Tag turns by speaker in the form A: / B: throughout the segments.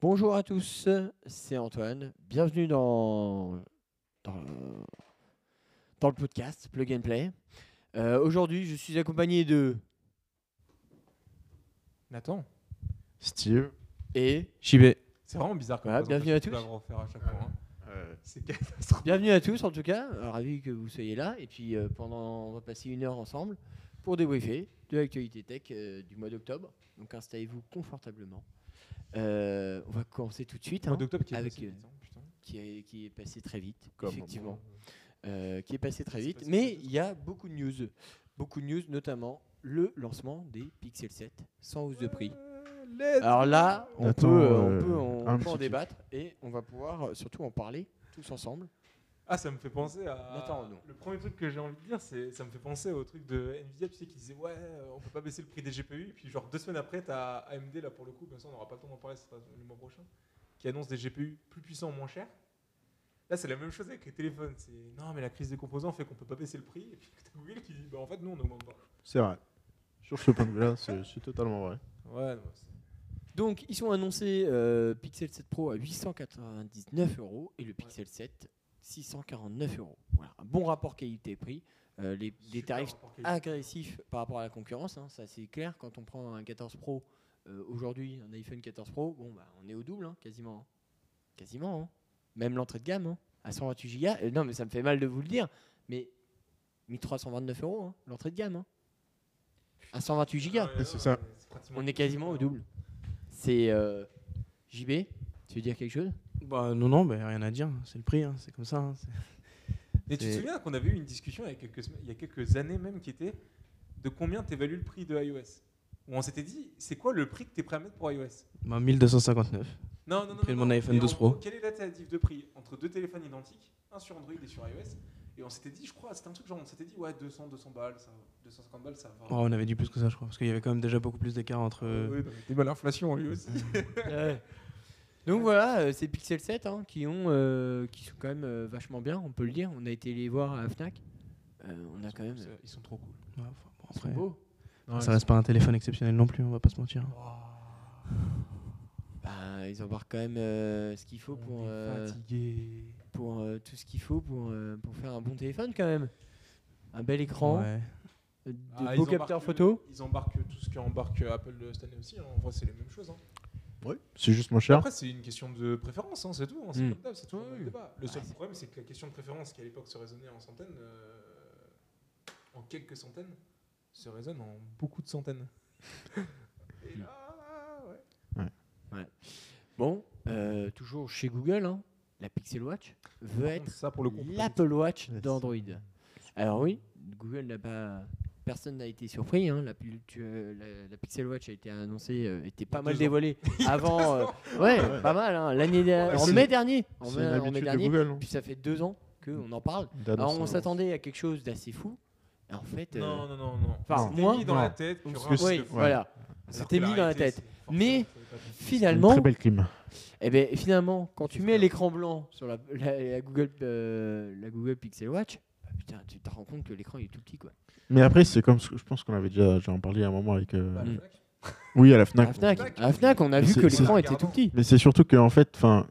A: Bonjour à tous, c'est Antoine. Bienvenue dans, dans, le- dans le podcast Plug and Play. Euh, Aujourd'hui, je suis accompagné de
B: Nathan
C: Steve.
A: et
B: JB. C'est vraiment bizarre comme
A: Voilà,
B: présentation,
A: bienvenue à
B: tu
A: tous.
B: dois me refaire à chaque fois. hein. C'est
A: bienvenue à tous en tout cas. Euh, Ravi que vous soyez là et puis euh, pendant on va passer une heure ensemble pour débriefer de l'actualité tech euh, du mois d'octobre. Donc installez-vous confortablement. Euh, on va commencer tout de suite.
B: mois
A: hein,
B: d'octobre qui est
A: avec,
B: passé
A: euh,
B: vite, hein, putain.
A: qui, est, qui est passé très vite,
C: Comme
A: effectivement. euh, qui est passé très
B: C'est
A: vite.
B: passé très
A: Mais
B: vite.
A: il y a beaucoup de news. Beaucoup de news, notamment le lancement des Pixel 7 sans hausse de prix.
B: Let's
A: Alors là, on peut,
C: Attends,
A: euh,
C: euh,
A: on peut, en-
C: un
A: on peut en
C: petit
A: débattre et on va pouvoir euh, surtout en parler tous ensemble.
B: Ah, ça me fait penser à.
A: Nathan Renaud.
B: Le premier truc que j'ai envie de dire, c'est ça me fait penser au truc de Nvidia, tu sais, qui disait ouais, euh, on peut pas baisser le prix des GPU. Et puis, genre, deux semaines après, t'as AMD, là, pour le coup, comme ça, on n'aura pas le temps d'en parler, ce sera le mois prochain, qui annonce des GPU plus puissants, moins chers. Là, c'est la même chose avec les téléphones. C'est non, mais la crise des composants fait qu'on peut pas baisser le prix. Et puis, t'as Google qui dit bah, en fait, nous, on augmente pas.
C: C'est vrai. Sur ce point de vue-là, c'est c'est totalement vrai.
B: Ouais, non, c'est-
A: Donc, ils sont annoncés euh, Pixel 7 Pro à 899 euros et le Pixel 7 649 euros. Voilà, un bon rapport qualité-prix. Euh, les, les
B: super
A: tarifs Ah,
B: rapport qualité.
A: agressif par rapport à la concurrence, hein, ça c'est clair. Quand on prend un 14 Pro euh, aujourd'hui, un iPhone 14 Pro, bon bah on est au double hein, quasiment, hein. quasiment. hein. Même l'entrée de gamme hein, à 128 Go. euh, non mais ça me fait mal de vous le dire, mais 1329 euros hein, l'entrée de gamme hein. à 128 Go.
B: Ah Ouais,
C: c'est
B: non,
C: ça.
B: mais c'est pratiquement
A: On
B: le
A: est quasiment au
B: même,
A: double. C'est euh, JB, tu veux dire quelque chose
D: Bah non, non, bah, rien à dire, c'est le prix, hein, c'est comme ça. hein, c'est-
B: Mais tu te
D: C'est-
B: souviens qu'on avait eu une discussion il y a quelques, semaines- il y a quelques années même qui était de combien t'évalues le prix de iOS Où on s'était dit, c'est quoi le prix que t'es prêt à mettre pour iOS
D: Bah, 1259.
B: Non, non, non.
D: prix de
B: non,
D: mon
B: non.
D: iPhone
B: Mais en
D: 12 Pro.
B: gros, Quelle est l'alternative de prix entre deux téléphones identiques, un sur Android et sur iOS Et on s'était dit, je crois, c'était un truc genre, on s'était dit, ouais, 200, 200 balles, ça, 250 balles, ça va.
D: Oh, on avait dit plus que ça, je crois, parce qu'il y avait quand même déjà beaucoup plus d'écart entre. euh,
B: Oui, non, mais t'es mal l'inflation,
A: Ah,
B: lui aussi.
A: Donc voilà, euh, ces Pixel 7 hein, qui, ont, euh, qui sont quand même euh, vachement bien, on peut le dire. On a été les voir à Fnac. Euh, on a quand même.
B: Ils sont trop cool.
D: Ouais, enfin, bon,
A: ils sont
D: après,
A: beaux.
D: ça reste pas un téléphone exceptionnel non plus, on va pas se
B: Oh,
D: mentir.
A: Bah, ils embarquent quand même euh, ce qu'il faut pour, euh,
B: fatigué.
A: pour euh, tout ce qu'il faut pour, euh, pour faire un bon téléphone quand même. Un bel écran,
D: Ouais.
A: euh, de
B: Ah,
A: beaux
B: ils
A: capteurs
B: embarquent-
A: photo.
B: Ils embarquent tout ce qu'embarque Apple euh, cette année aussi. hein. En vrai, c'est les mêmes choses. hein.
C: Oui. C'est juste moins cher.
B: Après, c'est une question de préférence, hein, c'est tout. hein, c'est
A: Mm.
B: comme d'hab, c'est toujours
A: Oui,
B: dans
A: oui.
B: le débat. Le seul
A: Ouais, c'est-
B: problème, Ah, c'est que la question de préférence, qui à l'époque se raisonnait en centaines, euh, en quelques centaines, se raisonne en beaucoup de centaines. Et
A: Mm.
B: là, ouais.
A: Bon, euh, toujours chez Google, hein, la Pixel Watch veut
B: Par
A: être
B: contre, ça, pour le coup, on peut pas dire.
A: l'Apple Watch
C: Ouais,
A: d'Android. Alors oui, Google n'a pas, personne n'a été surpris. hein. La, pil- tu- euh, la- la Pixel Watch a été annoncée, euh, était pas
B: Deux
A: mal
B: ans.
A: dévoilée avant. euh, ouais,
C: Ouais.
A: pas mal. hein. L'année dernière-
B: Ouais,
A: en
B: c'est-
A: mai dernier. En
C: C'est
A: mai,
C: une
A: en mai
C: habitude de
A: dernier.
C: Google. Ah hein, euh,
A: Puis ça fait deux ans qu'on en parle. Alors
C: d'annoncer
A: on
C: un-
A: s'attendait à quelque chose d'assez fou. Et en fait, euh,
B: Non, non, non, non.
A: Enfin,
B: C'était
A: moi-
B: mis dans
C: non.
B: la tête.
C: Parce
B: que
C: que
A: oui,
C: ouais.
A: voilà. C'était mis dans la tête. Mais-
C: Une
A: Finalement,
C: Très belle crime.
A: Eh ben, finalement, quand tu
B: C'est
A: mets
B: clair.
A: l'écran blanc sur la, la- la Google, euh, la Google Pixel Watch, bah, putain, tu te rends compte que l'écran il est tout petit quoi.
C: Mais après, c'est comme ce que je pense qu'on avait déjà j'en parlé à un moment avec. euh,
A: Mm.
C: Oui, à la
A: À la
C: Fnac.
A: Fnac, à la Fnac, on a
C: Mais
A: vu
C: c'est-
A: que
C: c'est-
A: l'écran était tout petit.
C: Mais c'est surtout que en fait, enfin,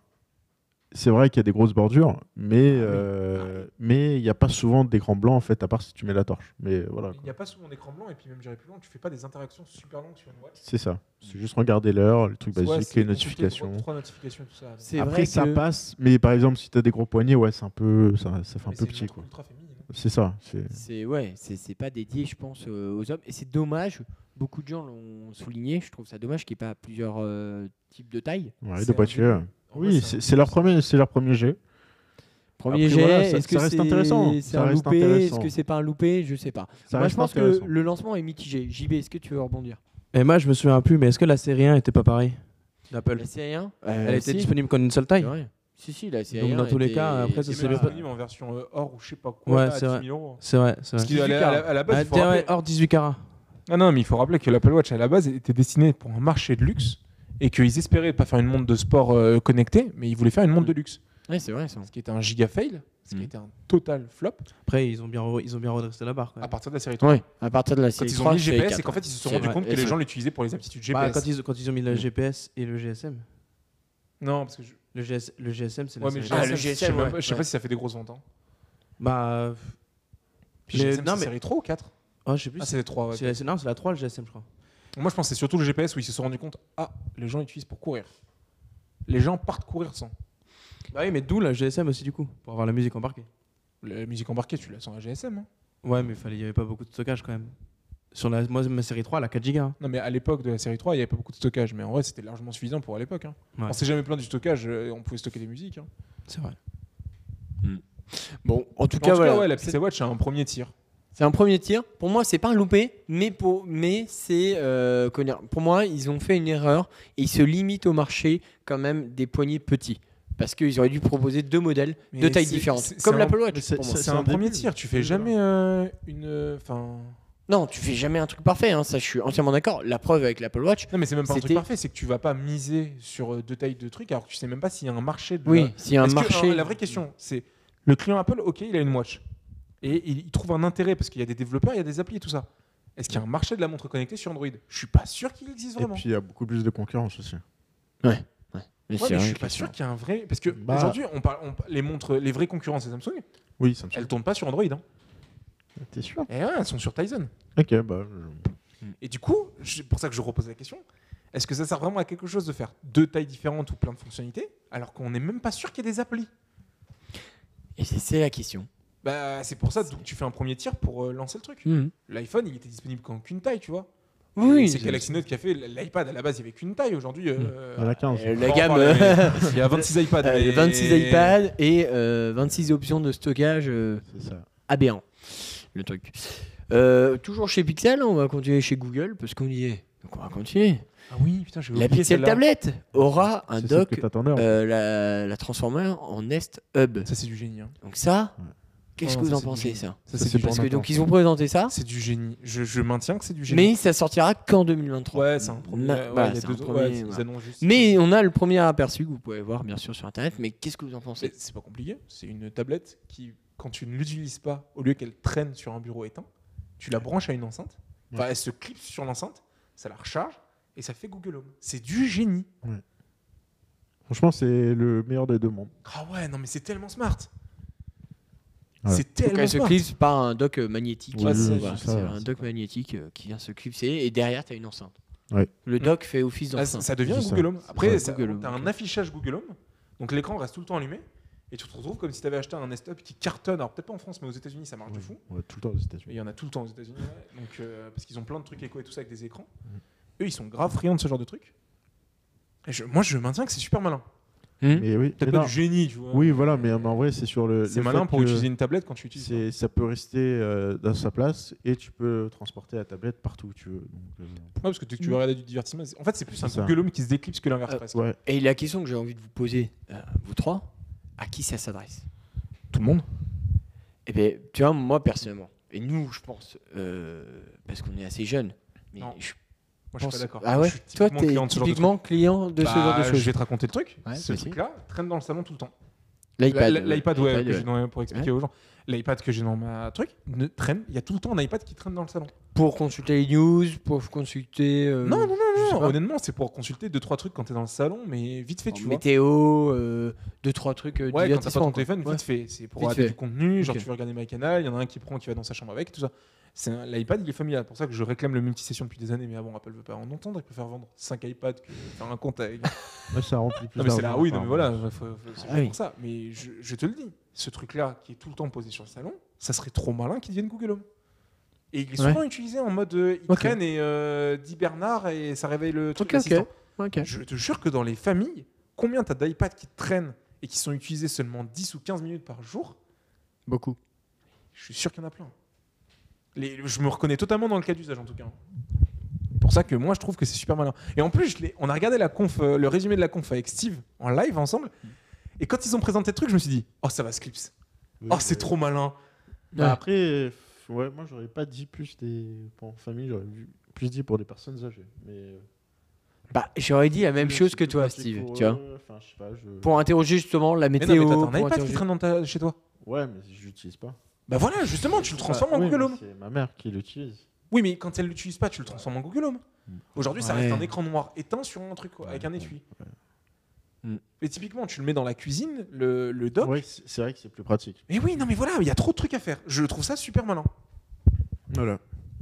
C: c'est vrai qu'il y a des grosses bordures, mais
A: Ah oui.
C: euh, mais il n'y a pas souvent d'écran blanc en fait, à part si tu mets la torche. Mais voilà.
B: Il
C: quoi.
B: n'y a pas souvent d'écran blanc, et puis même, j'irai plus loin, tu fais pas des interactions super longues sur une watch.
C: C'est ça. C'est juste regarder l'heure, le truc
B: Ouais,
C: basique,
B: c'est
C: Bah, les
B: compliqué, trois-
C: notifications.
B: Trois notifications et tout ça.
A: C'est
C: Après,
A: vrai
C: ça
A: que-
C: passe, mais par exemple, si t'as des gros poignets, ouais, c'est un peu, ça, ça fait un
B: Mais c'est
C: peu petit,
B: montre
C: quoi.
B: ultra féminine.
C: C'est ça. C'est
A: C'est ouais, c'est c'est pas dédié, je pense, euh, aux hommes. Et c'est dommage. Beaucoup de gens l'ont souligné. Je trouve ça dommage qu'il n'y ait pas plusieurs euh, types de taille.
C: ouais,
B: C'est
C: de
B: un
C: poitiers.
B: début. En vrai,
C: Oui, c'est c'est leur premier, c'est leur premier jet.
A: Premier
C: Après,
A: jet,
C: voilà, ça-
A: est-ce que
C: ça reste
A: c'est
C: intéressant,
A: c'est
C: ça
A: un
C: reste
A: loupé Est-ce
C: intéressant.
A: que c'est pas un loupé Je sais pas.
C: Ça
A: Moi, je
C: reste
A: pense que
C: intéressant.
A: le lancement est mitigé. JB, est-ce que tu veux rebondir
D: Et moi, je me souviens plus, mais est-ce que la série 1 était pas pareille d'Apple
A: La série 1
D: Elle était disponible qu'en une seule taille
A: Euh, Si, si, la série
D: Donc,
A: 1
D: dans tous les
A: était-
D: cas, après, ça,
B: Il
D: c'est
B: est même
D: le-
B: disponible en version euh, or ou je sais pas
D: Ouais,
B: quoi à
D: c'est vrai.
B: 10 000 euros.
D: C'est vrai, c'est
B: Parce
D: vrai.
B: qu'il est à la- à la à la base,
D: Ah,
B: il faut
D: tiens,
B: rappeler-
D: ouais, hors 18 carats.
B: Ah non, mais il faut rappeler que l'Apple Watch à la base était destinée pour un marché de luxe et qu'ils espéraient pas faire une montre de sport euh, connectée, mais ils voulaient faire une montre de luxe.
A: Ouais, c'est vrai ça.
B: Ce qui était un giga fail, ce qui
D: Mm.
B: était un total flop
D: Après, ils ont bien, re- ils ont bien redressé la barre. Quand même.
B: à partir de la série 3.
A: Ouais, à partir de la
B: Quand
A: série
B: ils ont mis
A: 3,
B: le
A: série
B: GPS, c'est
A: 4.
B: qu'en fait, ils se sont
A: C'est
B: rendus
A: vrai.
B: compte que
A: Et
B: les
A: ça-
B: gens l'utilisaient pour les aptitudes
D: Bah,
B: GPS.
D: quand, ils, quand ils ont mis le
A: Mm.
D: GPS et le GSM.
B: Non, parce que je...
D: Le, GS le GSM, c'est la
B: Ouais, mais
D: série
A: Ah,
B: GSM,
A: le
B: je sais
A: GSM,
B: même
A: ouais.
B: pas- je sais pas
A: Ouais.
B: si ça fait des grosses ventes. hein.
D: Bah.
B: Ah,
D: euh,
B: Puis
D: Les-
B: GSM,
D: non,
B: c'est
D: mais-
B: série 3 ou 4
D: Oh, je sais plus.
B: Ah,
D: c'est
B: c'est les 3, ouais.
D: c'est la, non, c'est la 3, le GSM, je crois.
B: Moi, je pense que c'est surtout le GPS où ils se sont rendus compte ah, les gens l'utilisent pour courir. Les gens partent courir sans.
D: Bah oui, mais d'où le GSM aussi, du coup, pour avoir la musique embarquée.
B: La musique embarquée, tu la sens à GSM. hein.
D: Ouais, mais fallait- il n'y avait pas beaucoup de stockage quand même. Sur la, moi, ma série 3, elle a 4 gigas. hein.
B: Non, mais à l'époque de la série 3, il n'y avait pas beaucoup de stockage. Mais en vrai, c'était largement suffisant pour à l'époque. hein.
D: Ouais.
B: On s'est jamais plaint du stockage. euh, On pouvait stocker des musiques. hein.
D: C'est vrai.
A: Bon, en tout
B: En tout
A: cas,
B: cas,
A: voilà.
B: ouais, la
A: C'est-
B: Pixel Watch, c'est un premier tir.
A: C'est un premier tir. Pour moi, c'est pas un loupé, mais pour mais c'est euh, comment dire, pour moi, ils ont fait une erreur et ils se limitent au marché quand même des poignées petits parce qu'ils auraient dû proposer deux modèles
B: Mais
A: de tailles
B: c'est-
A: différentes,
B: c'est- c'est
A: comme
B: un-
A: l'Apple Watch.
C: mais c'est-
A: pour moi.
C: Ça,
B: C'est
C: un
B: un,
C: début,
B: premier
C: mais-
B: tir. Tu fais
C: oui,
B: jamais euh, une. Enfin.
A: Non, tu fais jamais un truc parfait. hein, ça, je suis entièrement d'accord. La preuve avec l'Apple Watch.
B: Non, mais c'est même pas un truc
A: C'était-
B: parfait. C'est que tu vas pas miser sur euh, deux tailles de trucs alors que tu sais même pas s'il y a un marché de. la-
A: Oui, s'il y a un
B: Est-ce que-
A: marché.
B: alors, la vraie question, c'est le client Apple, ok, il a une watch. Et il il trouve un intérêt parce qu'il y a des développeurs, il y a des applis et tout ça. Est-ce qu'il y a un marché de la montre connectée sur Android Je suis pas sûr qu'il existe
C: Et
B: vraiment.
C: puis il y a beaucoup plus de concurrence aussi.
A: Mais
B: Ouais,
A: c'est
B: mais je
A: vrai
B: suis
A: que-
B: pas sûr qu'il y a un vrai. Parce que
C: Bah.
B: aujourd'hui, on parle, on- les montres, les vraies concurrents, c'est Samsung.
C: Oui, ça me
B: Elles tournent pas sur Android. hein.
C: T'es sûr
B: Et ouais, elles sont sur Tizen.
C: Ok, bah. je-
B: Et du coup, c'est pour ça que je repose la question. Est-ce que ça sert vraiment à quelque chose de faire deux tailles différentes ou plein de fonctionnalités alors qu'on n'est même pas sûr qu'il y ait des applis
A: Et c'est- c'est la question.
B: Bah, c'est pour ça que tu fais un premier tir pour euh, lancer le truc.
A: Mmh.
B: L'iPhone, il était disponible qu'en qu'une taille, tu vois. Et
A: Oui.
B: c'est Galaxy Note qui a fait l'iPad à la base, il n'y avait qu'une taille. Aujourd'hui, euh,
C: À la 15.
A: Euh,
B: on
A: la
B: va en
A: gamme.
B: parler,
A: euh,
B: mais il y a 26 iPads.
A: euh,
B: mais-
A: 26 iPads et euh, 26 options de stockage. euh,
C: C'est ça.
A: aberrant, le truc. Euh, toujours chez Pixel, on va continuer chez Google parce qu'on y est. Donc on va continuer.
B: Ah oui, putain, j'ai
A: La
B: oublié
A: Pixel
B: celle-là.
A: tablette aura un
C: C'est celle
A: dock
C: que t'attendais, en fait.
A: euh, la, la Transformer en Nest Hub.
B: Ça, c'est du génie. hein.
A: Donc ça,
C: Ouais.
A: qu'est-ce
B: Oh,
A: que vous
B: ça,
A: en
B: c'est du
A: pensez
B: génie.
A: ça
B: Ça,
C: Ça,
B: c'est
C: c'est
B: du
C: pour
A: Parce
B: génie.
A: que
C: Attends.
A: donc ils ont présenté ça,
B: C'est du génie. Je, je maintiens que c'est du génie.
A: Hein mais ça sortira qu'en 2023.
B: Ouais, c'est un premier.
A: Ma-
B: ouais, il y
A: voilà,
B: a
A: c'est un
B: deux-
A: premier,
B: ouais, ils
A: voilà.
B: annoncent juste-
A: Mais on a le premier aperçu que vous pouvez voir bien sûr sur internet. Mais qu'est-ce que vous en
B: Mais
A: pensez
B: c'est pas compliqué. C'est une tablette qui, quand tu ne l'utilises pas, au lieu qu'elle traîne sur un bureau éteint, tu la branches à une enceinte. Enfin,
C: Ouais.
B: elle se clipse sur l'enceinte, ça la recharge et ça fait Google Home. C'est du génie.
C: Franchement, c'est le meilleur des deux mondes.
B: Ah ouais, non mais c'est tellement smart.
C: Ouais.
B: C'est
A: Donc
B: tellement
A: elle se
B: smart.
A: clipse par un dock euh, magnétique.
C: Oui,
A: Euh,
B: c'est
A: voilà,
C: ça,
A: c'est
C: ouais,
A: un
C: c'est
A: dock magnétique euh, qui vient se clipser et derrière tu as une enceinte.
C: Ouais.
A: Le dock fait office
B: Ah,
A: d'enceinte.
B: ça devient
C: C'est ça.
B: Google Home. Après,
A: Ouais,
B: ça-
A: Google Home,
B: t'as un
A: ok.
B: affichage Google Home, donc l'écran reste tout le temps allumé. Et tu te retrouves comme si tu avais acheté un Nest Hub qui cartonne. Alors peut-être pas en France, mais aux États-Unis, ça marche de
C: Ouais.
B: fou.
C: Ouais, tout le temps aux
B: Et
C: États-Unis.
B: il y en a tout le temps aux États-Unis, ouais. donc euh, parce qu'ils ont plein de trucs éco et tout ça avec des écrans.
C: Mm.
B: Eux, ils sont grave friands de ce genre de trucs. Et je- moi, je maintiens que c'est super malin.
A: Hmm
C: Mais oui,
B: Peut-être
C: mais
B: pas
C: non.
B: du génie, tu vois.
C: oui, voilà, mais, mais en vrai, c'est sur le.
B: c'est
C: le
B: malin
C: fait
B: pour
C: que
B: utiliser une tablette quand tu utilises.
C: c'est- Ça peut rester euh, dans sa place et tu peux transporter la tablette partout où tu veux. donc, euh,
B: Ouais, parce que dès que tu
C: Mm.
B: vas regarder du divertissement, c'est- en fait, c'est plus un
C: C'est ça.
B: Google Home qui se déclipse que l'inverse
A: Euh,
B: presque.
C: ouais.
A: Et la question que j'ai envie de vous poser, euh, vous trois, à qui ça s'adresse
B: Tout le monde.
A: Eh bien, tu vois, moi personnellement, et nous, je pense, euh, parce qu'on est assez jeunes, mais
B: Non,
A: je
B: Moi, je suis
A: pense.
B: pas d'accord.
A: Ah ouais
B: Je suis
A: Toi,
B: typiquement
A: t'es
B: client de ce genre de
A: typiquement client de ce genre de
B: Bah, Je
A: choses.
B: vais te raconter le truc.
A: Ouais,
B: ce
A: vas-y.
B: truc-là traîne dans le salon tout le temps.
A: L'iPad.
B: La- la- L'iPad, ouais,
A: L'iPad,
B: que
A: ouais.
B: j'ai dans- pour expliquer aux gens. L'iPad que j'ai dans ma truc ne traîne. Il y a tout le temps un iPad qui traîne dans le salon.
A: Pour consulter les news, pour consulter. euh,
B: non, non, non,
A: je sais
B: non.
A: pas.
B: Honnêtement, c'est pour consulter deux trois trucs quand t'es dans le salon, mais vite fait,
A: en
B: tu vois.
D: Oh,
A: météo, euh, deux, trois trucs euh,
B: Ouais, quand t'as pas ton
A: divertissants. quoi.
B: téléphone,
A: Ouais.
B: vite fait. C'est pour
A: Vite
B: regarder
A: fait.
B: du contenu, genre
A: Ok.
B: tu veux regarder MyCanal, il y en a un qui prend, qui va dans sa chambre avec, tout ça. C'est un- L'iPad, il est familial. C'est pour ça que je réclame le multisession depuis des années, mais avant, Apple veut pas en entendre. Il préfère vendre 5 iPads que faire un compte avec.
C: Ouais, ça remplit plus
B: non, mais c'est la
C: d'argent,
B: oui, non, mais
C: apparemment.
B: voilà, faut- faut- c'est
A: Ah oui.
B: pour ça. Mais je, je te le dis, ce truc-là qui est tout le temps posé sur le salon, ça serait trop malin qu'il devienne Google Home. Et il est souvent utilisé en mode euh, il
A: Ok.
B: traîne et euh, dit Bernard et ça réveille le truc.
A: Ok,
B: l'assistant.
A: ok. Ok.
B: Je te jure que dans les familles, combien t'as d'iPads qui traînent et qui sont utilisés seulement 10 ou 15 minutes par jour
A: Beaucoup.
B: Je suis sûr qu'il y en a plein. Les- je me reconnais totalement dans le cas d'usage en tout cas. hein. Pour ça que moi je trouve que c'est super malin. Et en plus, je l'ai- on a regardé la conf, euh, le résumé de la conf avec Steve en live ensemble. Et quand ils ont présenté le truc, je me suis dit, oh ça va se clipse.
C: Oui,
B: Oh c'est
C: ouais.
B: trop malin.
C: Bah,
A: Ouais.
C: Après, euh, ouais, moi j'aurais pas dit plus des. Pour en famille, j'aurais vu plus dit pour les personnes âgées. Mais euh,
A: Bah, j'aurais dit la même
C: c'est
A: chose que
C: plus
A: toi,
C: pratique
A: Steve.
C: pour
A: Tu vois.
C: eux, Enfin, je sais pas. je-
A: Pour interroger justement la
B: Mais non, mais
A: météo.
B: t'as- t'en
A: pour
B: as un iPad qui
A: interroger-
B: traîne dans ta- chez toi.
C: Ouais, mais je l'utilise pas.
B: Bah voilà, justement, tu le transformes
C: Bah,
B: en
C: oui,
B: Google
C: mais
B: Home.
C: C'est ma mère qui l'utilise.
B: Oui, mais quand elle l'utilise pas, tu le transformes en Google Home.
C: Mm.
B: Aujourd'hui, ça
A: Ouais.
B: reste un écran noir éteint sur un truc quoi,
C: Ouais,
B: avec un
C: ouais,
B: étui.
A: Mm.
B: Mais typiquement, tu le mets dans la cuisine, le, le dock.
C: Ouais, c'est c'est vrai que c'est plus pratique.
B: Mais oui, non, mais voilà, il y a trop de trucs à faire. Je trouve ça super malin.
C: Voilà.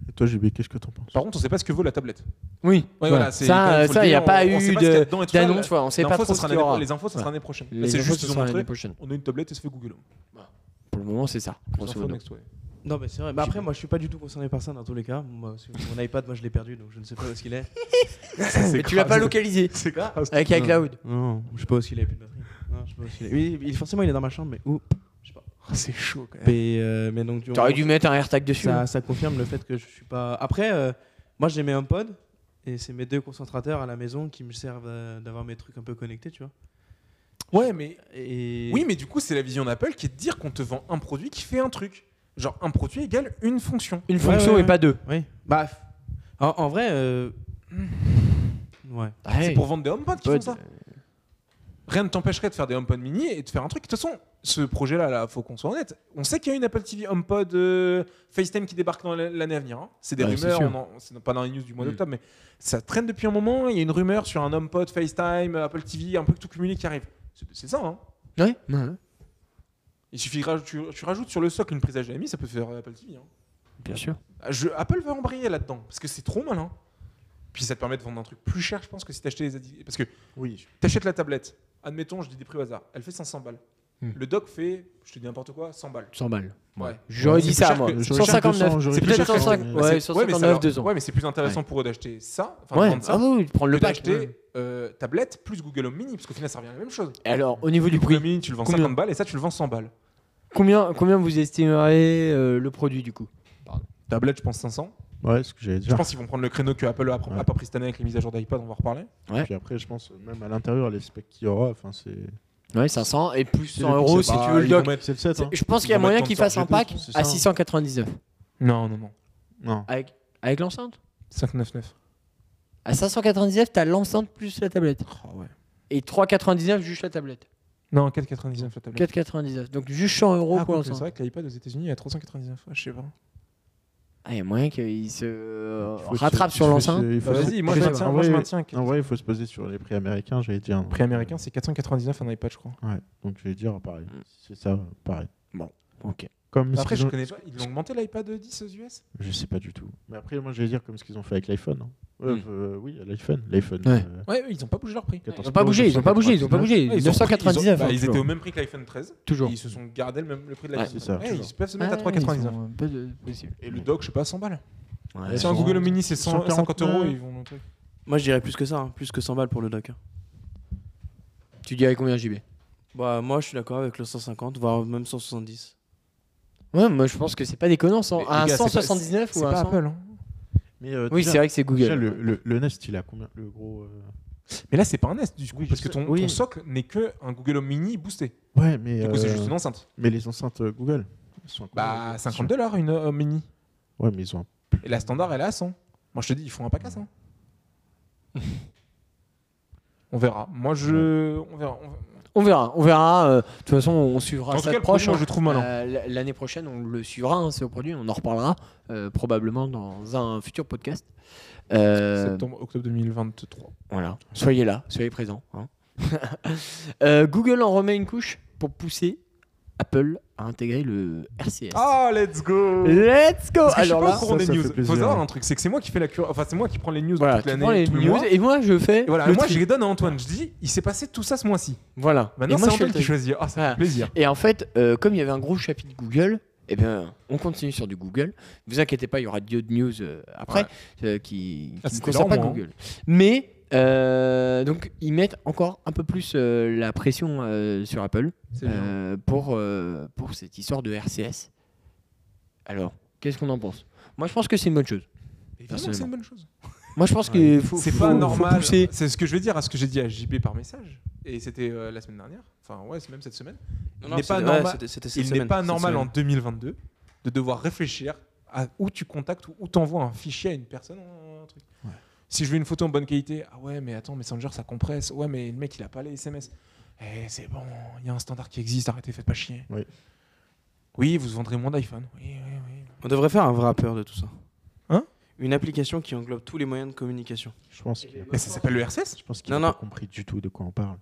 C: Et toi, JB, qu'est-ce que t'en penses
B: Par contre, on sait pas ce que vaut la tablette.
A: Oui,
B: Ouais,
A: tu
B: voilà,
A: vois.
B: c'est
A: ça,
B: quand même,
A: euh,
B: faut
A: ça,
B: le
A: il n'y a
B: dire,
A: pas
B: on- on sait
A: eu
B: pas ce qu'il y a
A: de-
B: dedans et tout ça,
A: d'annonce.
B: la-
A: voilà, On ne sait pas
B: l'info,
A: trop
B: ça
A: ce
B: sera
A: qu'il y aura.
B: l'année- Les infos, ça sera l'année prochaine.
A: Les
B: C'est
A: infos,
B: juste
A: ce
B: qu'ils ont
A: sera l'année
B: montré.
A: prochaine.
B: On a une tablette et ça fait Google Home.
A: Pour le moment, c'est ça.
B: Les
A: grosso
B: infos
A: modo.
B: next, ouais.
D: Non, mais c'est vrai. Mais
A: J'ai-
D: après, moi, je suis pas du tout concerné par ça dans tous les cas. Moi, parce que mon iPad, moi, je l'ai perdu, donc je ne sais pas où est-ce qu'il est.
A: Mais tu l'as pas localisé
D: C'est quoi
A: avec iCloud.
D: Non, je sais pas où est-ce qu'il est, plus de batterie. Non, je sais pas où est-ce qu'il est. Oui, il- forcément, il est dans ma chambre, mais où
B: Ah, C'est chaud quand même.
D: mais, euh, mais donc, du
A: T'aurais
D: moment-
A: dû mettre un AirTag dessus.
D: ça, ça confirme le fait que je suis pas. Après, euh, moi j'ai mes HomePod et c'est mes deux concentrateurs à la maison qui me servent euh, d'avoir mes trucs un peu connectés, tu vois.
B: Ouais, mais.
D: Et
B: Oui, mais du coup, c'est la vision d'Apple qui est de dire qu'on te vend un produit qui fait un truc. Genre, un produit égale une fonction.
A: Une
D: Ouais,
A: fonction
D: ouais,
A: et
D: ouais.
A: pas deux.
D: Oui. Bah, f- en, en vrai, euh, ouais.
B: C'est pour vendre des HomePod qui font
A: Pod,
B: ça. Rien ne t'empêcherait de faire des HomePod mini et de faire un truc. De toute façon, ce projet-là, là, faut qu'on soit honnête. On sait qu'il y a une Apple TV HomePod euh, FaceTime qui débarque dans la- l'année à venir. hein. C'est des
A: Ouais, c'est
B: rumeurs,
A: sûr.
B: on en- c'est pas dans les news du mois
A: Mm.
B: d'octobre, mais ça traîne depuis un moment. Il y a une rumeur sur un HomePod FaceTime, Apple TV, un peu tout cumulé qui arrive. C'est c'est ça, hein
A: Ouais. ouais.
B: Il suffit que raj- tu, tu rajoutes sur le socle une prise HDMI, ça peut faire Apple TV. hein.
A: Bien sûr.
B: Ah, je- Apple va embrayer là-dedans parce que c'est trop malin. Puis ça te permet de vendre un truc plus cher, je pense, que si t'achetais les addi- Parce que
C: Oui.
B: t'achètes la tablette, admettons, je dis des prix au hasard, elle fait 500 balles.
A: Hmm.
B: Le dock fait, je te dis n'importe quoi, 100 balles.
A: 100 balles.
B: Ouais.
A: J'aurais
B: C'est
A: dit
B: plus
A: ça,
B: cher
A: moi.
B: que-
C: j'aurais dit 200,
A: 159.
C: j'aurais
A: C'est
C: dit
A: peut-être
C: 200.
A: 150.
B: Bah, c'est-
A: Ouais,
B: ouais, mais ça leur-
A: 159, 200.
B: Ouais, mais c'est plus intéressant pour eux d'acheter ça, enfin de
A: Ouais,
B: vendre ça,
A: ah oui, prendre
B: que
A: le pack.
B: d'acheter
A: ouais.
B: euh, tablette plus Google Home Mini, parce qu'au final, ça revient à la même chose.
A: Alors, au niveau du
B: Google
A: prix,
B: Home Mini, tu le vends
A: Combien
B: 50 balles et ça, tu le vends 100 balles.
A: combien, combien vous estimerez euh, le produit du coup
B: Tablette, je pense 500.
C: Ouais, ce que
B: Je
C: j'allais dire.
B: pense qu'ils vont prendre le créneau que Apple a, pr-
C: Ouais.
B: a pas pris cette année avec les mises à jour d'iPad, on va en reparler.
C: Puis après, je pense, euh, même à l'intérieur, les specs qu'il y aura, enfin, c'est.
A: Ouais, 500 et plus
C: c'est
A: 100
C: le
A: euros
C: pixel.
A: si
C: Bah,
A: tu veux le
C: ils vont
A: dock.
C: mettre- C'est le 7. hein.
A: Je pense qu'il y
C: Ils
A: a
C: vont
A: moyen
C: mettre
A: qu'ils
C: dans le
A: fassent un
C: G2,
A: pack
C: c'est
A: à
B: hein.
C: ça.
A: 699
B: Non, non, non.
C: Non.
A: avec, avec l'enceinte.
B: 599.
A: À 599, t'as l'enceinte plus la tablette.
B: Oh,
A: Et 3,99 juste la tablette.
B: Non, 4,99 la tablette.
A: 4,99. Donc juste 100 euros
B: Ah,
A: pour
B: quoique, c'est
A: l'enceinte.
B: vrai que l'iPad aux États-Unis est à 399. Ah, je sais pas.
A: Ah, il y a moyen qu'ils se euh,
C: Il faut se-
A: rattrapent
C: il
A: sur
C: faut
A: l'enceinte.
C: se- il faut
B: Bah,
C: se-
B: vas-y, moi je
C: il faut se-
B: maintiens.
C: en
B: Moi je
C: vrai-
B: maintiens.
A: Ah
C: En vrai, il faut se baser sur les prix américains, j'allais dire.
B: Prix américain, c'est 499 un iPad, je crois.
C: Ouais, donc je vais dire pareil.
A: Mm.
C: C'est ça, pareil.
A: Ok.
C: Comme ce
B: Après,
C: qu'ils
B: je
C: ont-
B: connais pas. Ils l'ont augmenté l'iPad 10 aux US
C: Je sais pas du tout. Mais après, moi, je vais dire comme ce qu'ils ont fait avec l'iPhone. hein. Ouais,
A: Hmm.
C: euh, oui, l'iPhone. L'iPhone.
A: Ouais.
C: euh,
B: Ouais, ils ont pas bougé leur prix.
C: 14
A: Ils n'ont pas bougé, ils n'ont pas bougé, ils n'ont pas bougé.
B: Ouais, ils ont pris- ils, ont-
A: 999.
B: bah,
A: hein,
B: ils étaient
A: toujours.
B: au même prix que l'iPhone 13.
A: Toujours.
B: et ils se sont gardés le, même, le prix de
A: Ouais,
B: l'iPhone
C: c'est
B: 13.
C: ça,
B: Ouais,
C: toujours.
B: ils peuvent se mettre à
A: Ah,
B: 3,99.
A: ils ont un peu de- possible.
B: Et le dock, je sais pas, 100 balles.
A: Ouais,
B: Si un
A: ils ont-
B: Google Mini, c'est 100 150 euros,
C: 149.
B: ils vont le truc.
D: moi je dirais plus que ça, hein, plus que 100 balles pour le dock. hein.
A: Tu dirais combien JB
D: Bah, moi je suis d'accord avec le 150, voire même 170.
A: Ouais, moi je pense que c'est pas déconnant. Ah, cent-
B: Mais les
A: un
B: gars, c'est pas-
A: 179
B: C'est
A: ou un
B: pas
A: 100.
B: Apple. hein.
C: Mais, euh,
A: Oui,
C: déjà-
A: c'est vrai que c'est Google.
C: Déjà, le, le, le Nest, il a combien Le gros. euh,
B: Mais là, c'est pas un Nest du coup,
C: Oui, je
B: parce que
C: sais-
B: ton,
C: oui.
B: ton socle n'est que un Google Home Mini boosté.
C: Ouais, mais.
B: Du coup, c'est
C: euh,
B: juste une enceinte.
C: Mais les enceintes euh, Google. elles sont à combien,
B: Bah,
C: les-
B: 50 dollars une Home Mini.
C: Ouais, mais ils ont. un-
B: Et la standard, elle est à 100. Moi, je te dis, ils font un pack à 100. on verra. Moi, je. On verra. on verra.
A: On verra, on verra. euh, De toute façon, on suivra
B: En tout
A: ça
B: cas,
A: de
B: le
A: proche.
B: prochain,
A: hein.
B: je le trouve malin.
A: Euh, l- L'année prochaine, on le suivra, hein, ce produit. On en reparlera euh, probablement dans un futur podcast. Euh,
B: Septembre, octobre 2023.
A: voilà. Soyez là, soyez présents. hein. Euh, Google en remet une couche pour pousser Apple à intégrer le RCS.
B: Ah, let's go
A: Let's go
B: Parce que
A: Alors
B: je suis pas
A: là,
B: au courant
C: Ça,
B: des
C: ça fait
B: news. Faut
C: plaisir.
B: savoir un truc, c'est que c'est moi qui fais la cure. Enfin, c'est moi qui prends les news
A: voilà,
B: toute
A: tu prends
B: l'année,
A: les
B: tout le
A: news
B: mois. Et
A: et moi je fais.
B: voilà,
A: le
B: moi,
A: tri.
B: je les donne à Antoine. Je dis, il s'est passé tout ça ce mois-ci.
A: Voilà.
B: Maintenant,
A: Et moi,
B: c'est
A: je fais le
B: Antoine qui
A: tri.
B: choisit. Ah, ça
A: Voilà.
B: fait plaisir.
A: Et en fait, euh, comme il y avait un gros chapitre Google, eh bien, on continue sur du Google. Vous inquiétez pas, il y aura deux news euh, après euh, qui, qui
B: Ah,
A: ne
B: c'était
A: concernent
B: leur
A: pas
B: mois, hein.
A: Google. Mais euh, donc, ils mettent encore un peu plus euh, la pression euh, sur Apple
B: C'est bien.
A: euh, pour, euh, pour cette histoire de RCS. Alors, qu'est-ce qu'on en pense Moi, je pense que c'est une bonne chose.
B: Évidemment que c'est une bonne chose.
A: Moi, je pense
C: Ouais.
A: que faut-
B: C'est
A: faut-
B: pas
A: faut
B: normal.
A: pousser.
B: C'est ce que je vais dire à ce que j'ai dit à JB par message. Et c'était euh, la semaine dernière. Enfin, ouais, c'est même cette semaine. Il n'est pas normal- Il n'est pas normal en 2022 de devoir réfléchir à où tu contactes ou où t'envoies un fichier à une personne. un truc.
C: Ouais.
B: Si je veux une photo en bonne qualité, ah ouais, mais attends, Messenger ça compresse. Ouais, mais le mec il a pas les SMS. Eh, c'est bon, il y a un standard qui existe, arrêtez, faites pas chier.
C: Oui.
B: Oui, vous vendrez moins d'iPhone. Oui, oui, oui.
D: On devrait faire un vrai rappeur de tout ça.
B: Hein
D: Une application qui englobe tous les moyens de communication.
C: Je pense qu'il a-
B: Mais ça s'appelle le RSS
C: je pense qu'il
D: Non,
C: n'a pas
D: non.
C: compris du tout de quoi on parle.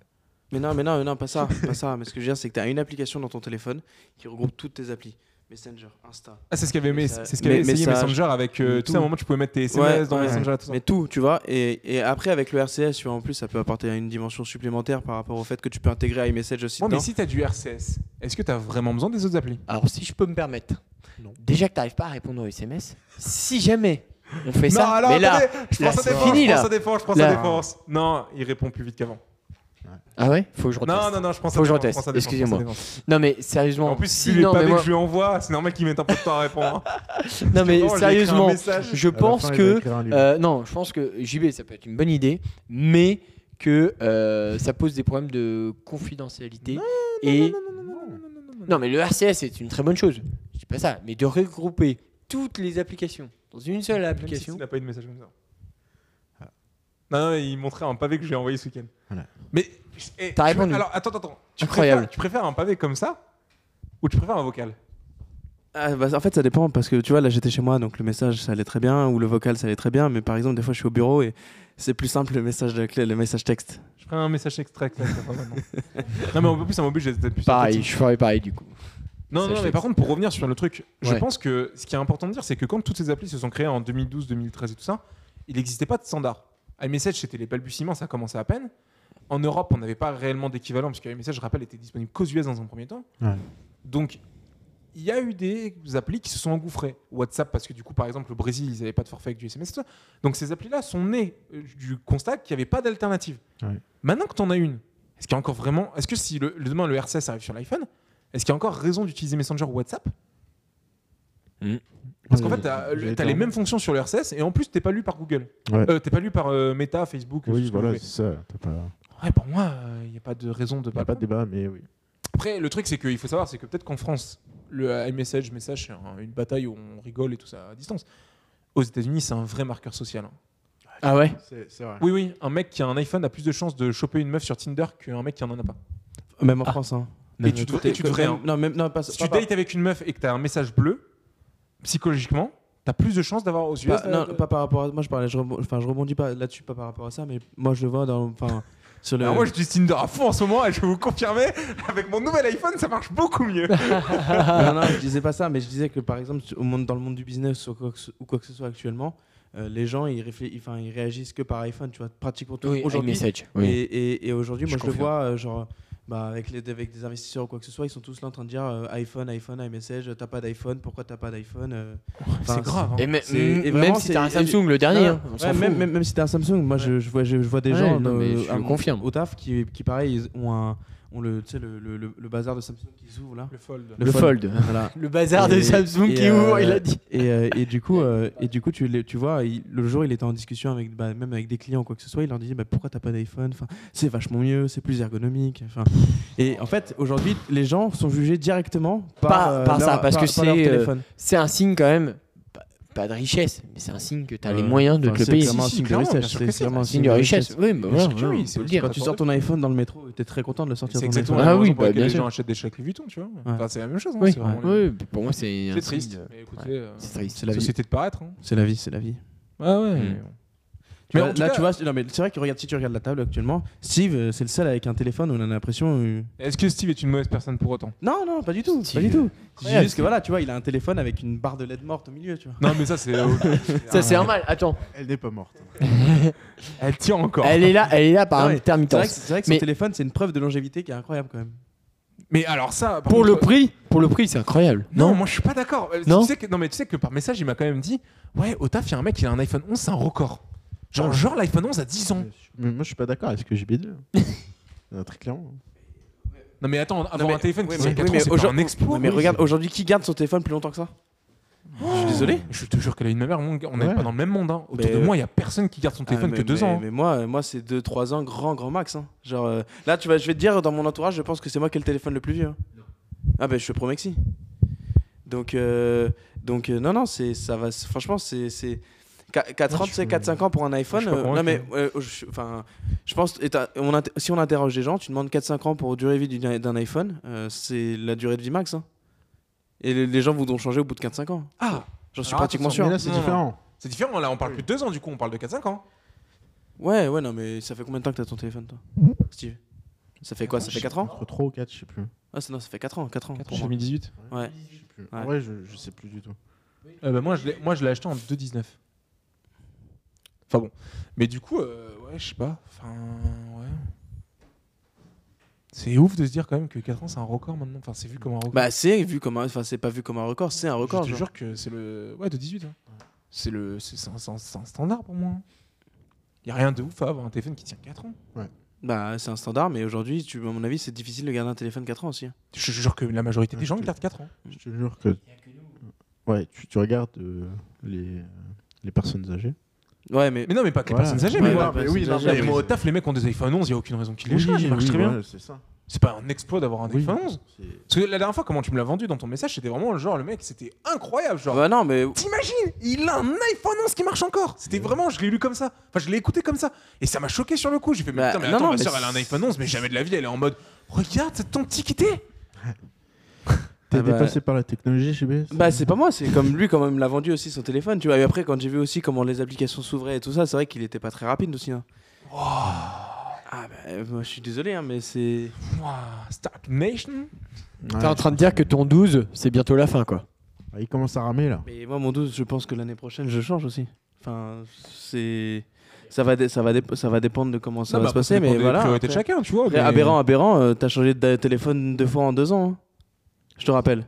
D: Mais non, mais non, mais non, pas ça, pas ça. Mais ce que je veux dire, c'est que tu as une application dans ton téléphone qui regroupe toutes tes applis. Messenger, Insta.
B: Ah, c'est ce qu'avait
D: Mais
B: aimé-
D: ça-
B: c'est ce qu'avait
D: mais- mais
B: essayé
D: ça-
B: Messenger avec. euh, tu sais, à un moment, tu pouvais mettre tes SMS
D: Ouais,
B: dans
D: ouais.
B: Messenger. Tout ça.
D: Mais tout, tu vois. Et, et après, avec le RCS, tu vois, en plus, ça peut apporter une dimension supplémentaire par rapport au fait que tu peux intégrer iMessage aussi.
B: Ouais, mais
D: dedans.
B: si t'as du RCS, est-ce que t'as vraiment besoin des autres applis
A: Alors, si je peux me permettre,
C: Non.
A: déjà que t'arrives pas à répondre aux SMS, si jamais on fait ça,
B: alors,
A: mais là,
B: attendez, je
A: là,
B: prends sa
A: c'est
B: défense,
A: fini,
B: je prends
A: là.
B: sa défense, je prends
A: Là.
B: sa défense. Non, il répond plus vite qu'avant.
A: ah ouais, faut que je reteste.
B: Non, non, non, je pense
A: Faut que je reteste. Excusez-moi. Non, mais sérieusement,
B: En plus, si
A: si-
B: les
A: non, mais
B: pavés
A: moi-
B: que je lui envoie, c'est normal qu'il mette un peu de temps à répondre. hein.
A: non, mais
B: Vraiment, j'ai écrit un
A: sérieusement,
B: message.
A: je
C: À la
A: pense
C: fin, il va
A: que
C: écrire un livre.
A: Euh, non, je pense que JB, ça peut être une bonne idée, mais que euh, ça pose des problèmes de confidentialité. et... non, mais le RCS est une très bonne chose. Je dis pas ça, mais de regrouper toutes les applications dans une seule
B: Même
A: application.
B: si tu n'as pas eu de message comme ça. Ah. Non, non, il montrait un pavé que j'ai envoyé ce week-end.
C: Voilà.
B: Mais. eh,
A: T'as
B: tu-
A: répondu.
B: Alors, attends, attends. Tu
A: Incroyable.
B: préfères- Tu préfères un pavé comme ça ou tu préfères un vocal
D: Ah, bah, en fait, ça dépend parce que tu vois, là j'étais chez moi donc le message ça allait très bien ou le vocal ça allait très bien, mais par exemple, des fois je suis au bureau et c'est plus simple le message, de clé, le message texte.
B: Je ferai un message extrait. que ça, c'est pas mal, non. non, mais en plus, ça m'oblige d'être plus.
A: Pareil,
B: sympathique.
A: je ferais pareil du coup.
B: Non,
A: Ça,
B: non,
A: je
B: mais
A: te-
B: par contre, pour revenir sur le truc, je
A: Ouais.
B: pense que ce qui est important de dire, c'est que quand toutes ces applis se sont créées en 2012, 2013 et tout ça, il n'existait pas de standard. iMessage, c'était les balbutiements, ça commençait à peine. En Europe, on n'avait pas réellement d'équivalent, parce que iMessage, je rappelle, était disponible qu'aux US dans un premier temps.
C: Ouais.
B: Donc, il y a eu des applis qui se sont engouffrées. WhatsApp, parce que du coup, par exemple, au Brésil, ils n'avaient pas de forfait avec du SMS. Tout ça. Donc, ces applis-là sont nées euh, du constat qu'il n'y avait pas d'alternative.
C: Ouais.
B: Maintenant que tu en as une, est-ce qu'il y a encore vraiment. Est-ce que si le, le- demain le RCS arrive sur l'iPhone, est-ce qu'il y a encore raison d'utiliser Messenger ou WhatsApp Parce qu'en
C: Oui,
B: fait,
A: euh,
B: tu as,
C: j'allais dire-
B: les mêmes fonctions sur le RCS et en plus, tu pas lu par Google.
C: Ouais.
B: Euh, t'es pas lu par euh, Meta, Facebook. tout
C: Oui,
B: ce que vous
C: voilà,
B: voulez.
C: c'est ça. T'as
A: Bah,
C: pas...
B: Ouais, pour moi, il n'y a pas de raison de
C: y a
B: pas.
C: pas de débat, mais oui.
B: Après, le truc, c'est qu'il faut savoir, c'est que peut-être qu'en France, le iMessage, message, c'est un- une bataille où on rigole et tout ça à distance. Aux États-Unis, c'est un vrai marqueur social. hein.
A: Ah ouais
C: C'est vrai.
B: Oui, oui, un mec qui a un iPhone a plus de chances de choper une meuf sur Tinder qu'un mec qui en en a pas.
D: Même en
A: Ah.
D: France. Hein.
B: Mais tu devrais- tu devrais, hein.
D: Non, même, non, pas,
B: Si
D: pas-
B: tu dates avec une meuf et que tu as un message bleu, psychologiquement, tu as plus de chances d'avoir aux US.
C: Bah,
D: pas-
B: euh,
D: non, pas par rapport à. Moi je, parlais, je, rebondis, enfin, je rebondis pas là-dessus, pas par rapport à ça, mais moi je le vois dans. Enfin, sur le.
B: Alors Ah, moi, je dis Tinder à fond en ce moment et je vais vous confirmer, avec mon nouvel iPhone, ça marche beaucoup mieux.
A: Ah.
D: non, non, je disais pas ça, mais je disais que par exemple, au monde, dans le monde du business ou quoi que ce, ou quoi que ce soit actuellement, euh, les gens ils, réflé- ils- enfin, ils réagissent que par iPhone, tu vois, pratiquement tout.
A: Oui,
D: Aujourd'hui,
A: iMessage. Oui.
D: Et, et- et aujourd'hui,
A: Je
D: moi, je, le
A: confirme.
D: vois, euh, genre, bah, avec, les, avec des investisseurs ou quoi que ce soit, ils sont tous là en train de dire euh, iPhone, iPhone, iMessage, t'as pas d'iPhone, pourquoi t'as pas d'iPhone euh, enfin,
B: c'est grave. hein.
A: Et, me-
D: c'est- et
A: même
D: vraiment,
A: si t'as un
D: c'est- et-
A: Samsung, le dernier,
D: Non,
A: hein, on
D: ouais,
A: s'en fout.
D: même, même, même si t'as un Samsung, moi, je, je vois, je, je vois des
A: Ouais,
D: gens
A: non,
D: dans-
A: mais je
D: à
A: le
D: mon-
A: confirme.
D: au taf qui, qui pareil, ils ont, un, ont le, tu sais, le, le, le, le bazar de Samsung qui s'ouvre là.
B: Le fold.
A: Le fold.
D: Voilà.
A: Le bazar de
D: Et-
A: Samsung
D: et,
A: qui
D: euh,
A: ouvre, il a dit.
D: Et, euh, et du coup, euh, et du coup tu, les- tu vois, il- le jour, il était en discussion avec, bah, même avec des clients ou quoi que ce soit, il leur disait bah, pourquoi t'as pas d'iPhone enfin, C'est vachement mieux, c'est plus ergonomique. Enfin, et en fait, aujourd'hui, les gens sont jugés directement par,
A: Par-
D: euh,
A: par ça,
D: leur-
A: parce que
D: par leur
A: c'est, euh,
D: téléphone.
A: C'est un signe quand même, pas, pas de richesse, mais c'est un signe que t'as les
D: Euh,
A: moyens de
D: enfin,
A: te le
D: c'est
A: payer.
D: clairement un
B: Si, si,
D: signe de
B: clairement, bien
D: richesse,
B: sûr
D: c'est
B: que si,
D: clairement
A: Un
D: un
A: signe de richesse. Oui, bah voilà,
B: sûr que
A: voilà,
B: oui,
A: on
B: c'est
A: peut le
B: aussi
A: dire.
D: Quand tu sors ton iPhone dans le métro, t'es très content de le sortir
B: C'est
D: dans le métro.
B: exactement
A: Ah
B: la
A: oui,
B: raison pour
A: bah,
B: laquelle
A: bien
B: les
A: sûr.
B: gens achètent des chèques Louis Vuitton, tu vois. Enfin, c'est la même chose. hein,
A: Oui,
B: c'est vraiment les-
A: oui, pour moi c'est un signe
B: C'est triste.
A: de-
B: Mais écoutez, euh,
A: C'est triste.
D: C'est la vie.
B: société de paraître. hein.
D: C'est la vie, c'est la vie.
B: Ah ouais.
A: Mm.
D: Tu
B: Mais
D: vois,
B: en tout
D: là,
B: cas-
D: tu vois, c'est- non, mais c'est vrai que regarde, si tu regardes la table actuellement, Steve, euh, c'est le seul avec un téléphone où on a l'impression. euh,
B: Est-ce que Steve est une mauvaise personne pour autant
D: Non, non, pas du tout.
A: Style.
D: Pas du tout.
A: Incroyable,
D: C'est juste que voilà, tu vois, il a un téléphone avec une barre de LED morte au milieu, tu vois.
B: Non, mais ça, c'est. euh, Ah
A: Ça c'est normal. Attends,
C: Elle n'est pas morte.
B: Elle tient encore.
A: elle est là, elle est là par
D: Ah ouais, C'est vrai que,
A: intermittence.
D: c'est vrai que
A: Mais-
D: son téléphone, c'est une preuve de longévité qui est incroyable quand même.
B: Mais alors, ça. par
A: Pour
B: contre,
A: le prix, pour le prix, c'est incroyable.
B: Non,
A: Non,
B: moi je suis pas d'accord. Euh,
A: Non.
B: Tu sais que- non, mais tu sais que par message, il m'a quand même dit Ouais, au taf, il y a un mec, il a un iPhone 11, c'est un record. Genre, genre l'iPhone 11 à 10 ans.
C: Mais moi, je suis pas d'accord avec ce que j'ai dit. Euh, Très clairement.
B: Non, mais attends, avoir
D: mais-
B: un téléphone qui
D: oui,
B: tient
D: mais-
B: 4
D: oui,
B: ans,
D: mais
B: c'est pas
D: aujourd'hui-
B: un exploit.
D: Ouais, mais regarde, aujourd'hui, qui garde son téléphone plus longtemps que ça Je suis désolé.
B: Oh. Je te jure qu'elle a une mère, mon gars, on n'est
C: Ouais.
B: pas dans le même monde. hein. Autour
D: Mais,
B: de
D: euh,
B: moi, il y a personne qui garde son téléphone
D: Ah,
B: que
D: mais-
B: 2
D: mais-
B: ans. hein.
D: Mais moi, euh, moi c'est 2-3 ans, grand, grand max. hein. Genre, euh, là, tu vas, je vais te dire, dans mon entourage, je pense que c'est moi qui ai le téléphone le plus vieux. hein. Ah, ben, je te promets que si. Donc, euh, Donc, euh, non, non, c'est, ça va, c'est- franchement, c'est. c'est... qu'à- qu'à
C: Moi,
D: 30,
C: je
D: c'est
C: peux-
D: 4-5 ans pour un iPhone.
C: je suis pas
D: euh, non,
C: convaincu.
D: mais euh, je, enfin, je pense. et t'as- on inter- si on interroge des gens, tu demandes 4-5 ans pour durer de vie d'une- d'un iPhone, euh, c'est la durée de vie max. hein. Et les- les gens voudront changer au bout de 4-5 ans.
B: Ah
D: J'en suis
B: Alors,
D: pratiquement
B: attention,
D: sûr. hein.
C: Mais là, c'est
B: Non, non.
C: différent.
B: C'est différent, là, on parle
C: Oui.
B: plus de 2 ans, du coup, on parle de 4-5 ans.
D: Ouais, ouais, non, mais ça fait combien de temps que t'as ton téléphone, toi Steve Ça fait quoi Ça fait 4 ans
C: Entre 3 ou 4, je sais plus.
D: Ah, c'est- non, ça fait 4 ans, 4 ans.
B: ans.
D: pour moi.
B: 2018
D: Ouais.
C: Je sais plus.
D: Ouais.
C: En vrai, je, je sais plus du tout.
D: Euh, bah,
B: Moi, je l'ai- moi, je l'ai acheté en 2,19. Enfin bon. Mais du coup, euh, ouais, je sais pas. Enfin, ouais. C'est ouf de se dire quand même que 4 ans, c'est un record maintenant. Enfin, c'est vu comme un record.
D: Bah, c'est vu comme un. Enfin, c'est pas vu comme un record, c'est un record.
B: Je te
D: genre.
B: jure que c'est le. Ouais, de 18. hein. C'est le... c'est c'est un, c'est un- c'est un standard pour moi. Il y a rien de ouf à avoir un téléphone qui tient 4 ans.
D: Bah, c'est un standard, mais aujourd'hui, tu- à mon avis, c'est difficile de garder un téléphone 4 ans aussi. hein.
B: Je te jure que la majorité
D: Ah,
B: des
C: Ouais,
B: gens
C: je te-
B: gardent 4 ans.
C: Je te jure que. Ouais, tu, tu regardes euh, les, les personnes âgées.
D: Ouais, mais.
B: Mais non, mais pas que les
C: Voilà.
B: personnes âgées,
D: Ouais,
B: mais
D: ouais,
B: moi,
D: non, mais oui,
C: personnes
D: non,
C: âgées,
D: mais
B: mais moi, au
C: oui.
B: taf, les mecs ont des iPhone 11, il n'y a aucune raison qu'ils les
C: Oui,
B: changent, ils marchent
C: oui,
B: très bien.
C: ouais, c'est ça.
B: C'est pas un exploit d'avoir un
C: Oui,
B: iPhone 11.
C: c'est-
B: Parce que la dernière fois, comment tu me l'as vendu dans ton message, c'était vraiment le genre, le mec, c'était incroyable. Genre,
D: Bah, non, mais.
B: t'imagines, il a un iPhone 11 qui marche encore. C'était
C: Ouais.
B: vraiment, je l'ai lu comme ça. Enfin, je l'ai écouté comme ça. Et ça m'a choqué sur le coup. J'ai fait, mais
D: Bah,
B: putain, mais
D: non,
B: attends,
D: non,
B: ma
D: mais
B: soeur, elle a un
D: c'est-
B: iPhone 11, mais jamais de la vie, elle est en mode, regarde, c'est ton petit quitté.
C: T'es
D: Ah bah-
C: dépassé par la technologie, je sais pas.
D: Bah, c'est pas moi, c'est comme lui, quand même, l'a vendu aussi son téléphone, tu vois. Et après, quand j'ai vu aussi comment les applications s'ouvraient et tout ça, c'est vrai qu'il était pas très rapide aussi. hein. Ah, bah, euh, moi, je suis désolé, hein, mais c'est.
B: Ouah, Stagnation.
C: Ouais,
A: T'es en train de dire que ton 12, c'est bientôt la fin, quoi.
C: Ah, Il commence à ramer là.
D: Mais moi, mon 12, je pense que l'année prochaine, je change aussi. Enfin, c'est. Ça va, dé- ça, va dé- ça va dépendre de comment ça
B: Non,
D: va
B: bah,
D: se passer,
B: dépend
D: mais
B: des
D: voilà.
B: priorités de
D: après-
B: chacun, tu vois.
D: après,
B: mais-
D: Aberrant, aberrant, euh, t'as changé de téléphone deux fois en deux ans. hein. Je te rappelle.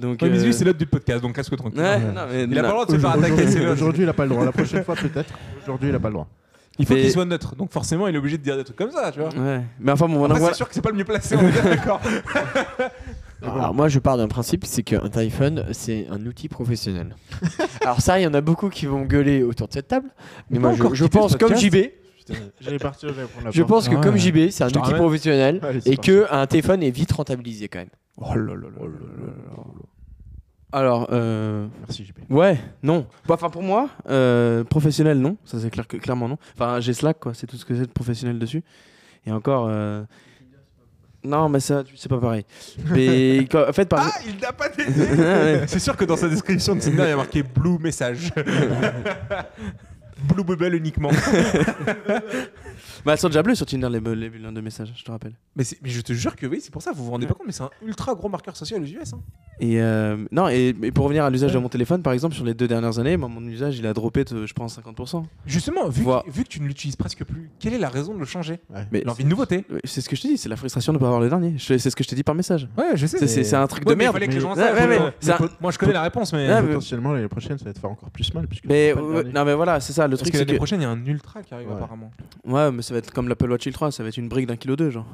D: Donc.
B: Ouais, mais
D: euh,
B: lui, c'est l'autre du podcast, donc laisse-le tranquille.
D: Ouais, non, mais.
B: Il a pas
D: non.
B: le droit de se faire attaquer, c'est
C: Aujourd'hui,
B: l'autre.
C: aujourd'hui, il a pas le droit. La prochaine fois, peut-être. Aujourd'hui, il a pas le droit.
B: Il faut
D: Mais-
B: qu'il soit neutre, donc forcément, il est obligé de dire des trucs comme ça, tu vois.
D: Ouais. Mais enfin, bon,
B: Après,
D: voilà.
B: C'est sûr que c'est pas le mieux placé, on est bien d'accord. Ah
A: Alors moi je pars d'un principe, c'est qu'un téléphone c'est un outil professionnel. Alors ça, il y en a beaucoup qui vont gueuler autour de cette table, mais
B: On
A: moi
B: peut
A: je,
B: encore
A: je
B: quitter
A: pense
B: ce
A: comme
B: podcast Ah
A: JB,
C: J'allais partir, j'allais prendre la
A: je pense que
B: Ouais.
A: comme JB c'est un
B: Je te
A: outil
B: ramène.
A: professionnel
C: Allez, c'est
A: et
C: parti.
A: que un téléphone est vite rentabilisé quand même.
B: Oh là là là.
D: Alors, euh,
C: Merci, JP.
D: ouais, non. Bah, Enfin, pour moi, euh, professionnel, non. Ça, c'est clair que, clairement non. Enfin, j'ai Slack, quoi. C'est tout ce que c'est de professionnel dessus. Et encore. euh, Non, mais ça, tu- c'est pas pareil. Mais quand- en fait, par
B: Ah, il n'a pas d'idée
D: Ouais.
B: C'est sûr que dans sa description de Tinder, il y a marqué Blue Message. Blue Bubble uniquement.
D: Bah, elles sont déjà bleues sur Tinder, les, bu- les bulles de messages, je te rappelle.
B: Mais, c'est- mais je te jure que oui, c'est pour ça, vous vous rendez pas compte, mais c'est un ultra gros marqueur social aux US. hein.
D: Et euh, non, et, et pour revenir à l'usage de mon téléphone, par exemple, sur les deux dernières années, moi, mon usage, il a droppé, de, je pense, 50%.
B: Justement, vu,
D: Voilà.
B: que, vu que tu ne l'utilises presque plus, quelle est la raison de le changer
D: Mais
B: L'envie de nouveauté.
D: Ouais, C'est ce que je te dis, c'est la frustration de ne pas avoir le dernier. Je- C'est ce que je t'ai dit par message.
B: Ouais, je sais.
D: C'est- C'est c'est un truc de merde.
B: Il fallait que les gens
D: Ouais, ouais,
B: sachent,
D: ouais.
B: euh,
D: C'est un-
B: Moi, je connais la réponse, mais.
D: Ouais, Ah, mais-
C: Potentiellement, l'année prochaine, ça va te faire encore plus mal. Puisque
D: Mais
C: c'est pas le
D: ouais,
C: dernier.
D: non mais voilà, c'est ça le
B: Parce
D: truc
B: que
D: c'est
B: l'année
D: que
B: prochaine, il y a un ultra qui arrive
C: Ouais.
B: apparemment.
D: ouais, mais ça va être comme l'Apple Watch Ultra, ça va être une brique d'un kilo deux genre.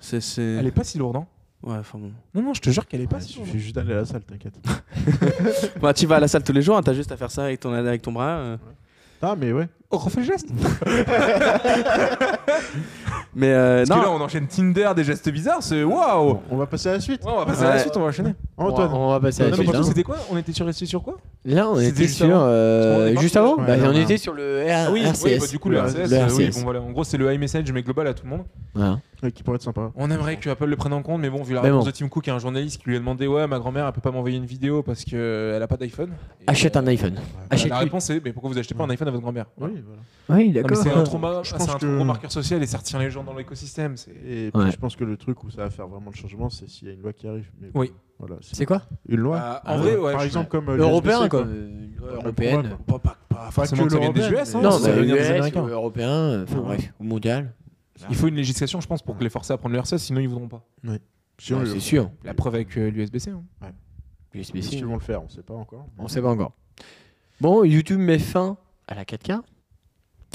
D: c'est c'est
B: Elle est pas si lourde, hein.
D: ouais, enfin bon.
B: Non, non, je te jure qu'elle est
C: Ouais,
B: pas
C: Il
B: si lourde.
C: suffit juste d'aller à la salle, t'inquiète.
D: Bah, tu vas à la salle tous les jours, hein, t'as juste à faire ça avec ton avec ton bras. euh.
C: Ah, mais ouais.
B: Oh, refais le geste.
D: Mais euh,
B: Parce que là,
D: non,
B: on enchaîne Tinder, des gestes bizarres, c'est waouh.
D: Oh.
C: Bon, on va passer à la suite.
B: Ouais, on va passer à la
D: Ouais.
B: suite, on va enchaîner.
C: Antoine.
A: on va passer à la
B: Non, mais
A: suite.
B: surtout,
A: hein.
B: c'était quoi On était sur, resté sur quoi
A: Là on
B: c'était
A: était
B: juste
A: sur
B: avant.
A: euh,
B: On est parti,
A: juste avant,
C: je crois.
A: Bah,
C: Ouais,
A: on
C: non,
A: était
C: non.
A: sur le Ah, R- RCS.
B: oui, bah, du coup, le
C: Le
B: RCS,
A: le
B: euh, oui,
A: RCS.
B: bon, voilà, en gros, c'est le iMessage, mais global à tout le monde.
A: Voilà.
C: Ouais, euh, qui pourrait être sympa.
B: On aimerait que Apple le prenne en compte, mais bon, vu la
A: Mais
B: réponse
A: bon.
B: de Tim Cook, il y a un journaliste qui lui a demandé Ouais, ma grand-mère, elle peut pas m'envoyer une vidéo parce qu'elle a pas d'iPhone. Et,
A: Achète
B: euh,
A: un iPhone.
B: voilà,
A: Achète
B: La réponse est Mais pourquoi vous achetez pas un iPhone à votre grand-mère Voilà.
C: Oui, voilà.
A: Oui
B: Non, mais
A: d'accord.
B: C'est un trop, ma-
C: Je
B: c'est
C: pense
B: un trop
C: que-
B: gros marqueur social et ça retient les gens dans l'écosystème. c'est-
C: Et puis,
A: Ouais.
C: je pense que le truc où ça va faire vraiment le changement, c'est s'il y a une loi qui arrive. Mais
B: Oui.
C: Voilà,
A: C'est quoi
C: Une loi
B: Bah, en vrai, ouais.
C: Par
B: je-
C: exemple, comme. euh,
A: Européen
C: l'USB-C,
A: quoi. Euh,
C: Ouais,
A: Européenne.
C: pourquoi pas.
B: Pas, pas, pas forcément
C: que
B: que ça vienne des
C: l'européenne,
B: US, hein,
C: mais-
A: Non
B: ça
A: mais
B: vient des
A: US
B: Américains.
A: ou européen, euh, enfin
C: Ouais.
A: bref, ou mondial.
B: Il faut une législation, je pense, pour les forcer à prendre le RCS, sinon ils voudront pas.
C: Si on
A: Ouais,
C: le-
A: C'est sûr.
B: La preuve avec euh, l'USB-C. hein.
C: Est-ce
A: USB-C.
C: qu'ils vont le faire On sait pas encore.
A: On sait pas encore. Bon, YouTube met fin à la 4K.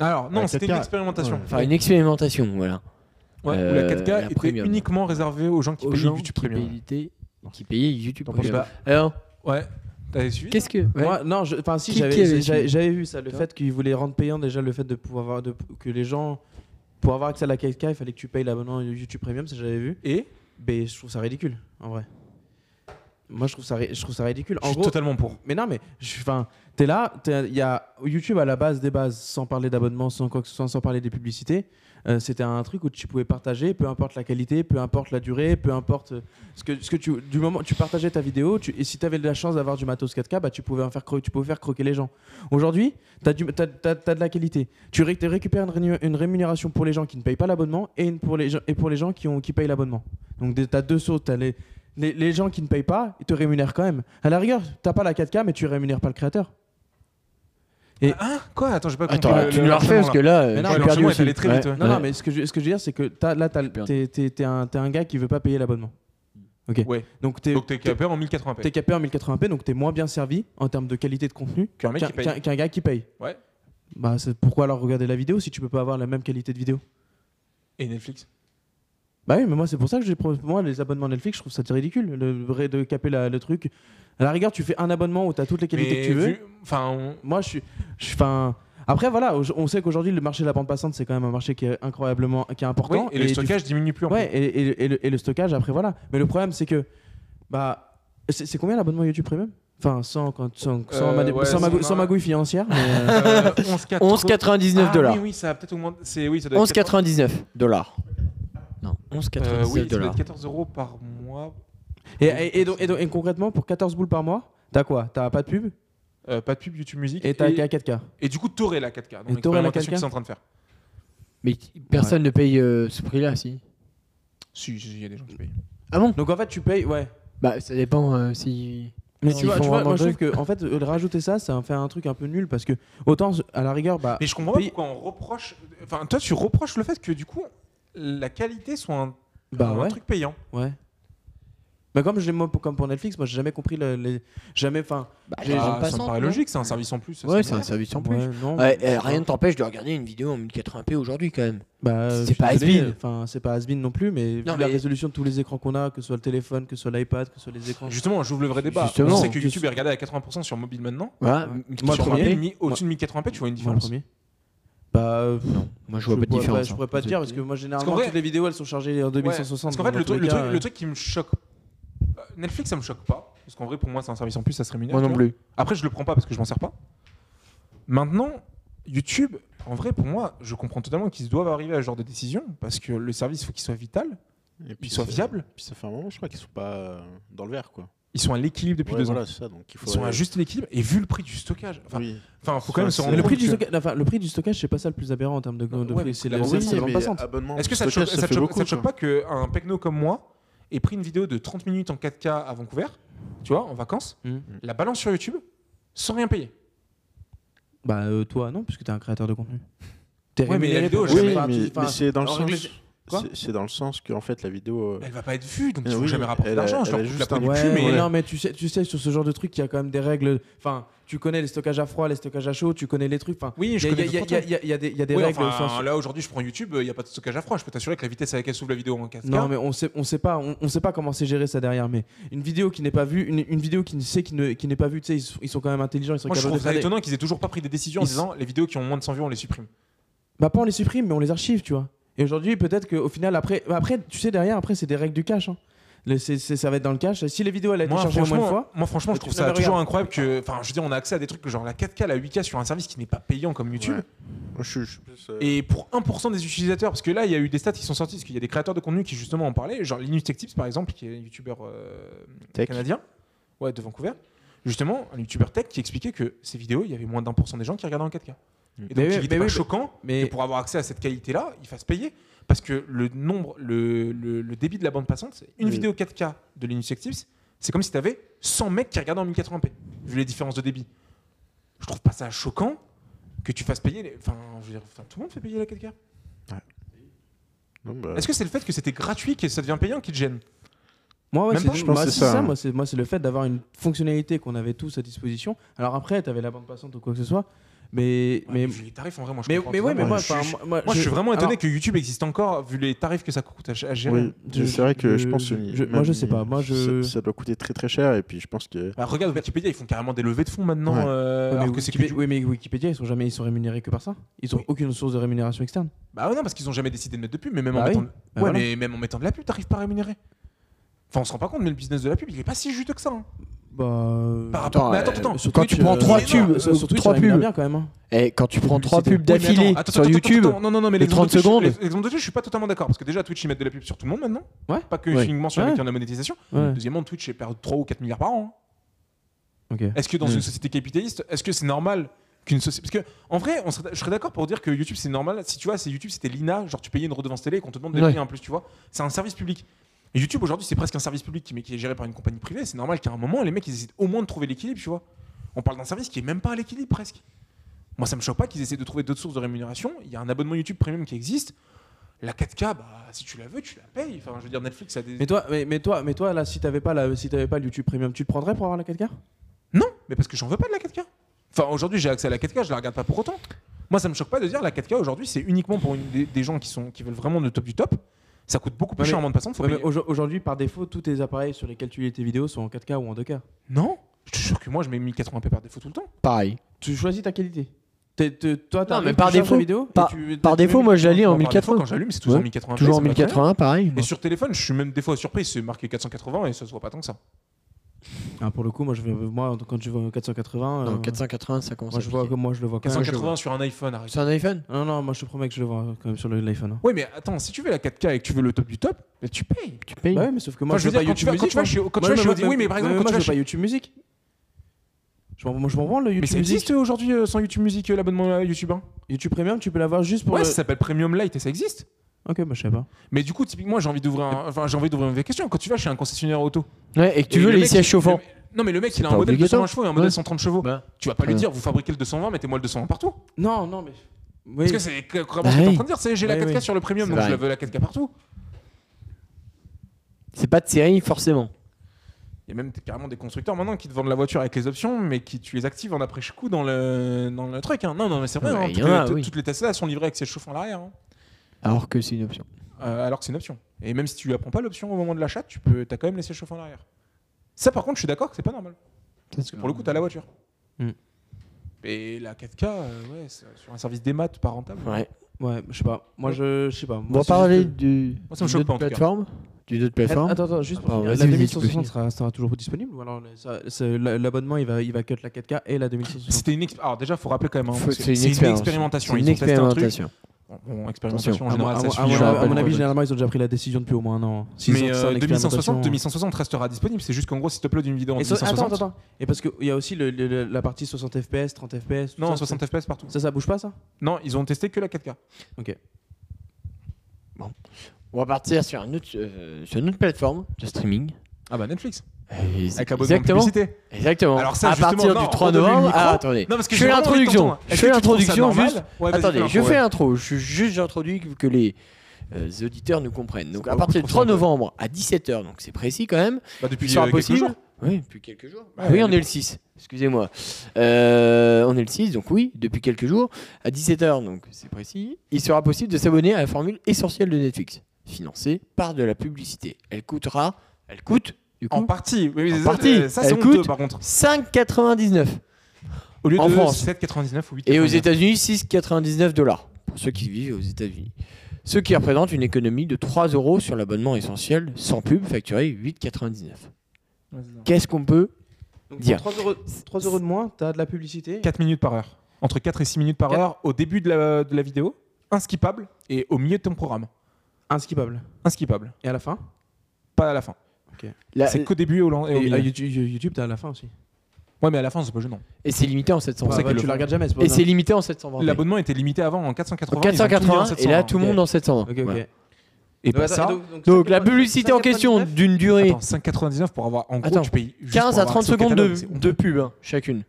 B: Alors, non,
C: La
B: c'était
C: 4K,
B: une expérimentation.
C: ouais.
A: Enfin, une expérimentation, voilà.
B: Ouais, où
A: Euh,
B: la 4K
A: la
B: était
A: premium.
B: uniquement réservée aux gens qui
A: Aux
B: payaient
A: gens
B: YouTube
A: qui
B: Premium.
A: payaient, qui payaient YouTube
C: T'en
A: Premium.
B: Bah,
A: Alors,
B: ouais, t'avais suivi
A: qu'est-ce que. ouais.
D: moi non, je enfin si
A: Qui- qui avait
D: j'avais j'avais-
A: su
D: j'avais vu ça le
A: Toi
D: fait qu'ils voulaient rendre payant déjà le fait de pouvoir avoir de que les gens pour avoir accès à la 4K, il fallait que tu payes l'abonnement YouTube Premium, Ben, ça j'avais vu.
B: Et
D: Mais je trouve ça ridicule en vrai. Moi, je trouve ça, ri- je trouve ça ridicule.
B: Je
D: En
B: suis
D: gros,
B: totalement pour.
D: mais non, mais je suis. Enfin, t'es là, t'es- il y a YouTube à la base des bases, sans parler d'abonnement, sans quoi que ce soit, sans parler des publicités. euh, C'était un truc où tu pouvais partager, peu importe la qualité, peu importe la durée, peu importe euh, ce que, ce que tu. Du moment où tu partageais ta vidéo, tu, et si tu avais la chance d'avoir du matos 4K, bah, tu, pouvais en faire cro- tu pouvais faire croquer les gens. Aujourd'hui, tu as, de la qualité. Tu ré- tu récupères une, rému- une rémunération pour les gens qui ne payent pas l'abonnement et, une pour les gens- et pour les gens qui, ont, qui payent l'abonnement. Donc, tu as deux sauts. T'as les, les, les gens qui ne payent pas, ils te rémunèrent quand même. À la rigueur, t'as pas la 4K, mais tu rémunères pas le créateur. Et-
B: Hein Quoi Attends, j'ai pas compris.
A: Attends,
B: le-
A: tu
B: le-
A: me le refais parce que là, euh,
D: Mais non,
A: je suis
D: mais
A: perdu
B: l'enchaînement est
A: aussi.
B: allé très vite, ouais.
D: Non, non, mais ce que je, ce que je veux dire, c'est que t'as- là, t'as-
A: perdu.
D: t'es t'es- t'es un, t'es un gars qui veut pas payer l'abonnement. Ok.
B: Ouais.
D: Donc t'es
B: Donc t'es capé en 1080p.
D: t'es capé en 1080p, donc t'es moins bien servi en termes de qualité de contenu
B: Qu'un mec
D: qu'un
B: qui paye.
D: qu'un- qu'un gars qui paye.
B: Ouais.
D: Bah, c'est pourquoi alors regarder la vidéo si tu peux pas avoir la même qualité de vidéo
B: Et Netflix.
D: Bah oui, mais moi c'est pour ça que j'ai pro- moi les abonnements Netflix, je trouve ça ridicule le vrai de caper la- le truc. À la rigueur, tu fais un abonnement où t'as toutes les qualités
B: Mais
D: que tu veux.
B: vu- Enfin, on-
D: Moi, je suis. Je suis enfin, après, voilà, au- on sait qu'aujourd'hui, le marché de la bande passante, c'est quand même un marché qui est incroyablement qui est important.
B: oui, et le
D: du-
B: stockage diminue plus en
D: Ouais, et, et- et le, et le stockage, après, voilà. Mais le problème, c'est que. Bah, c'est c'est combien l'abonnement YouTube Premium Enfin, sans, quand, sans, sans
B: Euh,
D: ma, dé-
B: ouais,
D: sans ma,
B: c'est-
D: sans ma gouille financière. mais,
B: plus.
D: euh,
B: Euh, 11,80.
A: 11,99
B: Ah
A: dollars.
B: Oui, oui, ça a peut-être augmenté. C'est oui, ça doit être
A: 11,99 dollars. Non, 11,99
B: 14 euh, oui, ça doit
A: dollars.
B: être 14 euros par mois.
D: et, et- et donc, et donc- et concrètement, pour 14 boules par mois, t'as quoi T'as pas de pub
B: Euh, pas de pub YouTube Music.
D: et t'as qu'à 4K.
B: et du coup, t'aurais la 4K.
D: Et
B: Donc
D: t'aurais la
B: l'expérimentation
D: 4K?
B: qu'ils sont en train de faire.
A: Mais qui- personne ne paye euh, ce prix-là, si.
B: Si, si, si, il y a des gens qui payent.
A: Ah bon
D: Donc en fait, tu payes. Ouais.
A: Bah, ça dépend euh, si.
D: Mais
A: Ils
D: tu vois,
A: font
D: tu vois,
A: vraiment
D: moi je
A: deux.
D: trouve que en fait, euh, rajouter ça, ça fait un truc un peu nul parce que autant à la rigueur, bah.
B: Mais je comprends pas
D: paye-
B: pourquoi on reproche. Enfin, toi, tu reproches le fait que du coup, la qualité soit un,
D: Bah
B: un
D: ouais.
B: truc payant.
D: Ouais. Bah comme je l'ai moi pour- comme pour Netflix, moi j'ai jamais compris le- les jamais enfin
A: Bah,
D: J'ai-
A: la
D: Ah,
A: bande
B: ça me
A: passante,
B: paraît
A: non
B: logique, c'est un service en plus. ça,
A: Ouais,
B: ça
A: c'est un
B: me-
A: service en plus.
D: ouais, non.
A: Ouais, et rien ne t'empêche de regarder une vidéo en 1080p aujourd'hui quand même.
D: Bah,
A: C'est
D: je suis
A: pas
D: désolé,
A: has-been.
D: Enfin, c'est pas has-been non plus, mais vu
A: Non,
D: la
A: mais-
D: résolution de tous les écrans qu'on a, que ce soit le téléphone, que ce soit l'iPad, que ce soit les écrans.
B: Justement, j'ouvre le vrai débat.
A: Justement.
B: on sait que
D: Juste-
B: YouTube est regardé à 80% sur mobile maintenant.
A: Voilà,
D: Ouais.
A: m-
D: Moi,
A: sur
B: sur
D: le premier.
A: un
B: mobile,
A: P,
B: mi- au-dessus de 1080p, tu vois une
D: Moi, le
B: différence.
D: premier. Bah, euh,
A: Moi, je vois pas de
D: pourrais
A: différence.
D: Je
A: hein.
D: pourrais pas te dire parce que moi généralement
B: vrai-
D: toutes les vidéos elles sont chargées en
B: Ouais,
D: 2160.
B: Parce qu'en fait,
D: dans
B: le
D: tous
B: truc,
D: les
B: le,
D: cas,
B: truc,
D: euh,
B: le truc qui me choque. euh, Netflix, ça me choque pas. Parce qu'en vrai, pour moi, c'est un service en plus, ça se rémunère.
A: Moi
B: tu
A: non
B: vois.
A: plus.
B: Après, je le prends pas parce que je m'en sers pas. Maintenant, YouTube, en vrai, pour moi, je comprends totalement qu'ils doivent arriver à ce genre de décision. Parce que le service, il faut qu'il soit vital,
C: Et
B: qu'il soit viable.
C: Puis ça fait un moment, je crois, qu'ils sont pas euh, dans le vert, quoi.
B: Ils sont à l'équilibre depuis
C: Ouais,
B: deux ans.
C: voilà, c'est ça. Donc il faut.
B: Ils sont à juste l'équilibre. Et vu le prix du stockage. Enfin,
C: Oui.
B: enfin, faut quand même se
C: Ça,
B: rendre
C: c'est-
D: le
B: compte
D: prix du
B: que-
D: stockage, enfin, le prix du stockage, c'est pas ça le plus aberrant en termes de, de
B: Non, ouais,
D: prix.
B: mais
D: C'est
B: la-
D: la,
B: oui,
D: c'est la
C: mais
D: bande passante.
C: abonnement
B: Est-ce que
C: plus
B: ça te choque,
C: stockage,
B: ça te
C: fait
B: choque-
C: beaucoup,
B: ça te choque
C: quoi.
B: pas qu'un pecno comme moi ait pris une vidéo de 30 minutes en 4K à Vancouver, tu vois, en vacances,
D: Mhm.
B: la balance sur YouTube sans rien payer
D: Bah, euh, toi, non, puisque t'es un créateur de contenu. T'es
B: Ouais, mais la
D: rémunéré
B: vidéo,
D: pour-
B: j'ai jamais-
C: Oui,
D: Enfin,
C: mais,
D: tu- enfin,
C: mais c'est dans le
D: en
C: sens.
D: règle- Quoi
C: c'est- C'est dans le sens que en fait la vidéo. euh,
B: Elle va pas être vue, donc ils
C: Eh
B: vont
C: oui,
B: jamais rapporter
C: elle a-
B: d'argent. Je
C: elle
B: leur
C: a
B: coupe la
C: juste
B: peau
C: un
B: du
D: Ouais,
B: cul, mais
D: mais non, mais tu sais, tu sais, sur ce genre de truc, il y a quand même des règles. Enfin, tu connais les stockages à froid, les stockages à chaud, tu connais les trucs. Enfin,
B: oui,
D: il y,
B: je
D: a-
B: connais
D: il y a-
B: d'autres
D: il y a- il y a des, il y a des
B: Ouais,
D: règles.
B: enfin,
D: enfin,
B: là aujourd'hui, je prends YouTube, il n'y a pas de stockage à froid. Je peux t'assurer que la vitesse à laquelle s'ouvre la vidéo en 4K,
D: non, mais on sait, on sait pas, on, on sait pas comment c'est géré ça derrière. Mais une vidéo qui n'est pas vue, une, une vidéo qui ne sait, qui ne- qui n'est pas vue, tu sais, ils, sont- ils sont quand même intelligents, ils sont
B: moi je
D: capables
B: trouve
D: de faire
B: ça
D: des-
B: étonnant qu'ils aient toujours pas pris des décisions en
D: Ils-
B: disant les vidéos qui ont moins de 100 vues, on les supprime.
D: Bah pas on les supprime, mais on les archive, tu vois. Et aujourd'hui, peut-être qu'au final, après, après, tu sais, derrière, après, c'est des règles du cache. hein. Le- c'est- c'est- ça va être dans le cache. Si les vidéos, elles a été
B: Moi
D: chargées au moins une
B: franchement,
D: fois.
B: moi, franchement, je
D: Tu-
B: trouve
D: non,
B: ça
D: mais
B: toujours incroyable que. Enfin, je veux dire, on a accès à des trucs genre la 4K, la 8K sur un service qui n'est pas payant comme YouTube.
C: ouais. Moi, je suis- je suis plus, euh,
B: Et pour 1% des utilisateurs, parce que là, il y a eu des stats qui sont sortis, parce qu'il y a des créateurs de contenu qui justement en parlaient, genre Linus Tech Tips par exemple, qui est un youtubeur euh,
C: Tech.
B: canadien, ouais, de Vancouver, justement, un youtubeur tech qui expliquait que ces vidéos, il y avait moins d'un pour cent des gens qui regardaient en 4K.
C: Mm.
B: Et donc,
D: Mais oui,
B: il était
D: mais
B: pas
D: oui,
B: choquant
D: mais-
B: que pour avoir accès à cette qualité-là, il fasse payer, parce que le nombre, le, le- le débit de la bande passante, une
C: Oui.
B: vidéo 4K de Linus Tech Tips, c'est comme si tu avais 100 mecs qui regardaient en 1080p, vu les différences de débit. Je trouve pas ça choquant que tu fasses payer les... Enfin, je veux dire, enfin, tout le monde fait payer la 4K.
C: non, bah,
B: Est-ce que c'est le fait que c'était gratuit que ça devient payant qui te gêne
D: Moi, ouais,
B: Même
D: c'est-
B: pas,
C: je pense
D: moi,
C: que
D: c'est
C: c'est ça,
D: ça.
C: hein.
D: Moi, c'est moi, c'est le fait d'avoir une fonctionnalité qu'on avait tous à disposition. Alors après, t'avais la bande passante ou quoi que ce soit. Mais,
B: mais,
D: mais,
B: vu les tarifs en vrai, moi je
D: mais,
B: comprends
D: mais ouais,
B: totalement.
D: mais moi,
B: je,
D: enfin,
B: je-
D: moi,
B: moi, je suis vraiment étonné
D: alors,
B: que YouTube existe encore vu les tarifs que ça coûte à, à gérer.
C: oui,
D: je-
C: c'est vrai que
D: je-
C: je pense que
D: je- moi, je sais pas, moi, je-
C: ça, ça doit coûter très très cher et puis je pense que
B: Bah, regarde Wikipédia, ils font carrément des levées de fonds maintenant.
C: Ouais.
B: euh,
D: ouais, mais
B: alors que c'est que
D: Wikipé-
B: du-
D: oui, mais Wikipédia, ils sont jamais, ils sont rémunérés que par ça. Ils ont
B: Oui.
D: aucune source de rémunération externe.
B: Bah ouais, non, parce qu'ils ont jamais décidé de mettre de pub, mais même en
D: Bah oui.
B: mettant. de-
D: Bah
B: ouais,
D: voilà.
B: mais même en mettant de la pub, t'arrives pas à rémunérer. Enfin, on se rend pas compte, mais le business de la pub, il est pas si juteux que ça. hein.
D: Bah. euh,
B: Par
A: Attends,
B: rapport- mais
A: euh,
B: attends, attends,
D: sur
A: quand
D: Twitch,
A: tu prends
D: euh,
A: trois
D: sur-
A: tubes,
D: sur,
A: euh,
D: sur Twitch,
A: trois
D: ça arrive bien
A: pubs.
D: bien quand même. hein.
A: Et quand tu prends
D: Publicité.
A: trois pubs
D: Oui,
B: Oui, mais
A: d'affilée
B: attends, attends,
A: sur
B: attends,
A: YouTube,
B: attends, non, non, non, mais
A: les 30
B: l'exemple de Twitch-
A: secondes.
B: les- L'exemple de Twitch, je suis pas totalement d'accord parce que déjà, Twitch, ils mettent de la pub sur tout le monde maintenant.
D: Ouais.
B: Pas que
A: Ouais.
B: uniquement sur
D: Ouais.
B: les qui ont la monétisation.
D: Ouais.
B: Deuxièmement, Twitch, ils perdent 3 ou 4 milliards par an. hein.
D: Ok. Hmm.
B: Est-ce que dans
A: Mm.
B: une société capitaliste, est-ce que c'est normal qu'une société. Parce que, en vrai, on serait- je serais d'accord pour dire que YouTube, c'est normal. Si tu vois, c'est YouTube, c'était l'INA, genre tu payais une redevance télé et qu'on te demande de
A: Ouais.
B: payer un plus, tu vois. C'est un service public. Et YouTube, aujourd'hui, c'est presque un service public qui- mais qui est géré par une compagnie privée. C'est normal qu'à un moment, les mecs, ils essaient au moins de trouver l'équilibre, tu vois. On parle d'un service qui est même pas à l'équilibre presque. Moi, ça me choque pas qu'ils essaient de trouver d'autres sources de rémunération. Il y a un abonnement YouTube Premium qui existe. La 4K, bah, si tu la veux, tu la payes. Enfin, je veux dire, Netflix a des.
D: Mais toi, mais, mais toi, mais toi, là, si t'avais pas la, si t'avais pas le YouTube Premium, tu le prendrais pour avoir la 4K
B: Non, mais parce que j'en veux pas de la 4K. Enfin, aujourd'hui, j'ai accès à la 4K, je la regarde pas pour autant. Moi, ça me choque pas de dire la 4K aujourd'hui, c'est uniquement pour une- des, des gens qui, sont, qui veulent vraiment le top du top. Ça coûte beaucoup plus
D: Ouais,
B: cher en
D: mais-
B: bande passante. Faut
D: Ouais, mais
B: payer-
D: aujo- Aujourd'hui, par défaut, tous tes appareils sur lesquels tu lis tes vidéos sont en 4K ou en 2K.
B: Non, je te jure que moi, je mets 1080p par défaut tout le temps.
A: pareil.
D: Tu choisis ta qualité. T'es- t'es- toi, t'as
A: Non, mais par défaut,
D: vidéo, et
A: par-
D: tu-
A: par
D: tu mets
A: défaut, moi, je la lis en
B: Moi, par défaut,
A: 1080.
B: Quand j'allume, c'est toujours en
A: Ouais,
B: 1080p.
A: Toujours en
B: ça va très bien.
A: 1080, pareil.
B: Et sur téléphone, je suis même des fois surpris, c'est marqué 480 et ça se voit pas tant que ça.
D: Ah, pour le coup, moi, je vais, moi, quand je vais en 480, euh,
A: Non, 480, ça commence
D: moi,
A: à
D: je vois,
A: piquer.
D: comme moi, je le vois quand même.
B: 480 sur un iPhone, arrête.
A: C'est un iPhone
D: Non, non, moi, je te promets que je le vois quand même sur le- l'iPhone. hein.
B: Ouais, mais attends, si tu veux la 4K et que tu veux le top du top, bah, tu payes.
A: Tu payes
D: Bah ouais, mais sauf que moi,
B: Enfin,
D: je veux pas
B: quand tu
D: YouTube
B: vas- quand
D: Music.
B: tu vas
D: moi.
B: chez quand tu
D: Moi,
B: vas chez
D: moi,
B: Audi- oui, mais par exemple,
D: moi,
B: quand tu vas
D: je veux
B: chez
D: pas YouTube Music. Je m'en- Moi, je m'en branle le
B: Mais
D: YouTube
B: ça
D: Music.
B: existe aujourd'hui euh, sans YouTube Music, euh, l'abonnement à YouTube hein
D: YouTube Premium, tu peux l'avoir juste pour.
B: Ouais,
D: le-
B: ça s'appelle Premium Lite et ça existe.
D: Ok, bah, je sais pas.
B: Mais du coup, typiquement, j'ai envie d'ouvrir un- enfin, j'ai envie d'ouvrir une vraie question. Quand tu vas chez un concessionnaire auto,
A: Ouais, et que tu
B: Et
A: veux
B: le
A: les
B: mec,
A: sièges chauffants.
B: le- non mais le mec, il a
A: pas
B: un modèle de
A: obligatoire.
B: 120 chevaux et un modèle
A: Ouais.
B: de 130 chevaux.
A: Bah,
B: Tu vas pas lui
A: Ouais.
B: dire, vous fabriquez le 220, mettez-moi le 220 partout.
D: Non, non, mais. Oui.
B: Parce que c'est que- comment
A: Bah
B: ce que t'es en
A: oui.
B: train de dire, c'est j'ai la
D: Bah
B: 4K
D: oui.
B: sur le premium,
A: C'est
B: donc je
A: vrai.
B: la veux la 4K partout.
A: C'est pas de série, forcément.
B: Il y a même t- carrément des constructeurs maintenant qui te vendent la voiture avec les options, mais qui tu les actives en après coup dans le dans le truc. hein. Non, non, mais c'est vrai.
A: Ouais,
B: hein,
A: il y
B: toutes,
A: en a,
B: les, t-
A: oui.
B: toutes les Tesla sont livrées avec siège chauffant à l'arrière, hein.
A: Alors que c'est une option.
B: Euh, alors que c'est une option. Et même si tu lui apprends pas l'option au moment de l'achat, tu peux, as quand même les sièges chauffants à l'arrière. Ça, par contre, je suis d'accord que c'est pas normal. Parce que pour le coup, tu as la voiture.
A: Mm.
D: Hmm.
B: Et la 4K, euh, ouais, c'est- sur un service des maths pas rentable.
A: Ouais.
D: Ouais, je sais pas. Moi, je je sais pas.
A: On va
D: c'est juste
A: parler
D: que-
A: du
B: Moi, ça
A: d'une
B: me choque
A: autre
B: pas, en tout cas.
A: plateforme. D'une autre
D: Attends,
A: plateforme.
D: attends, juste pour
A: Pardon,
D: finir, la
A: vas-y, vas-y, tu peux
D: 2160
A: finir.
D: sera, sera toujours disponible ou alors ça- c'est- la- l'abonnement il va, il va cut la 4K et la 2160
B: C'était une exp- Alors déjà, faut rappeler quand même. hein,
A: Faut-
B: parce que
A: C'est une,
B: une
A: expérience.
B: expérimentation.
A: C'est une
B: Ils ont testé un truc.
A: expérimentation.
B: Bon, bon, expérimentation en
D: Ah, À mon-
B: général,
D: à,
B: ça
D: mon- à
B: suffit.
D: mon-
A: je
D: à
A: rappelle
D: mon
A: pour
D: avis,
A: le-
D: généralement, ils ont déjà pris la décision depuis au moins un an. hein. S'ils
B: Mais
D: ont sorti
B: euh,
D: en expérimentation-
B: 2060, 2060 restera disponible. C'est juste qu'en gros, si tu uploads une vidéo en
D: Et so- attends,
B: 2060,
D: attends, attends. Et parce qu'il y a aussi le- le- le- la partie 60 FPS, 30 FPS. tout
B: non,
D: ça,
B: 60 FPS partout.
D: Ça, ça bouge pas ça
B: Non, ils ont testé que la 4K.
A: On va partir sur une autre, euh, sur une autre plateforme de streaming.
B: Ah bah Netflix. Avec l'abonnement
A: Exactement.
B: publicité.
A: Exactement.
B: Alors ça,
A: à
B: justement,
A: partir
B: non,
A: du 3
B: redonnez le
A: novembre.
B: micro.
A: Ah, attendez.
B: Non, parce que
A: je fais
B: j'ai vraiment envie de
A: l'introduction.
B: t'entendre.
A: Je
B: Est-ce
A: fais
B: que tu trouves ça
A: l'introduction
B: normal
A: juste.
B: Ouais, vas-y,
A: Attendez,
B: fais
A: je
B: l'intro,
A: fais
B: ouais.
A: l'intro. Je juste j'introduis que les euh, auditeurs nous comprennent. Donc
B: pas
A: à
B: beaucoup
A: partir
B: trop
A: du 3
B: simple.
A: novembre à 17h, donc c'est précis quand même.
B: Bah, depuis
A: il sera
B: euh, quelques
A: possible.
B: jours.
A: Oui, depuis quelques jours.
B: Bah,
A: oui, on
B: allez.
A: est le 6. Excusez-moi. Euh, on est le 6, donc oui, depuis quelques jours, à 17h, donc c'est précis, il sera possible de s'abonner à la formule essentielle de Netflix, financée par de la publicité. Elle coûtera, elle coûte, du
B: En
A: coup,
B: partie. Oui, oui,
A: En
B: ça,
A: partie.
B: euh, Ça, c'est
A: Elle
B: honteux
A: coûte
B: par contre.
A: 5,99.
B: Au lieu
A: En
B: de
A: France.
B: 7,99 ou 8,99.
A: Et aux États-Unis, 6,99 dollars, pour ceux qui vivent aux États-Unis. Ce qui représente une économie de 3 euros sur l'abonnement essentiel, sans pub, facturé 8,99.
B: Ouais, c'est ça.
A: Qu'est-ce qu'on peut
D: Donc,
A: Dire.
D: 3 euros, 3 euros de moins, t'as de la publicité.
B: 4 minutes par heure. Entre 4 et 6 minutes par
D: Quatre.
B: heure au début de la, de la vidéo, inskippable, et au milieu de ton programme.
D: Unskippable.
B: Inskippable,
D: Et à la fin
B: pas à la fin.
A: La-
B: c'est qu'au début et au, lan- et au
D: Et
B: milieu.
D: à YouTube, YouTube, t'as à la fin aussi.
B: Ouais, mais à la fin, c'est pas gênant.
A: Et c'est limité en 700
B: pour ça
D: Bah,
B: que
D: tu
B: le-
D: la regardes jamais, c'est pas
A: Et
D: grave.
A: c'est limité en 720.
B: L'abonnement était limité avant en 480.
A: En
B: ils ont tout mis en
A: 480 et là
B: 720.
A: tout le monde en 720.
D: Ok, ok.
A: Voilà.
B: Et pas
D: attends,
B: ça.
D: donc- donc
A: Donc
D: 5,99,
A: la publicité en question
D: 5,99,
A: d'une durée
B: Attends, 5,99 pour avoir en gros,
A: Attends.
B: tu payes juste
A: 15
B: pour
A: à
B: avoir
A: 30
B: accès au
A: secondes
B: catalogue,
A: de,
B: c'est
A: de
B: honteux.
A: pub hein, chacune.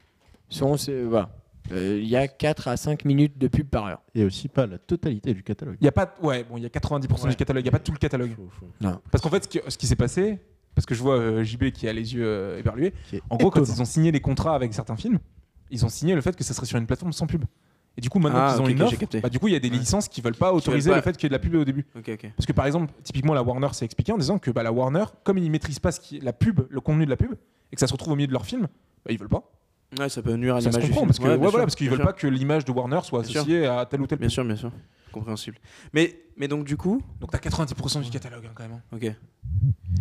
A: Selon ces- voilà. Euh, Il y a 4 à 5 minutes de pub par heure.
C: Et aussi pas la totalité du catalogue.
B: Il y a pas ouais, bon, il y a 90%
A: Ouais.
B: du catalogue, il y a pas tout le catalogue.
C: Faut- faut-
B: Parce qu'en fait, ce qui, ce qui s'est passé, parce que je vois euh, JB qui a les yeux euh, éberlués,
C: qui est
B: en gros, quand
C: étonnant.
B: ils ont signé les contrats avec certains films, ils ont signé le fait que ça serait sur une plateforme sans pub. Et du coup, maintenant
D: Ah,
B: qu'ils ont
D: ok,
B: une
D: ok,
B: offre,
D: j'ai capté.
B: bah, du coup, il y a des
D: Ouais.
B: licences qui veulent pas autoriser
D: veulent
B: le
D: pas.
B: fait qu'il y ait de la pub au début.
D: Ok, ok.
B: Parce que par exemple, typiquement, la Warner s'est expliquée en disant que bah, la Warner, comme ils maîtrisent pas ce qui est la pub, le contenu de la pub, et que ça se retrouve au milieu de leur film, bah, ils veulent pas.
D: Ouais, ça peut nuire à
B: Ça
D: l'image
B: se
D: du
B: comprend
D: film.
B: parce que
D: Ah, Ouais,
B: ouais,
D: bien
B: voilà,
D: sûr,
B: parce qu'ils
D: bien
B: veulent
D: sûr.
B: pas que l'image de Warner soit
D: Bien sûr.
B: associée à tel ou tel.
D: Bien sûr, bien sûr. compréhensible. Mais, mais donc, du coup,
B: Donc t'as 90% du catalogue hein, quand même. hein.
D: ok. Et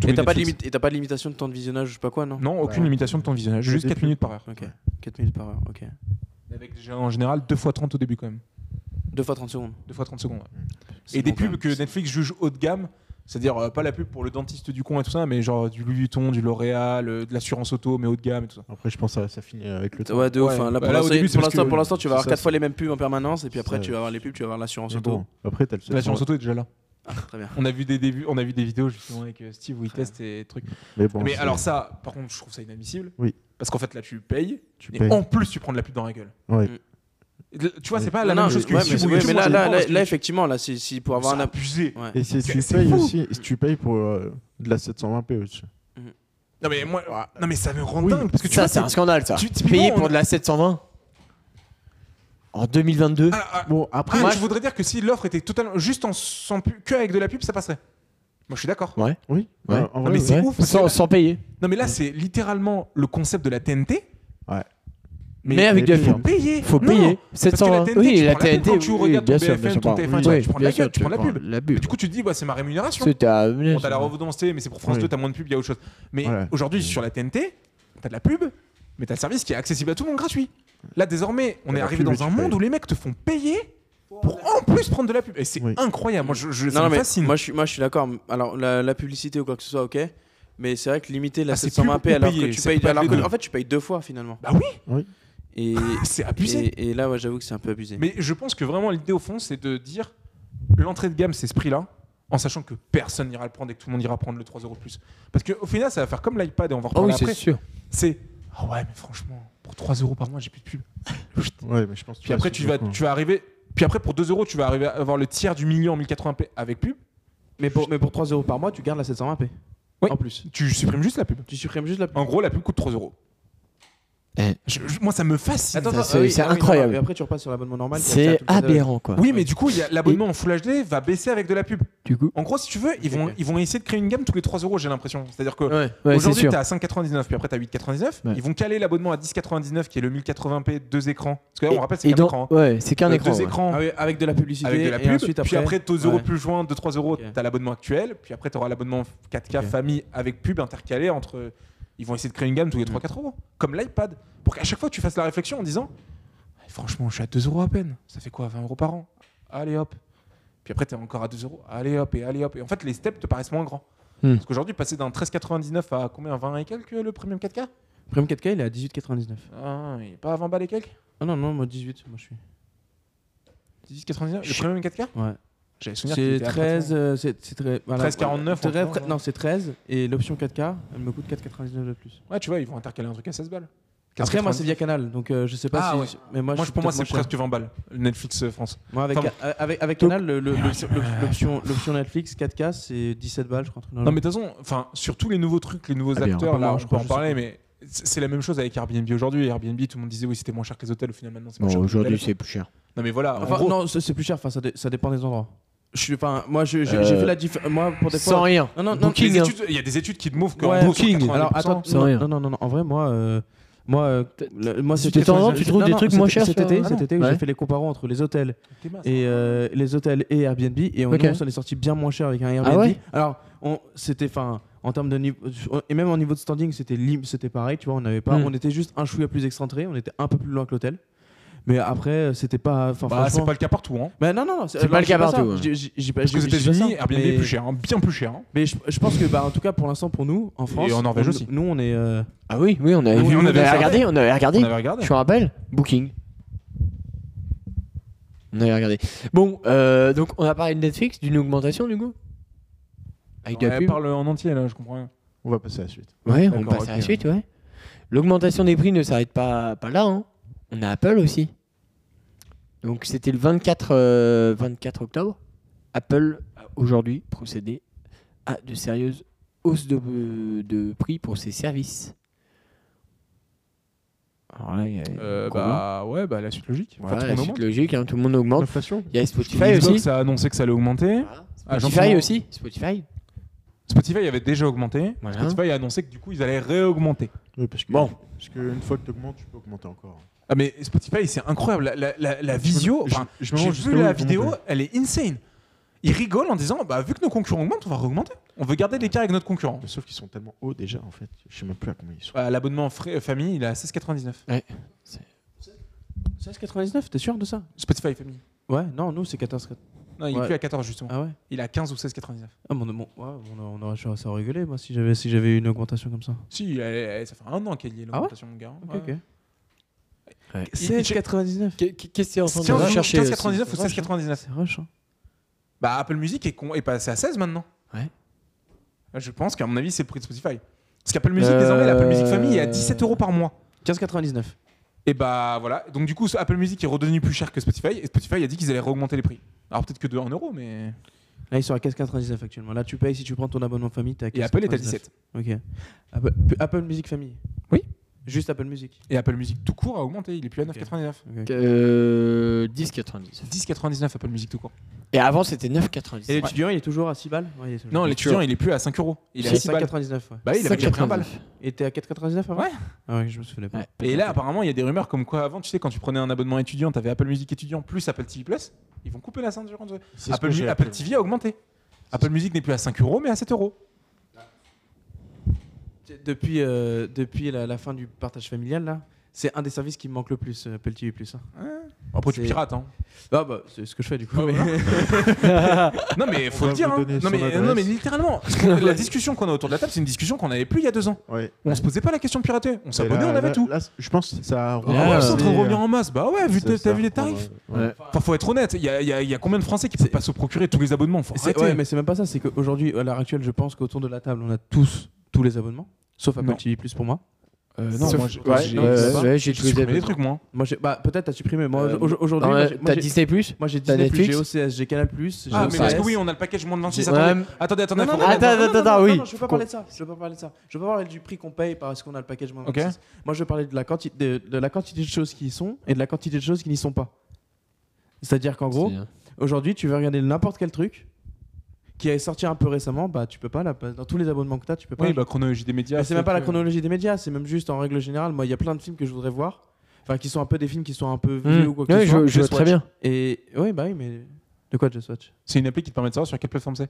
B: Tous les
D: t'as pas, de
B: Netflix.
D: limite- et t'as pas de limitation de temps de visionnage, je sais pas quoi, non
B: Non, aucune
C: Ouais.
B: limitation de ton visionnage, juste
C: Au
B: 4
C: début.
B: minutes par heure.
D: Ok, 4 minutes par heure, ok.
B: Avec déjà, en général 2 fois 30 au début quand même.
D: 2 fois 30 secondes.
B: 2 fois 30 secondes. ouais.
C: Hmm.
D: C'est
B: Et des
D: bon, quand
B: pubs
D: même.
B: que Netflix juge haut de gamme, c'est-à-dire euh, pas la pub pour le dentiste du con et tout ça, mais genre euh, du Louis Vuitton, du L'Oréal, euh, de l'assurance auto, mais haut de gamme et tout ça.
C: Après, je pense que ça- ça finit avec le temps.
D: Ouais, de ouf.
B: Ouais.
D: hein. Là,
B: Bah,
D: pour
B: là, au
D: l'instant-
B: début, c'est
D: pour
B: parce
D: l'instant,
B: que
D: pour l'instant, tu
C: c'est
D: vas avoir
C: ça,
D: 4 fois les mêmes pubs en permanence, et puis
C: C'est
D: après,
C: ça.
D: tu vas avoir les pubs, tu vas avoir l'assurance
C: Mais
D: auto.
C: bon, après, t'as le
B: L'assurance
C: 700.
B: auto est déjà là.
D: Ah, très bien.
B: On a vu des débuts, on a vu des vidéos justement avec euh, Steve où il teste et trucs.
C: Mais bon,
B: mais
C: c'est-
B: alors ça, par contre, je trouve ça inadmissible.
C: Oui.
B: Parce qu'en fait là, tu payes,
C: tu
B: et
C: payes.
B: en plus, tu prends de la pub dans la gueule. Euh,
C: Ouais.
D: Mm.
B: Et de- Tu vois, c'est
C: Oui.
B: pas la
D: Non,
B: même
D: non,
B: chose que
D: ouais,
B: YouTube
D: mais,
B: où
D: ouais,
B: YouTube,
D: mais
B: on
D: là,
B: les
D: là,
B: prend
D: là,
B: parce que
D: là,
B: tu-
D: effectivement, là, si, si pour avoir
B: c'est
D: un app-
B: abusé.
D: Ouais.
C: Et si
B: C'est-
C: tu
B: c'est
C: payes
B: fou.
C: aussi, si tu payes pour euh, de la 720p aussi.
B: Non mais moi, non mais ça me rend
C: Oui.
B: dingue parce que tu
A: ça,
B: vois,
A: c'est un scandale, ça.
B: tu- typiquement,
A: Payer
B: on-
A: pour de la 720 en 2022.
B: Ah, ah,
C: Bon,
B: Après,
C: après,
B: je voudrais dire que si l'offre était totalement juste en sans pu- que avec de la pub, ça passerait. Moi, je suis d'accord.
A: Ouais.
C: oui.
A: Ouais.
C: euh, en
B: Non,
C: vrai,
B: Ah, mais c'est
C: ouais.
B: ouf. parce
A: Sans,
B: que-
A: sans payer.
B: Non, mais là, c'est littéralement le concept de la TNT.
C: Ouais.
A: Mais,
B: Mais-
A: avec de la
C: mais puis-
A: firme.
B: Payer.
A: Faut
B: Non,
A: payer.
B: Parce que
A: 720.
B: la TNT,
A: oui,
B: tu
A: la
B: prends la pub
A: TNT,
B: quand tu
A: oui,
B: regardes
A: bien
B: ton
A: sûr,
B: BFM,
A: bien sûr,
B: ton
A: pardon.
B: téléphone,
A: Oui,
B: tu prends de la
A: bien sûr,
B: gueule, tu prends de la
A: prends
B: pub.
A: La pub.
B: Du coup, tu te dis, ouais, c'est ma rémunération.
A: C'était à-
B: Bon, t'as la redevance, mais c'est pour France
C: Oui.
B: 2, t'as moins de pub, il y a autre chose. Mais
C: Voilà.
B: aujourd'hui, sur la TNT, t'as de la pub, mais t'as le service qui est accessible à tout le monde gratuit. Là, désormais, on
C: T'as
B: est
C: la
B: arrivé
C: pub et
B: dans
C: tu
B: un
C: payes.
B: monde où les mecs te font payer pour en plus prendre de la pub. Et c'est
C: Oui.
B: incroyable. Moi, je, je,
D: Non,
B: ça
D: non,
B: me
D: mais
B: fascine.
D: moi je suis, moi, je suis d'accord. Alors, la, la publicité ou quoi que ce soit, ok. Mais c'est vrai que limiter la
B: Ah, c'est
D: 720p
B: plus
D: alors
B: payé,
D: que tu
B: c'est
D: payes.
B: pas
D: Alors
B: les
D: que-
B: deux.
D: en fait, tu payes deux fois finalement.
B: Bah oui,
D: Et,
B: c'est abusé.
D: et, et là, ouais, j'avoue que c'est un peu abusé.
B: Mais je pense que vraiment l'idée au fond, c'est de dire l'entrée de gamme, c'est ce prix-là, en sachant que personne n'ira le prendre et que tout le monde ira prendre le 3 euros de plus. Parce qu'au final, ça va faire comme l'iPad et on va en
A: Ah oui,
B: reparler
A: c'est
B: après.
A: sûr.
B: C'est ah ouais, mais franchement, pour 3 euros par mois, j'ai plus de pub.
C: Ouais, mais je pense que
B: Puis après,
C: c'est
B: tu vas,
C: beaucoup.
B: tu vas arriver. Puis après, pour 2 euros, tu vas arriver à avoir le tiers du million en 1080p avec pub.
D: Mais pour, mais pour 3 euros par mois, tu gardes la 720p.
B: Oui.
D: En plus.
B: Tu supprimes juste la pub.
D: Tu supprimes juste la.
B: En gros, la pub coûte 3 euros.
A: Eh.
B: Je- je- Moi, ça me fascine.
A: Attends, Ça, c'est-
D: ah
A: c'est incroyable.
D: Et après, tu repasses sur l'abonnement normal. qui est accès à
A: C'est
D: tout le catalogue.
A: aberrant, quoi.
B: oui, mais du coup, il y a- l'abonnement en Full HD va baisser avec de la pub.
A: Du coup.
B: En gros, si tu veux, ils vont,
D: Ok.
B: ils vont essayer de créer une gamme tous les 3 euros, j'ai l'impression. C'est-à-dire que
A: Ouais, ouais, c'est
B: Aujourd'hui,
A: sûr.
B: tu à 5,99, puis après, tu as 8,99.
A: Ouais.
B: Ils vont caler l'abonnement à 10,99 qui est le 1080p, deux écrans. Parce que là, on rappelle, c'est
A: Et
B: qu'un
A: donc-
B: écran. hein.
A: Ouais, c'est qu'un
B: Euh,
A: écran.
B: Deux
A: ouais.
B: écrans
D: Ah oui, avec de la publicité.
B: avec de la
D: et
B: pub.
D: ensuite, après,
B: puis après, 2 euros
D: ouais.
B: plus joints, 2-3 euros,
D: Ok.
B: tu as l'abonnement actuel. Puis après, tu auras l'abonnement 4K
D: Ok.
B: famille avec pub intercalé entre. Ils vont essayer de créer une gamme tous les
D: Mm.
B: 3-4 euros. Comme l'iPad. Pour qu'à chaque fois, tu fasses la réflexion en disant Eh, Franchement, je suis à 2 euros à peine. Ça fait quoi 20 euros par an Allez hop. Puis après, tu es encore à 2 euros. Allez hop, et allez hop. Et en fait, les steps te paraissent moins grands.
D: Mm.
A: Hmm.
B: Parce qu'aujourd'hui, passer d'un 13,99 à combien 20 et quelques le premium 4K
D: Prime 4K, il est à 18,99.
B: Ah, il est pas à 20 balles et quelques
D: Ah non, non, moi 18, moi je suis.
B: 10,99 Le
D: Chut.
B: premium 4K
D: Ouais.
B: J'avais souvenir qu'il
D: C'est
B: était à
D: 13, euh, c'est c'est très- voilà.
B: 13,49
D: Très-
B: en France,
D: très- Non, c'est 13 et l'option 4K, elle me coûte 4,99 de plus.
B: Ouais, tu vois, ils vont intercaler un truc à 16 balles.
D: Après, moi c'est via Canal, donc euh, je sais pas
B: Ah
D: si.
B: ouais.
D: Mais moi,
B: Moi,
D: je
B: pour moi,
D: suis
B: c'est
D: peut-être moins
B: presque 20 balles, le Netflix euh, France.
D: cher. Moi, avec,
B: Enfin,
D: euh, avec, avec
B: donc-
D: Canal, le- le- l'option l'option- l'option Netflix 4K, c'est 17 balles, je crois. un truc dans le
B: Non,
D: genre.
B: mais de toute façon, enfin, sur tous les nouveaux trucs, les nouveaux
A: Ah bien,
B: acteurs,
D: pas
B: là,
D: marrant,
B: je peux en
D: je sais
B: parler, mais c'est c'est la même chose avec Airbnb aujourd'hui. Airbnb, tout le monde disait, oui, c'était moins cher que les hôtels, au final, maintenant, c'est moins
A: Bon,
B: cher. que les
A: aujourd'hui,
B: hôtels.
A: c'est plus cher.
B: Non, mais voilà, en
D: Enfin,
B: gros,
D: non, c'est c'est plus cher, enfin, ça, dé- ça dépend des endroits. Je suis, enfin, moi, je- j'ai j'ai
A: Euh,
D: fait la diff- Moi, pour des fois.
A: Sans rien.
D: Non, non, non,
B: les
A: Booking. hein.
B: études- il y a des études qui te montrent qu'en
D: Ouais,
B: gros, sur
A: Booking.
D: Alors
B: 90%,
D: attends,
A: sans
D: non,
A: rien.
D: non, non, non, non, en vrai, moi, euh, moi, euh, le- moi,
A: de temps en temps, tu trouves
D: non,
A: des
D: non,
A: trucs
D: cet-
A: moins chers
D: Cet
A: sur-
D: été,
A: Ah
D: cet
A: non.
D: été, où
A: Ouais.
D: j'ai fait les comparons entre les hôtels
B: t'es mince.
D: et euh, les hôtels et Airbnb, et on
A: Ok.
D: on s'en est sorti bien moins cher avec un Airbnb.
A: Ah ouais
D: Alors, on- c'était, enfin, en termes de niveau, et même en niveau de standing, c'était libre, c'était pareil, tu vois, on n'avait pas,
A: Hmm.
D: on était juste un chouïa plus excentré, on était un peu plus loin que l'hôtel, mais après, euh, c'était pas, enfin,
B: Bah, c'est
D: franchement-
B: pas le cas partout, hein.
D: Bah, non, non, non,
A: C'est pas le hein.
D: je dis
A: cas
D: ça.
A: partout, ouais.
D: Je dis- je dis- je dis pas-
B: Parce
D: je
B: qu'aux
D: dis- je dis pas
B: États-Unis,
D: ça,
B: Airbnb
D: mais-
B: est plus cher, hein, bien plus cher. hein.
D: Mais je, je pense que, bah, en tout cas, pour l'instant, pour nous, en France,
B: en Norvège
D: on-
B: aussi.
D: nous, on est. euh,
A: Ah oui, oui, on avait
B: Oui,
A: vu,
B: on
A: on
B: avait
A: avait
B: regardé.
A: regardé, on avait regardé.
B: On avait regardé.
A: Tu me rappelles Booking. On avait regardé. Bon, euh, donc on a parlé de Netflix, d'une augmentation du coup Avec de la
B: Ouais,
A: pub
B: parle en entier, là, je comprends rien.
C: On va passer à la suite.
A: Ouais, on
B: D'accord,
A: passe à la
B: ok.
A: suite, ouais. L'augmentation des prix ne s'arrête pas, pas là. hein. On a Apple aussi. Donc c'était le 24, euh, 24 octobre. Apple a aujourd'hui procédé à de sérieuses hausses de, de prix pour ses services. Alors là, il y a
B: Euh,
A: combien
B: bah, ouais, bah, la suite logique. Enfin,
A: Voilà,
B: tout le
A: la
B: monde
A: suite
B: augmente.
A: logique, hein, tout le monde augmente.
C: L'inflation
A: Il y a Spotify
B: Xbox
A: aussi.
B: a annoncé que ça allait augmenter.
A: Voilà.
B: Ah,
A: Spotify
B: gentiment.
A: aussi. Spotify.
B: Spotify avait déjà augmenté.
C: Hein
A: Voilà.
B: Spotify a annoncé que du coup, ils allaient réaugmenter.
C: Oui, parce que,
A: Bon.
C: parce que une fois que tu augmentes, tu peux augmenter encore.
B: Ah, mais Spotify, c'est incroyable. La, la- la- la visio,
C: Je-
B: Oh, enfin,
C: je me
B: j'ai
C: demande jusqu'à
B: vu
C: où
B: la
C: ils vont
B: vidéo,
C: monter.
B: elle est insane. Ils rigolent en disant bah, vu que nos concurrents augmentent, on va augmenter. On veut garder l'écart avec notre concurrent.
C: Mais Bah, Sauf qu'ils sont tellement hauts déjà, en fait. Je sais même plus à combien ils sont.
B: Euh, L'abonnement frais- famille, il est à 16,99.
D: 16,99, t'es sûr de ça
B: Spotify famille.
D: Ouais, non, nous c'est 14,99.
B: Non, il est
D: Ouais.
B: plus à 14 justement.
D: Ah ouais
B: Il est à 15 ou 16,99.
D: ah, mon, mon- ouais, on, a- on aurait ça ça rigolé, moi, si j'avais si j'avais eu une augmentation comme ça.
B: Si, elle- elle- ça fait un an qu'elle y est, l'augmentation, mon gars.
D: Ok,
B: Ouais.
D: ok.
A: Ouais.
D: 16,99.
A: Qu'est- Qu'est-ce que t'es en train
B: 15,
A: de rechercher euh,
B: 15,99 ou
A: Sylvain
B: 16,99
D: C'est rush, hein.
B: Bah, Apple Music est, con- est passé à 16 maintenant. Ah,
A: Ouais.
B: Je pense qu'à mon avis, c'est le prix de Spotify. Parce qu'Apple Music,
A: Euh,
B: désormais, l'Apple Music Famille est à 17 euros par mois.
D: 15,99.
B: Et bah voilà. Donc du coup, ce Apple Music est redevenu plus cher que Spotify. Et Spotify a dit qu'ils allaient augmenter les prix. Alors peut-être que de 1 euro, mais.
D: Là, ils sont à 15,99 actuellement. Là, tu payes si tu prends ton abonnement famille, t'es à 15,99.
B: Et Apple est à 17.
D: Ok. Apple, Apple Music Famille
B: Oui.
D: Juste Apple Music.
B: Et Apple Music tout court a augmenté. Il est plus à 9,99.
A: Qu- euh, 10,99.
B: 10,99 Apple Music tout court.
A: Et avant, c'était 9,99.
D: Et l'étudiant, il est toujours à 6 balles Ouais, il est toujours-
B: Non,
D: il est
B: l'étudiant, il est plus à 5 euros. Il est à
A: C'est
B: 6 balles.
D: 5,99. Ouais.
B: Bah oui, il avait déjà pris un balle.
A: 5,99.
D: Et t'es à 4,99 avant
B: Ouais.
D: Ah ouais, je me souvenais pas.
A: Ouais.
B: Et là, apparemment, il y a des rumeurs comme quoi avant, tu sais, quand tu prenais un abonnement étudiant, t'avais Apple Music étudiant plus Apple TV Plus. Ils vont couper la ceinture. en deux.
C: C'est ce
B: Apple,
C: que
B: Mu-
C: j'ai
B: Apple
C: appris.
B: TV a augmenté. Apple Music n'est plus à 5 euros, mais à 7 euros.
D: D- Depuis, euh, depuis la, la fin du partage familial, là, c'est un des services qui me manque le plus, euh, Apple TV+. Plus,
B: Après, tu
D: C'est-
B: pirates. Hein.
D: Ah bah, c'est ce que je fais du coup.
B: Ouais,
D: mais-
B: Non, mais faut
C: va
B: le dire.
C: vous
B: hein.
C: donner
B: Non,
C: son
B: mais,
C: adresse.
B: non, mais littéralement, ce qu'on- la discussion qu'on a autour de la table, c'est une discussion qu'on avait plus il y a deux ans.
C: Ouais.
B: On se posait pas la question de pirater. On
C: Et
B: s'abonnait,
C: là-
B: on avait
C: là-
B: tout.
C: là, je pense que ça a
B: Ah ouais,
A: là,
B: c'est en train de
C: remonté,
B: revenir
C: euh,
B: en masse. Bah ouais, vu
C: ça-
B: t'as
C: ça
B: t'as vu les
C: reprend,
B: tarifs.
C: ouais.
A: Ouais.
B: Enfin, faut être honnête. Il y a, il y a- il y a combien de Français qui peuvent pas se procurer tous les abonnements Faut
D: C'est-
B: arrêter.
D: ouais, mais c'est même pas ça. C'est qu'aujourd'hui, à l'heure actuelle, je pense qu'autour de la table, on a tous tous les abonnements, sauf Apple
B: Non.
D: TV Plus pour moi.
B: Euh, non,
A: Sauf-
B: moi, j'ai-
A: ouais,
B: j'ai-
A: ouais,
B: j'ai-
A: ouais, j'ai
B: j'ai
A: tous les
B: supprimé des
A: abonnements.
B: trucs, moi.
D: Moi, j'ai- bah, peut-être t'as supprimé. Moi,
A: Euh,
D: au- aujourd'hui,
A: Non,
D: moi,
A: euh,
D: j'ai- moi,
A: T'as
D: j'ai-
A: Disney Plus
D: moi, j'ai
A: T'as
D: Disney+, j'ai
A: Netflix
D: OCS, j'ai Canal Plus.
B: Ah,
A: mais
B: mais
A: parce
B: parce
A: que
B: que oui, on a le package moins de 26.
A: Ouais,
B: Attendez,
A: mais-
B: attendez,
D: Non,
B: attendez.
D: non,
B: faut-
D: non,
A: attends,
D: non, non,
A: attends,
D: non,
A: attends,
D: non,
A: oui.
D: non, je veux pas parler de ça. Je veux pas parler de ça. Je veux pas parler du prix qu'on paye parce qu'on a le package moins
B: Ok.
D: 26. Moi, je veux parler de la, quanti- de, de la quantité de choses qui y sont et de la quantité de choses qui n'y sont pas. C'est-à-dire qu'en gros, aujourd'hui, tu veux regarder n'importe quel truc qui est sorti un peu récemment, bah tu peux pas là, dans tous les abonnements que tu as, tu peux pas.
B: Oui, bah chronologie des médias. euh,
D: Mais Ah, c'est même pas la
B: que-
D: chronologie des médias, c'est même juste en règle générale. Moi, il y a plein de films que je voudrais voir, enfin qui sont un peu des films qui sont un peu vieux ou quoi que
A: Ouais,
D: ce soit.
A: Mmh. je, je vois très bien.
D: Et oui, bah oui, mais de quoi Just Watch
B: C'est une appli qui te permet de savoir sur quelle plateforme c'est.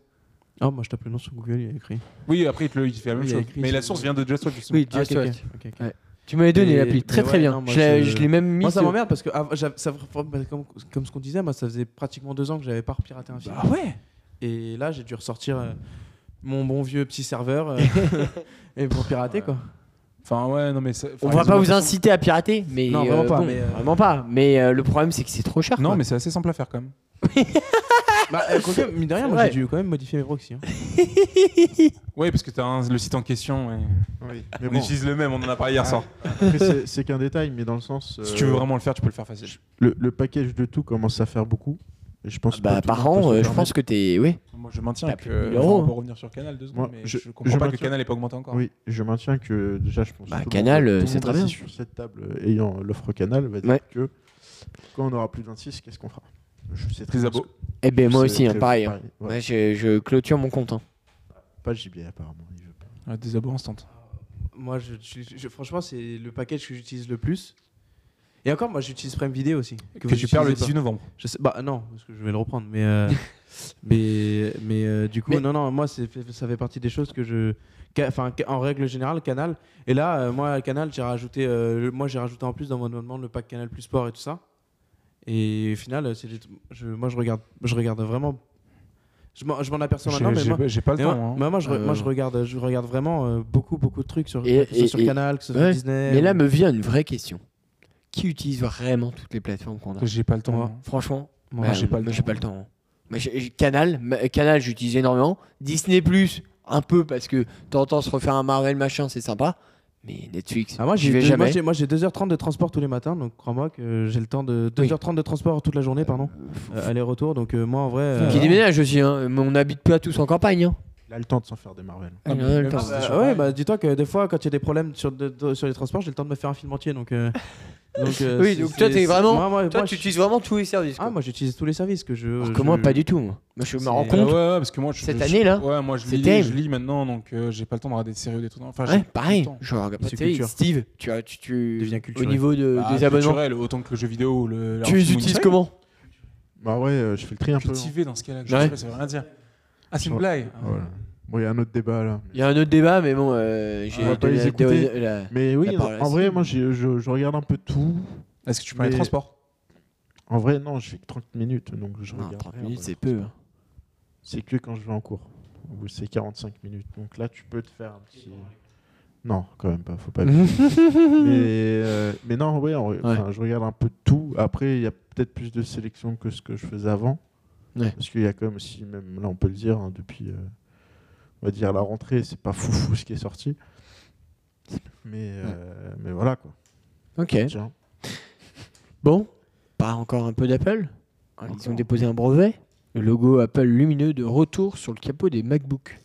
D: Ah, moi je tape le nom sur Google, il y a écrit.
B: Oui, après il, te le- il fait la même
D: Oui, il y a
B: chose.
D: écrit
B: Mais la
D: sur-
B: source vient de Just Watch justement.
A: Oui,
D: Ah,
A: Just
D: ok, ok,
A: Watch.
D: ok, ok.
A: Tu m'avais donné
D: Et-
A: l'appli, très
D: mais
A: très
D: ouais,
A: bien.
D: non, moi,
A: je l'ai-
D: je-
A: je l'ai même mis.
D: Moi, ça
A: sur-
D: m'emmerde parce que ah, j'av- ça- comme, comme ce qu'on disait, moi, ça faisait pratiquement deux ans que j'avais pas repiraté un film.
B: Ah ouais
D: Et là, j'ai dû ressortir euh, mon bon vieux petit serveur euh, et pour pirater
B: Ouais.
D: quoi.
B: Enfin ouais, non mais c'est-
A: On va
B: enfin, ils ont
A: pas vous
B: l'impression-
A: inciter à pirater, mais
D: Non, vraiment
A: euh,
D: pas,
A: bon,
D: mais, euh,
A: vraiment pas. Mais euh, le problème, c'est que c'est trop cher.
B: Non,
A: quoi.
B: mais c'est assez simple à faire quand même.
D: bah, euh, quoique, mine de rien,
A: C'est
D: moi,
A: vrai.
D: j'ai dû quand même modifier mes proxys. hein.
B: Oui, parce que t'as un- le site en question. ouais.
C: euh, Oui. Mais
B: On
C: bon,
B: utilise le même, on en a parlé hier soir.
C: après, c'est- c'est qu'un détail, mais dans le sens.
B: Si
C: euh,
B: tu veux vraiment le faire, tu peux le faire facile.
C: Le, le package de tout commence à faire beaucoup. Et je pense
B: Ah
C: que
A: Bah,
C: tout
A: par
C: le monde
A: an,
C: peut se
A: euh, je
C: permettre.
A: pense que t'es. Oui.
B: Moi je maintiens
A: T'as
B: que
A: plus de mille
B: enfin,
A: euros.
B: on peut revenir sur Canal deux secondes,
C: Moi,
B: mais je,
C: je-
B: comprends
C: je
B: pas que
C: maintiens-
B: Canal n'est pas augmenté encore.
C: Oui, je maintiens que déjà, je pense.
A: Bah,
C: tout le
A: Canal,
C: monde-
A: euh,
C: tout le
A: c'est
C: monde
A: très bien.
C: assis Sur cette table, euh, ayant l'offre Canal, va dire
A: Ouais.
C: que quand on aura plus de 26, qu'est-ce qu'on fera Je sais très
B: Des
C: bien
B: abos.
C: ce que-
A: Eh ben,
C: je
A: moi
C: sais
A: aussi, hein,
C: très-
A: pareil. hein.
C: ouais.
A: Ouais, je, je clôture mon compte. hein.
C: Pas JBL apparemment. il veut pas.
B: Ouais, Des abos instant.
D: Moi, je, je- je- franchement, c'est le package que j'utilise le plus. Et encore, moi, j'utilise Prime Video aussi.
B: Que,
D: vous
B: tu perds le
D: utilisez pas.
B: 18 novembre.
D: Je sais, bah non, parce que je vais le reprendre, mais euh, mais mais euh, du coup
A: Mais-
D: non non, moi c'est fait- ça fait partie des choses que je, ca- enfin ca- en règle générale Canal. Et là euh, moi Canal j'ai rajouté, euh, le- moi j'ai rajouté en plus dans mon abonnement le pack Canal Plus Sport et tout ça. Et au final euh, c'est des tru- je, moi je regarde je regarde vraiment, je m'en je m'en aperçois maintenant mais
B: J'ai-
D: moi.
B: J'ai j'ai pas le
D: mais moi-
B: temps. hein.
D: moi, moi, je, re-
A: Euh.
D: moi, je regarde, je regarde vraiment euh, beaucoup, beaucoup de trucs sur,
A: Et-
D: que ce soit
A: et-
D: sur
A: et-
D: Canal, que ce soit
A: ouais.
D: Disney.
A: Mais là
D: ou-
A: me vient une vraie question. Qui utilise vraiment toutes les plateformes qu'on a
B: J'ai pas le temps.
D: Moi.
B: hein.
A: Franchement,
D: Moi,
A: bah,
B: j'ai pas le
A: moi,
B: temps.
A: j'ai pas le temps. hein. Moi, j'ai- j'ai- Canal, ma- Canal, j'utilise énormément. Disney Plus, un peu parce que t'entends se refaire un Marvel machin, c'est sympa. Mais Netflix,
D: Ah, moi,
A: j'y
D: j'ai
A: vais
D: deux- moi,
A: jamais.
D: j'ai- Moi, j'ai 2h30 de transport tous les matins, donc crois-moi que j'ai le temps de.
A: Oui.
D: 2h30 de transport toute la journée, pardon. Euh, Aller-retour, donc euh, moi, en vrai. euh,
A: Qui déménage aussi, hein. mais on n'habite pas tous en campagne. hein.
C: Il a le temps de s'en faire des Marvel.
A: Ah,
B: mais
A: on a le
B: même
A: temps. bah,
B: si-
D: bah, euh, ouais, bah dis-toi que des fois, quand il y a des problèmes sur, de- de- sur les transports, j'ai le temps de me faire un film entier, donc. euh, Donc, euh,
A: Oui,
D: c'est-
A: donc toi,
D: c'est-
A: t'es
D: c'est-
A: vraiment-
D: moi, moi,
A: Toi,
D: moi,
A: tu
D: je-
A: utilises vraiment tous les services.
D: Ah, moi j'utilise tous les services que je.
A: Alors
D: je-
A: que moi, pas du tout. Moi, Moi, je me
D: C'est-
A: rends
B: Ah ouais, ouais,
A: compte.
B: parce que moi, je-
A: Cette
B: je-
A: année, là,
B: Ouais, moi je
A: c'est
B: lis,
A: terrible.
B: je lis maintenant, donc euh, j'ai pas le temps de regarder des séries ou des trucs. Enfin, j'ai
A: Ouais,
B: pas
A: pareil.
B: le temps.
A: Je regarde pas
D: C'est
A: de télé.
D: culture.
A: Steve, tu, as- tu, tu-
D: Deviens
A: au
D: culturel.
A: niveau de-
B: Bah,
A: Euh, des abonnements,
B: culturel, autant que le jeu vidéo ou le.
A: tu les utilises
B: comment
A: comment
C: Bah ouais, euh, je fais le tri un peu. hein.
B: Cultivé dans ce cas-là,
A: Ouais.
B: culturel, ça veut rien dire. Ah, c'est une
C: Ouais.
B: blague.
A: hein.
B: Ah,
C: Voilà. Bon, il y a un autre débat là.
A: Il y a un autre débat, mais bon, euh, j'ai
C: On va pas les
A: la-
C: écouter.
A: la-
C: Mais oui,
A: La
C: non,
A: parole à
C: en vrai,
A: Steve.
C: moi j'ai- je, je regarde un peu tout.
B: Est-ce que tu prends les
C: Mais-
B: transports
C: En vrai, non, je fais que 30 minutes, donc je
A: Non,
C: regarde.
A: 30
C: rien,
A: minutes,
C: voilà.
A: c'est peu. hein.
C: C'est que quand je vais en cours. Ou c'est 45 minutes. Donc là, tu peux te faire un petit. Non, quand même pas, faut pas. abuser. mais, euh, mais non, ouais, en- enfin, je regarde un peu de tout. Après, il y a peut-être plus de sélection que ce que je faisais avant.
A: Ouais.
C: Parce qu'il y a quand même aussi, même là, on peut le dire, hein, depuis, euh, on va dire, la rentrée, c'est pas foufou ce qui est sorti. Mais, euh, mais voilà, quoi.
A: Ok.
C: Tiens.
A: Bon, pas encore un peu d'Apple. Ils ont
C: Encore.
A: déposé un brevet. Le logo Apple lumineux de retour sur le capot des MacBook.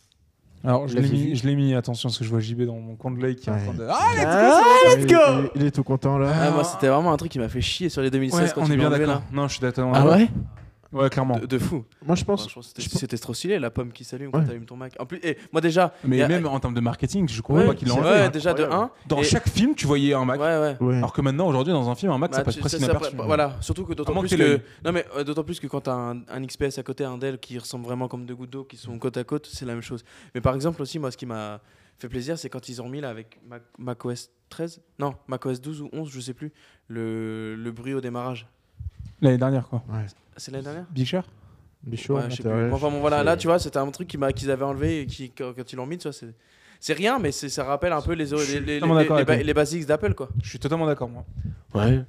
B: Alors, je
A: L'as
B: l'ai
A: vu
B: mis, je l'ai mis, attention, parce que je vois JB dans mon coin de l'œil qui est en
C: Ouais.
B: train de. Ah, les-
C: Ah, il-
A: go
C: il, il est tout content, là.
D: Ah, moi c'était vraiment un truc qui m'a fait chier sur les 2016
B: Ouais,
D: quand
B: on
D: ils
B: est bien
D: l'ont enlevé,
B: d'accord. Non, je suis d'accord.
A: Ah ouais
B: ouais Ouais, clairement.
D: là. De, de fou.
C: Moi, je pense.
D: Enfin, je pense que c'était c'était trop stylé la pomme qui s'allume quand
C: Ouais.
D: t'allumes ton Mac. En plus, et moi déjà. il y
B: Mais
D: a-
B: même en termes de marketing, je crois
D: Ouais,
B: pas qu'ils l'ont
D: c'est-
B: enlevé.
D: ouais,
B: hein.
D: déjà de 1.
B: Dans
D: Et-
B: chaque film, tu voyais un
D: Ouais,
B: Mac.
D: ouais.
C: Ouais.
B: Alors que maintenant, aujourd'hui, dans un film, un Mac, ça
D: Bah,
B: passe
D: tu-
B: presque
D: ça- ça-
B: inaperçu.
D: bah, Voilà, surtout que d'autant
B: Comment
D: plus
B: que t'es
D: que non mais euh, d'autant plus que quand t'as un, un XPS à côté, un Dell qui ressemble vraiment comme deux gouttes d'eau qui sont côte à côte, c'est la même chose. Mais par exemple aussi moi, ce qui m'a fait plaisir, c'est quand ils ont remis là avec Mac, OS 13, non Mac OS 12 ou 11, je sais plus, le, le bruit au démarrage.
B: L'année dernière, quoi.
C: Ouais.
D: C'est l'année dernière.
B: Big Share
C: Bichot,
D: Ouais, je sais plus. Enfin bon voilà, là tu vois, c'était un truc qui m'a- qu'ils avaient enlevé et qui quand, quand ils l'ont mis, tu vois, c'est c'est rien, mais c'est- ça rappelle un peu les
B: Je
D: les,
B: suis
D: les, les,
B: totalement d'accord
D: les- les
B: avec
D: ba- les basics d'Apple quoi.
B: Je suis totalement d'accord, moi.
A: Ouais.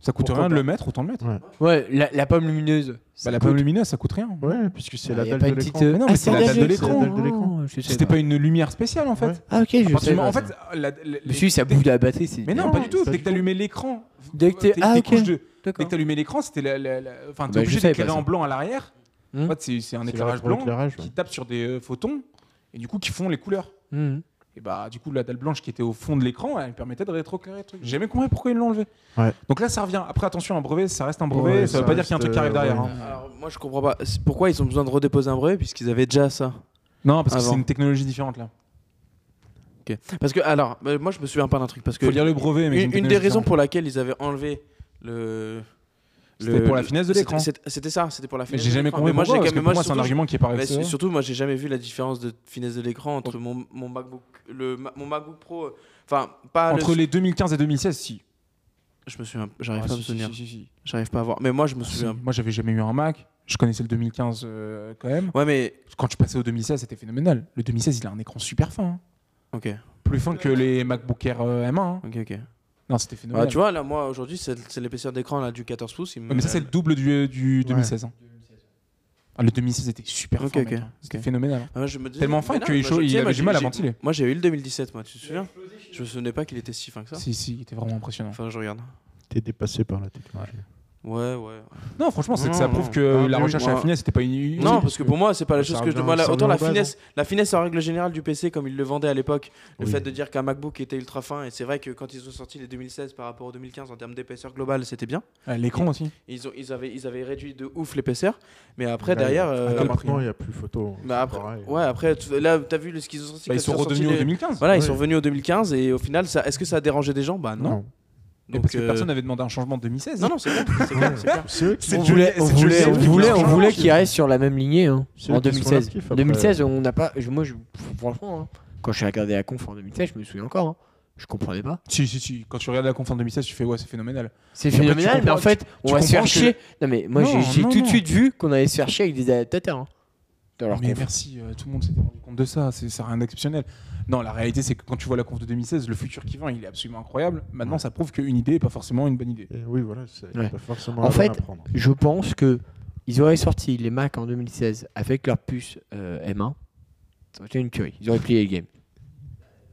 B: Ça coûte
C: Pourquoi
B: rien de
C: pas
B: le mettre, autant le mettre.
A: Ouais, la, la pomme lumineuse.
B: Bah,
A: ça
B: la
A: coûte-
B: pomme lumineuse, ça coûte rien.
C: Ouais, puisque c'est
A: Ah,
C: la
A: y a
C: dalle
A: pas
C: de
A: une petite,
C: l'écran.
A: euh,
B: Mais non,
A: ah,
B: mais
A: c'est la dalle de l'écran.
C: de l'écran.
A: Ah, je sais
B: C'était
A: pas.
B: pas une lumière spéciale, en fait.
C: Ouais.
A: Ah ok,
B: À
A: je
B: partir
A: sais.
B: du moment- En
A: pas.
B: fait, la- la-
A: Le suisse à bout de la batterie, c'est.
B: Mais non, pas du tout.
C: pas
B: Dès
C: du
B: que t'allumais l'écran,
A: Dès que t'es-
B: tes-
A: ah,
B: tes
A: ok.
B: couches de- dès
A: D'accord.
B: que t'allumais l'écran, c'était la, la- la- enfin, t'es
A: Bah, je
B: obligé
A: savais
B: d'éclairer
A: pas ça.
B: en blanc à l'arrière.
A: Hmm.
B: En fait, c'est- c'est un
C: C'est
B: éclairage
C: pour
B: blanc
C: l'éclairage, ouais.
B: qui tape sur des euh, photons et du coup qui font les couleurs.
A: Mhm.
B: Et bah, du coup, la dalle blanche qui était au fond de l'écran, elle permettait de rétroéclairer le truc. J'ai jamais compris pourquoi ils l'ont enlevé.
C: Ouais.
B: Donc là, ça revient. Après, attention, un brevet, ça reste un brevet.
C: Ouais,
B: ça veut
C: ça
B: pas dire qu'il y a un truc
C: reste,
B: qui arrive
C: euh,
B: derrière.
C: ouais.
B: hein.
D: Alors moi je comprends pas c'est- pourquoi ils ont besoin de redéposer un brevet puisqu'ils avaient déjà ça.
B: hein. Non, parce que
D: Avant.
B: c'est une technologie différente là.
D: Parce que, alors, bah, moi je me souviens pas d'un truc. Parce que
B: Faut lire le brevet, mais
D: une, une des raisons pour laquelle ils avaient enlevé le.
B: C'était pour la finesse de
D: c'était-
B: l'écran.
D: c'était- C'était ça, c'était pour la finesse.
B: J'ai
D: de
B: jamais
D: l'écran.
B: compris.
D: Mais moi,
B: pourquoi,
D: j'ai
B: parce
D: quand
B: que pour
D: même- moi,
B: moi, c'est un
D: surtout,
B: argument qui est pas
D: mais
B: réussi.
D: c'est- surtout, moi j'ai jamais vu la différence de finesse de l'écran entre mon, mon MacBook, le, ma- mon MacBook Pro, euh, enfin pas
B: Entre
D: le,
B: les 2015 et 2016, si.
D: Je me souviens, j'arrive
B: Ah,
D: pas à
B: si,
D: me
B: si,
D: souvenir,
B: si, si, si.
D: j'arrive pas à voir. Mais moi je me
B: Ah, si.
D: souviens.
B: Moi, j'avais jamais eu un Mac. Je connaissais le 2015 euh, quand même.
D: Ouais mais
B: Quand tu passais au 2016, c'était phénoménal. Le 2016, il a un écran super fin. hein.
D: ok,
B: Plus fin que les MacBook Air euh, M1. hein.
D: ok, ok.
B: Non, c'était
D: Ah,
B: phénoménal.
D: tu vois là, moi aujourd'hui c'est c'est l'épaisseur d'écran là du 14 pouces. il me-
B: Ouais, mais ça, c'est le double du, euh, du 2016. hein. Ah, le 2016 était super
D: Ok,
B: fin.
D: ok,
B: mec, hein.
D: ok.
B: C'était phénoménal. hein.
D: Ah, je me dis-
B: Tellement
D: mais
B: fin
D: non,
B: qu'il
D: moi,
B: chaud-
D: je-
B: il
D: tiens,
B: avait
D: moi,
B: du mal à
D: j'ai-
B: ventiler.
D: Moi j'ai eu le 2017 moi, tu te souviens Je me souvenais pas qu'il était si fin que ça.
B: Si, si, il était vraiment impressionnant.
D: Enfin, je regarde.
C: T'es dépassé par la technologie.
D: Ouais, ouais.
B: Non, franchement, c'est que ça
D: Non,
B: prouve
D: non.
B: que
C: Ah,
B: la
C: mais
B: recherche
C: oui,
B: à la
C: moi-
B: finesse, c'était pas une.
D: Non, parce que pour moi, c'est pas la
C: Ça
D: chose que je
C: revient-
D: demande.
C: ça
D: Autant la
C: revient aux bases,
D: finesse,
B: hein.
D: la finesse en règle générale du PC, comme ils le vendaient à l'époque, le
C: Oui.
D: fait de dire qu'un MacBook était ultra fin, et c'est vrai que quand ils ont sorti les 2016 par rapport aux 2015 en termes d'épaisseur globale, c'était bien.
B: Ah, L'écran aussi.
D: Ils, ont, ils, avaient, ils avaient réduit de ouf l'épaisseur, mais après,
C: Là,
D: derrière.
B: à
D: euh,
C: Là,
B: quel prix,
C: maintenant, il n'y a plus photo.
D: mais après
C: Pareil.
D: ouais, après, tu- là, t'as vu le- ce qu'ils ont sorti
B: Bah, ils
D: quand
B: sont
D: ont sorti
B: redevenus en
D: les-
B: 2015.
D: Voilà, ils
C: Ouais.
D: sont revenus en 2015, et au final, ça... est-ce que ça a dérangé des gens Bah non.
C: Non.
B: Et
D: Donc,
B: parce que
D: euh,
B: personne n'avait demandé un changement en 2016.
D: Non, non, c'est clair, c'est clair, c'est clair.
C: C'est eux qui
B: C'est
A: On
B: Johnny-
A: voulait, on
B: c'est
A: voulait,
B: Johnny
A: on
B: Depp qui
A: voulait,
B: l'a
A: on
B: changé.
A: voulait qu'il reste sur la même lignée hein,
C: C'est
A: en
C: eux qui sont
A: 2016.
C: natifs,
A: En
C: après.
A: 2016, on n'a pas. je- Moi, je, franchement, hein, quand j'ai regardé la conf en 2016, je me souviens encore. hein, je comprenais pas.
B: Si, si, si. Quand tu regardes la conf en 2016, tu fais ouais, c'est phénoménal.
A: C'est
B: après, tu
A: phénoménal, mais en
B: comprends-
A: fait, on va se faire
B: comprends que-
A: chier. Non, mais moi, j'ai
B: Non,
A: j'ai
B: non,
A: tout de
B: non.
A: suite vu qu'on allait se faire chier avec des adaptateurs. hein, dans leur
B: mais
A: conf.
B: merci, euh, tout le monde s'était rendu compte de ça. C'est ça a rien d'exceptionnel. Non, la réalité, c'est que quand tu vois la conf de 2016, le futur qui vient, il est absolument incroyable. Maintenant,
C: Ouais.
B: ça prouve qu'une idée n'est pas forcément une bonne idée.
C: Et oui, voilà, c'est
A: Ouais.
C: pas forcément
A: En
C: la bonne
A: fait,
C: à prendre.
A: Je pense que ils auraient sorti les Mac en 2016 avec leur puce euh, M1. Ça aurait été une tuerie. Ils auraient plié le game.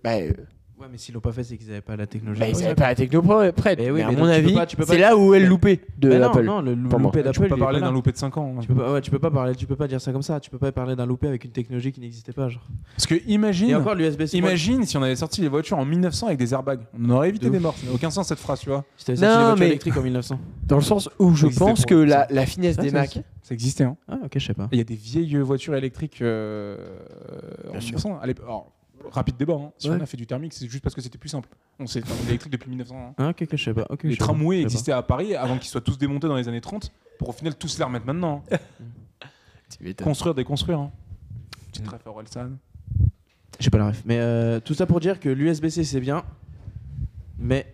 A: Bah, euh,
D: Ouais, mais s'ils l'ont pas fait, c'est qu'ils avaient pas la technologie.
A: Mais Bah, ils
D: Ouais.
A: n'avaient pas la techno pro- prête.
D: Eh oui,
A: mais à
D: mais
A: mon
D: donc tu peux
A: avis,
D: pas- tu peux pas-
A: c'est là où elle loupait de
D: Mais Bah, non,
A: Apple.
D: non, le
A: Pour moi.
D: loupé d'Apple.
B: Tu peux
D: il est
B: pas parler
D: là.
B: d'un loupé de 5 ans. hein.
D: Tu peux pas, ouais, tu peux pas parler, tu peux pas dire ça comme ça. Tu peux pas parler d'un loupé avec une technologie qui n'existait pas, genre.
B: Parce que
D: Et
B: imagine,
D: encore l'USB-C.
B: imagine si on avait sorti les voitures en 1900 avec des airbags. On aurait évité
D: De
B: des
D: ouf.
B: morts. Ça n'a aucun sens cette phrase, tu vois.
D: C'était
A: Non,
D: ça, une voiture
A: mais-
D: électrique en 1900.
A: Dans le sens où je
B: existait
A: pense
B: pour
A: que
B: le
A: la, la finesse
D: Ça,
A: des
D: ça
A: Mac.
B: Ça existait, hein.
D: Ah, ok, je sais pas.
B: Il y a des vieilles voitures électriques euh, en
A: sûr.
B: 1900. Allez, alors, rapide débat. hein. Si
A: Ouais.
B: on a fait du thermique, c'est juste parce que c'était plus simple. On s'est fait électrique depuis 1900. hein.
D: Ah, ok, ok, je sais pas. ok, je
B: Les
D: sais pas,
B: tramways
D: je sais pas.
B: existaient à Paris avant qu'ils soient tous démontés dans les années 30 pour au final tous les remettre maintenant. hein. Construire, déconstruire. hein. Petite
D: Mm.
B: ref à Orelsan.
D: J'ai pas la ref. Mais euh, tout ça pour dire que l'USB-C c'est bien, mais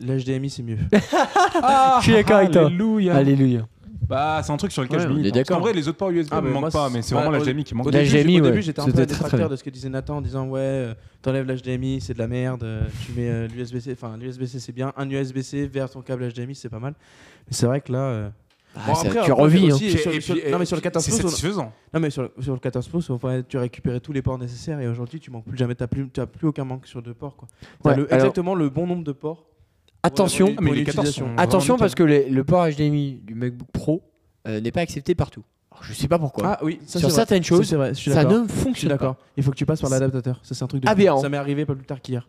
D: l'HDMI c'est mieux.
A: Je suis d'accord avec toi.
B: Ah, Alléluia.
A: Alléluia.
B: Bah, c'est un truc sur lequel
D: Ouais,
B: je
D: on est
B: milite. hein.
A: d'accord.
B: En vrai, les autres ports USB
D: Ah,
B: me
D: mais
B: manquent
D: moi,
B: pas,
D: c'est-
B: mais c'est vraiment
D: ouais,
B: la l'HDMI qui manque.
D: Au
A: La
D: début, j'ai-
A: HDMI,
D: au début,
A: ouais.
D: j'étais un
A: C'était
D: peu
A: très, très
D: détracteur
A: bien.
D: de ce que disait Nathan en disant ouais, euh, t'enlèves l'HDMI, c'est de la merde, euh, tu mets euh, l'USB-C, enfin l'USB-C c'est bien, un USB-C vers ton câble HDMI c'est pas mal. Mais c'est vrai que là. euh,
A: Ah,
D: bon,
A: ça,
D: après,
A: tu
D: après,
A: revis.
D: aussi,
A: hein.
B: Et
D: sur-
B: puis,
D: sur-
B: et
D: non, mais sur le
B: puis,
D: 14
B: c'est
D: pouces, on-
B: satisfaisant.
D: Non mais sur le, sur le 14 pouces, enfin, tu as récupéré tous les ports nécessaires et aujourd'hui tu manques plus jamais, t'as plus, t'as plus aucun manque sur deux ports quoi. T'as
A: Ouais,
D: le-
A: alors-
D: exactement le bon nombre de ports.
A: Attention,
D: Ouais, ouais,
B: Mais
D: pour
B: les 14
D: l'utilisation.
B: sont
A: attention
B: vraiment
A: parce que les- le port HDMI du MacBook Pro euh, n'est pas accepté partout. Alors, je sais pas pourquoi.
D: Ah oui, ça,
A: Sur
D: c'est vrai.
A: certaines choses,
D: Ça, c'est vrai, je suis
A: ça
D: d'accord.
A: ne
D: Je suis
A: fonctionne pas.
D: d'accord. Il faut que tu passes par l'adaptateur. Ça, c'est Ah, un truc de.
A: Aberrant.
D: fou. Ça m'est arrivé pas plus tard qu'hier.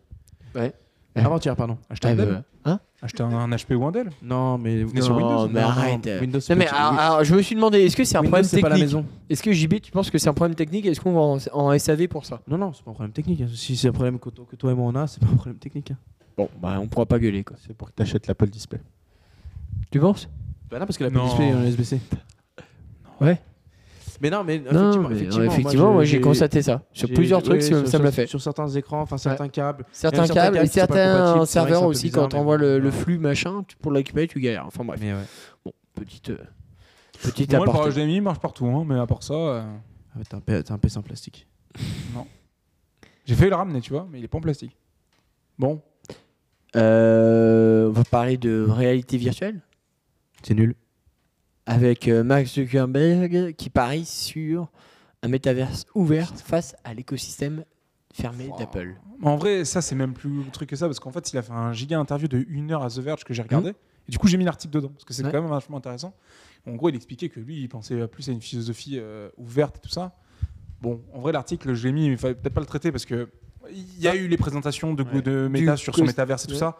A: Ouais.
D: Avant-hier, pardon.
B: Acheter
A: Ah,
B: un Dell.
A: bah, hein
B: Acheter un- un HP ou un Dell.
D: Non, mais.
B: venez sur
A: Non,
B: Windows,
A: mais
D: non,
A: arrête.
D: non, ah, Windows,
A: Non, mais
D: c'est-
A: alors, alors, je me suis demandé, est-ce que c'est un
D: Windows,
A: problème
D: c'est pas la
A: technique
D: maison.
A: Est-ce que JB, tu penses que c'est un problème technique Est-ce qu'on va en, en SAV pour ça
D: Non, non, c'est pas un problème technique. hein. Si c'est un problème que, to- que toi et moi on a, c'est pas un problème technique. hein.
A: Bon, bah on pourra pas gueuler quoi.
C: C'est pour que t'achètes l'Apple Display.
A: Tu penses
D: Bah non, parce que la
B: Non.
D: display est en USB-C.
A: Ouais.
D: Mais non, mais
A: Non,
D: effectivement,
A: mais, euh,
D: effectivement, moi,
A: effectivement, moi j'ai constaté ça. Sur
D: j'ai-
A: plusieurs trucs,
D: ouais,
A: ça-
D: sur-
A: ça me l'a
D: sur-
A: fait.
D: Sur certains écrans, enfin certains câbles.
A: Certains
D: certains
A: câbles et
D: câbles qui sont pas compatibles, c'est
A: certains
D: vrai que c'est
A: serveurs
D: un peu
A: aussi,
D: bizarre,
A: quand
D: mais
A: t'envoies
D: bon.
A: le, le flux machin, tu, pour le récupérer, tu galères. Enfin bref,
D: Mais ouais.
A: petite, euh, petite
B: Moi, le port
A: aparté.
B: HDMI marche partout, hein, mais à part ça, euh,
D: Ah, mais T'as un P- t'as un PC en plastique.
B: j'ai failli le ramener, tu vois, mais il est pas en plastique. Bon,
A: Euh, on va parler de réalité virtuelle
D: C'est nul.
A: avec euh, Mark Zuckerberg qui parie sur un métaverse ouvert face à l'écosystème fermé
B: Wow.
A: d'Apple.
B: En vrai, ça, c'est même plus le truc que ça, parce qu'en fait, il a fait un giga interview de une heure à The Verge que j'ai regardé. Et du coup, j'ai mis l'article dedans, parce que c'est
A: Mmh. Ouais.
B: quand même vachement intéressant. En gros, il expliquait que lui, il pensait plus à une philosophie euh, ouverte et tout ça. Bon, en vrai, l'article, je l'ai mis, mais il fallait peut-être pas le traiter, parce que il y a eu les présentations de,
A: Ouais.
B: de Meta
A: Du
B: sur son
A: cost-
B: métaverse et tout
A: ouais.
B: ça.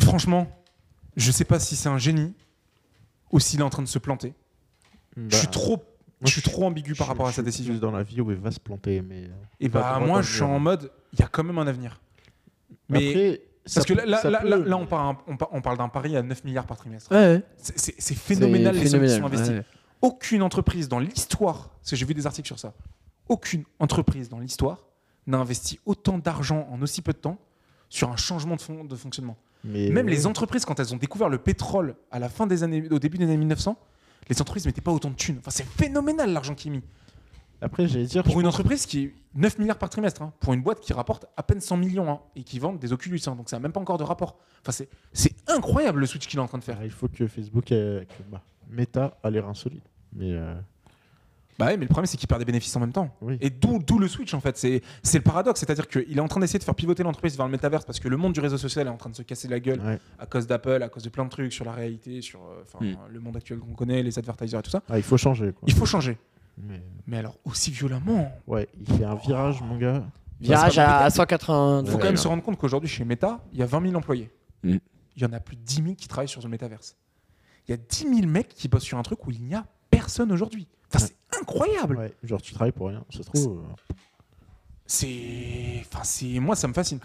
B: Franchement, je sais pas si c'est un génie ou s'il est en train de se planter. je
A: Bah,
B: suis trop, je suis trop ambigu par rapport à sa décision.
C: dans la vie où il va se planter, mais. euh,
B: Et
C: Pas
B: bah
C: droit
B: moi
C: dans
B: je
C: le
B: suis en
C: mur.
B: mode, il y a quand même un avenir. Mais
C: Après,
B: parce
C: ça
B: que
C: peut-
B: là, là,
C: ça
B: là,
C: peut-
B: là, là, on parle, un- on par- on parle d'un pari à 9 milliards par trimestre.
A: Ouais,
B: C'est- C'est c'est phénoménal les sommes qui sont investies. Aucune entreprise dans l'histoire, parce que j'ai vu des articles sur ça, aucune entreprise dans l'histoire n'a investi autant d'argent en aussi peu de temps sur un changement de, fon- de fonctionnement.
C: mais- euh,
B: Même les entreprises, quand elles ont découvert le pétrole à la fin des années, au début des années 1900, les entreprises mettaient pas autant de thunes. Enfin, c'est phénoménal l'argent qui est mis.
C: Après, j'allais dire.
B: Pour
C: je
B: une
C: pense-
B: entreprise qui est 9 milliards par trimestre, hein, pour une boîte qui rapporte à peine 100 millions hein, et qui vend des Oculus, hein, donc ça n'a même pas encore de rapport. Enfin, c'est- c'est incroyable le switch qu'il est en train de faire.
C: Ah, Il faut que Facebook. euh, que, bah, Meta a l'air insolite. Mais. euh,
B: Bah ouais, mais le problème c'est qu'il perd des bénéfices en même temps.
C: oui.
B: Et d'où d'où le switch en fait, c'est c'est le paradoxe, c'est-à-dire qu'il est en train d'essayer de faire pivoter l'entreprise vers le métaverse parce que le monde du réseau social est en train de se casser la gueule
C: Ouais.
B: à cause d'Apple, à cause de plein de trucs sur la réalité, sur euh, enfin,
A: Mm.
B: le monde actuel qu'on connaît, les advertisers et tout ça.
C: Ah, il faut changer, quoi.
B: Il faut changer.
C: Mais-
B: Mais alors aussi violemment.
C: Ouais, il fait un virage, mon gars.
A: Virage
B: Ça sera
A: à 180
B: Il faut
C: Ouais,
B: quand même
C: ouais.
B: se rendre compte qu'aujourd'hui, chez Meta, il y a 20 000 employés.
A: Mm.
B: Il y en a plus de 10 000 qui travaillent sur le métaverse. Il y a 10 000 mecs qui bossent sur un truc où il n'y a personne aujourd'hui. Enfin, c'est incroyable.
C: Ouais, genre, tu travailles pour rien. Ça se trouve. euh,
B: C'est. Enfin, c'est. Moi, ça me fascine.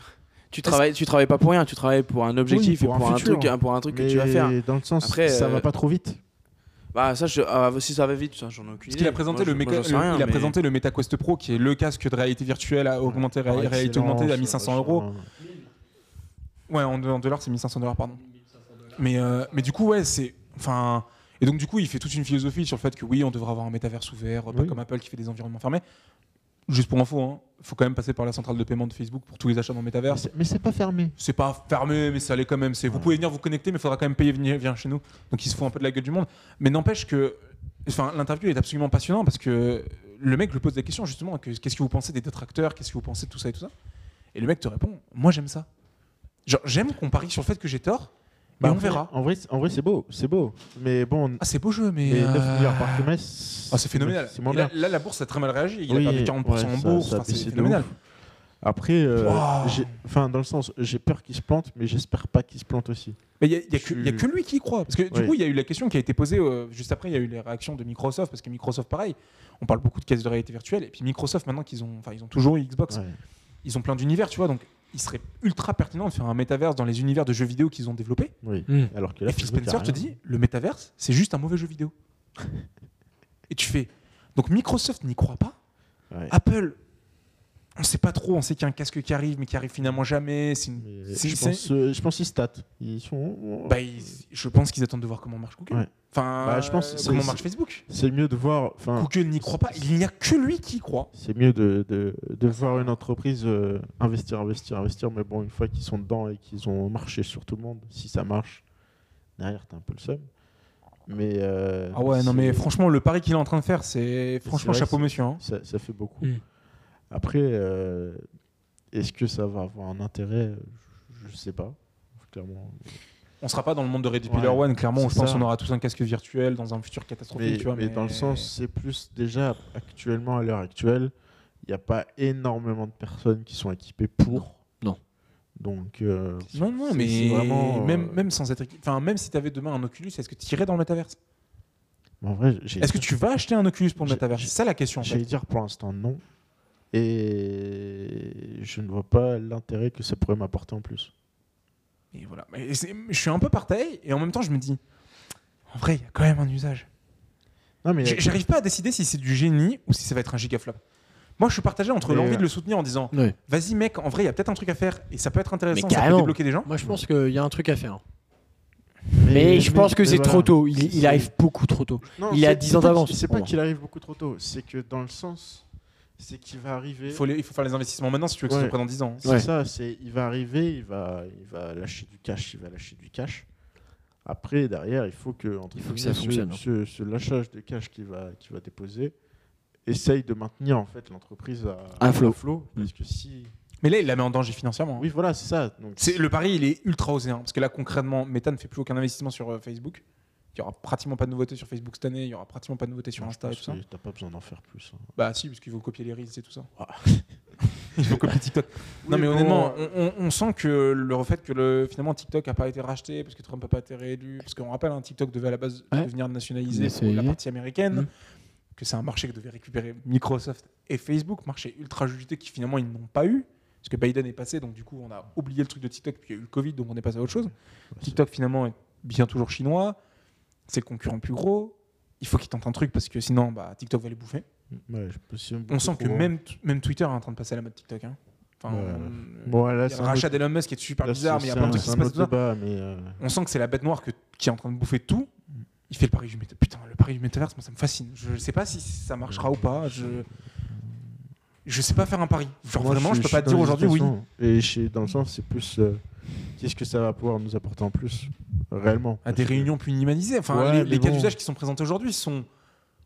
D: Tu travailles, tu travailles pas pour rien. Tu travailles pour un objectif,
B: Oui,
D: et
B: pour
D: pour,
B: un
D: un,
B: futur.
D: truc, hein, pour un truc que tu vas
C: mais
D: faire.
C: Dans le sens,
D: Après,
C: ça
D: euh,
C: va pas trop vite.
D: Bah ça, je, ah, si ça va vite, ça, j'en ai aucune
B: Parce
D: idée.
B: qu'il a présenté
D: Moi, je-
B: le,
D: moi, j'en
B: méca-
D: sais
B: le-
D: rien,
B: il a
D: mais-
B: présenté le MetaQuest Pro, qui est le casque de réalité virtuelle à
D: Ah,
B: augmenter,
C: Par
B: réalité augmentée à
C: excellence,
B: 1500 euros.
C: euh, machin.
B: Ouais, en, en dollars, c'est 1500 dollars, pardon. Mais, euh, mais du coup, ouais, c'est. Enfin. Et donc, du coup, il fait toute une philosophie sur le fait que oui, on devrait avoir un métaverse ouvert, pas
C: Oui.
B: comme Apple qui fait des environnements fermés. Juste pour info, hein, faut quand même passer par la centrale de paiement de Facebook pour tous les achats dans le
C: Mais
B: métaverse.
C: c'est- Mais c'est pas fermé.
B: C'est pas fermé, mais ça l'est quand même. C'est, vous pouvez venir vous connecter, mais il faudra quand même payer venir, venir chez nous. Donc, ils se font un peu de la gueule du monde. Mais n'empêche que. Enfin, l'interview est absolument passionnante parce que le mec lui pose des questions justement que- qu'est-ce que vous pensez des détracteurs, qu'est-ce que vous pensez de tout ça et tout ça. Et le mec te répond, moi j'aime ça. Genre, j'aime qu'on parie sur le fait que j'ai tort, mais
C: Bah,
B: on
C: en vrai-
B: verra.
C: En vrai, c'est- en vrai, c'est beau, c'est beau. Mais bon,
B: Ah, c'est beau jeu, mais.
C: mais
B: euh,
C: 9 milliards par trimestre.
B: Ah, c'est phénoménal.
C: C'est moins
B: Et là,
C: bien.
B: là, la bourse a très mal réagi. Il
C: Oui,
B: a perdu 40%
C: ouais,
B: en
C: ça-
B: bourse.
C: ça a
B: Enfin,
C: baissé
B: c'est
C: de
B: phénoménal.
C: Après, euh,
B: Wow.
C: j'ai- enfin, dans le sens, j'ai peur qu'il se plante, mais j'espère pas qu'il se plante aussi.
B: Mais il n'y a, il y a que-
C: Tu-
B: il y a que lui qui y croit. Parce que du
C: Oui.
B: coup, il y a eu la question qui a été posée euh, juste après. Il y a eu les réactions de Microsoft. Parce que Microsoft, pareil, on parle beaucoup de caisses de réalité virtuelle. Et puis Microsoft, maintenant qu'ils ont, enfin, ils ont toujours eu Xbox,
C: Ouais.
B: ils ont plein d'univers, tu vois. Donc, il serait ultra pertinent de faire un métaverse dans les univers de jeux vidéo qu'ils ont développés.
C: Oui.
A: Hmm.
C: Alors que là,
B: et Phil
C: Facebook a
B: Spencer te
C: rien.
B: dit le métaverse, c'est juste un mauvais jeu vidéo. et tu fais. Donc, Microsoft n'y croit pas.
C: Ouais.
B: Apple, on sait pas trop, on sait qu'il y a un casque qui arrive, mais qui arrive finalement jamais. C'est une-
C: Mais
B: c'est-
C: je,
B: c'est-
C: pense, euh, je pense qu'ils statent. Ils sont.
B: bah, ils- je pense qu'ils attendent de voir comment marche Google.
C: Ouais.
B: Enfin,
C: Bah, je pense que
B: euh,
C: c'est-
B: comment
C: c'est-
B: marche Facebook.
C: C'est mieux de voir. Enfin,
B: Google n'y croit pas, il n'y a que lui qui y croit.
C: c'est mieux de, de, de voir une entreprise euh, investir, investir, investir. Mais bon, une fois qu'ils sont dedans et qu'ils ont marché sur tout le monde, si ça marche, derrière, t'as un peu le seum. Mais. euh,
B: Ah ouais, non mais
C: c'est-
B: franchement, le pari qu'il est en train de faire, c'est franchement
C: vrai que
B: chapeau
C: c'est-
B: monsieur. hein.
C: Ça, ça fait beaucoup.
A: Mm.
C: Après, euh, est-ce que ça va avoir un intérêt Je je sais pas. Clairement.
B: On sera pas dans le monde de Ready
C: Ouais,
B: Player One, clairement, je
C: c'est
B: pense
C: ça.
B: qu'on aura tous un casque virtuel dans un futur catastrophique,
C: Mais,
B: tu vois.
C: mais dans le sens, c'est plus déjà actuellement, à l'heure actuelle, il n'y a pas énormément de personnes qui sont équipées pour.
A: Non.
C: Donc, euh,
B: Non, non,
C: c'est-
B: mais
C: c'est vraiment, euh,
B: même, même sans être. Enfin, même si tu avais demain un Oculus, est-ce que tu irais dans le métaverse
C: en vrai, j'ai-
B: Est-ce que tu vas acheter un Oculus pour le
C: J'ai-
B: métaverse C'est
C: j'ai-
B: ça la question. en fait.
C: j'allais dire pour l'instant non. Et je ne vois pas l'intérêt que ça pourrait m'apporter en plus.
B: Et voilà. Mais c'est- je suis un peu partagé et en même temps je me dis, en vrai, il y a quand même un usage.
C: Non, mais euh,
B: J'ai- J'arrive pas à décider si c'est du génie ou si ça va être un gigaflop. Moi, je suis partagé entre
C: Mais euh,
B: l'envie
C: ouais.
B: de le soutenir en disant,
A: Ouais.
B: vas-y mec, en vrai, il y a peut-être un truc à faire et ça peut être
A: Mais
B: intéressant, ça peut
A: carrément.
B: débloquer des gens.
A: Moi, je pense qu'il y a un truc à faire. Mais je pense que
C: mais
A: c'est
C: voilà.
A: trop tôt. Il, il
C: C'est-
A: arrive beaucoup trop tôt.
C: Non,
A: Il a
C: c'est-
A: 10
C: c'est
A: ans
C: pas
A: d'avance,
C: qu'il- C'est
A: pour
C: pas
A: moi.
C: qu'il arrive beaucoup trop tôt, c'est que dans le sens, c'est qu'il va arriver.
B: Il faut, les- il faut faire les investissements maintenant si tu veux que ça
C: Ouais.
B: se prenne dans 10 ans.
C: C'est
A: Ouais.
C: ça, c'est il va arriver, il va, il va lâcher du cash, il va lâcher du cash. Après, derrière, il faut que, entre
A: Il faut que
C: guillemets,
A: ça fonctionne, hein.
C: Ce, ce- ce lâchage de cash qu'il va, qu'il va déposer essaye de maintenir en fait l'entreprise à,
A: À flot. Mm.
C: Parce que si.
B: Mais là, il la met en danger financièrement.
C: Oui, voilà, c'est ça. Donc,
B: C'est- Le pari, il est ultra osé. hein, parce que là, concrètement, Meta ne fait plus aucun investissement sur euh, Facebook. Il y aura pratiquement pas de nouveautés sur Facebook cette année. Il y aura pratiquement pas de nouveautés sur
C: je
B: Insta et
C: pense
B: tout ça.
C: que T'as pas besoin d'en faire plus. hein.
B: Bah si, parce qu'ils vont copier les Reels et tout ça.
C: Ah.
B: Ils vont copier TikTok. non
C: Oui,
B: mais
C: bon,
B: honnêtement,
C: euh,
B: on, on- on sent que le fait que le, finalement TikTok n'a pas été racheté, parce que Trump n'a pas été réélu, parce qu'on rappelle, un TikTok devait à la base
A: Ouais.
B: devenir nationalisé pour
A: Nationalisé.
B: la partie américaine,
A: Mm.
B: que c'est un marché que devait récupérer Microsoft et Facebook, marché ultra jugité qui finalement ils n'ont pas eu, parce que Biden est passé, donc du coup on a oublié le truc de TikTok, puis il y a eu le Covid, donc on est passé à autre chose. TikTok finalement est bien toujours chinois, c'est le concurrent le plus gros, il faut qu'ils tentent un truc, parce que sinon bah, TikTok va les bouffer.
C: Ouais, je pense c'est
B: On
C: beaucoup
B: sent
C: trop
B: que
C: grand.
B: même, même Twitter est en train de passer à la mode TikTok. hein. Enfin,
C: Ouais.
B: on-
C: Bon, là,
B: il y a
C: c'est
B: le
C: un
B: rachat
C: autre-
B: d'Elon Musk qui est super
C: là,
B: bizarre, mais
C: c'est-
B: il y a
C: c'est
B: plein
C: un-
B: de trucs qui
C: c'est
B: se
C: un
B: passent.
C: autre
B: dedans.
C: débat, mais. euh,
B: On sent que c'est la bête noire que- qui est en train de bouffer tout. Il fait le pari du métaverse. Putain, le pari du métaverse, moi, ça me fascine. Je sais pas si ça marchera ou pas. Je je sais pas faire un pari. Genre,
C: Moi,
B: vraiment, je, peux
C: suis
B: pas
C: dans
B: dire aujourd'hui oui.
C: l'hésitation. Et chez- dans le sens, c'est plus euh, qu'est-ce que ça va pouvoir nous apporter en plus, réellement.
B: À des
C: Parce que-
B: réunions plus minimalisées. Enfin,
C: Ouais,
B: les,
C: mais
B: les cas
C: bon.
B: d'usage qui sont présentés aujourd'hui sont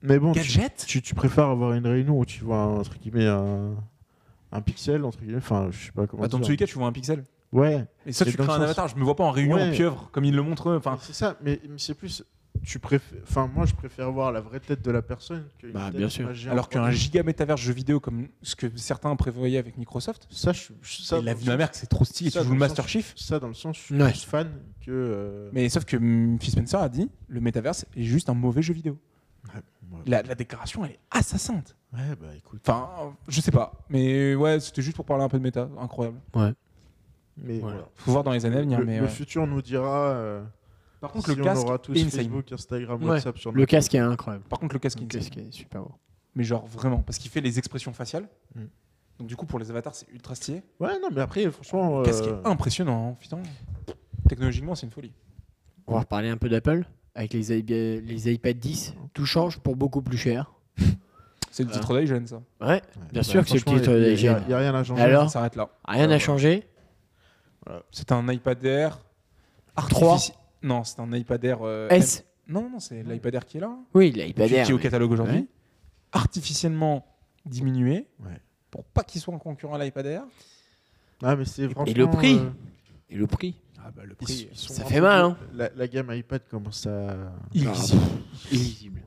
C: Mais bon, tu,
B: gadgets.
C: tu- tu préfères avoir une réunion où tu vois un, entre guillemets, un, un pixel, entre guillemets, enfin, je sais pas comment.
B: Bah, dans
C: dire.
B: tous les cas, tu vois un pixel.
C: Ouais,
B: Et ça,
C: Et
B: tu
C: dans le
B: crées un
C: sens-
B: avatar. Je me vois pas en réunion
C: Ouais.
B: en pieuvre, comme ils le montrent eux. Enfin,
C: mais c'est ça, mais, mais c'est plus. Tu préfères, enfin, moi, je préfère voir la vraie tête de la personne que
A: Bah, bien sûr.
B: alors
C: euh,
B: qu'un giga métaverse jeu vidéo comme ce que certains prévoyaient avec Microsoft,
C: Ça, je, je- ça,
B: et la
C: dans
B: vie
C: le
B: de ma
C: sens-
B: mère, que c'est trop stylé,
C: ça,
B: tu joues
C: dans
B: le
C: le
B: Master
C: sens-
B: Chief.
C: Ça, dans le sens, je suis
A: Ouais.
C: plus fan que. euh,
B: Mais sauf que hum, Phil Spencer a dit le métaverse est juste un mauvais jeu vidéo.
C: Ouais,
B: La, la déclaration, elle est assassante.
C: Ouais, bah écoute.
B: Enfin, euh, je sais pas. Mais ouais, c'était juste pour parler un peu de méta. Incroyable.
C: mais
A: voilà.
C: voilà.
B: Faut voir dans les années à venir.
C: Le-
B: mais
C: le
B: ouais.
C: futur nous dira. euh,
B: Par contre,
C: Si
B: le
C: on
B: casque
C: aura tous
B: est insane.
C: Facebook, Instagram,
A: Ouais.
C: WhatsApp sur
A: Le
C: notre-
A: casque est incroyable.
B: Par contre, le casque,
A: Le
B: est insane.
A: casque est super beau.
B: Mais genre vraiment, parce qu'il fait les expressions faciales.
C: Mm.
B: Donc du coup, pour les avatars, c'est ultra stylé.
C: Ouais, non, mais après, franchement.
B: Le casque
C: euh,
B: est impressionnant. hein, Putain. Technologiquement, c'est une folie.
A: On va reparler un peu d'Apple avec les, iP- les iPad 10. Tout change pour beaucoup plus cher.
B: C'est le
C: Euh.
A: Ah.
B: titre d'œil jeune, ça.
A: Ouais,
C: ouais,
A: bien sûr que c'est le
C: franchement,
A: titre
C: y a-
A: des
C: y a-
A: jeunes.
C: y a rien à changer.
B: Ça
A: Alors
B: s'arrête là.
A: rien n'a
C: Ouais.
A: changé.
B: C'était un iPad Air.
A: Trois.
B: artifici- Non, c'est un iPad Air. euh,
A: S.
B: Non, non, c'est l'iPad Air qui est là. hein.
A: Oui, l'iPad
B: qui
A: Air.
B: est au
A: mais-
B: catalogue aujourd'hui,
A: Ouais.
B: artificiellement diminué
C: Ouais.
B: pour pas qu'il soit un concurrent à l'iPad Air.
C: Ah, mais c'est
A: Et le
C: franchement,
A: prix
C: euh,
A: Et le prix
B: Ah bah, le
C: ils
B: prix.
C: s- sont
A: Ça
C: un
A: fait
C: peu-
A: mal, hein
C: la, la gamme iPad commence à.
B: Illisible.
A: Illisible.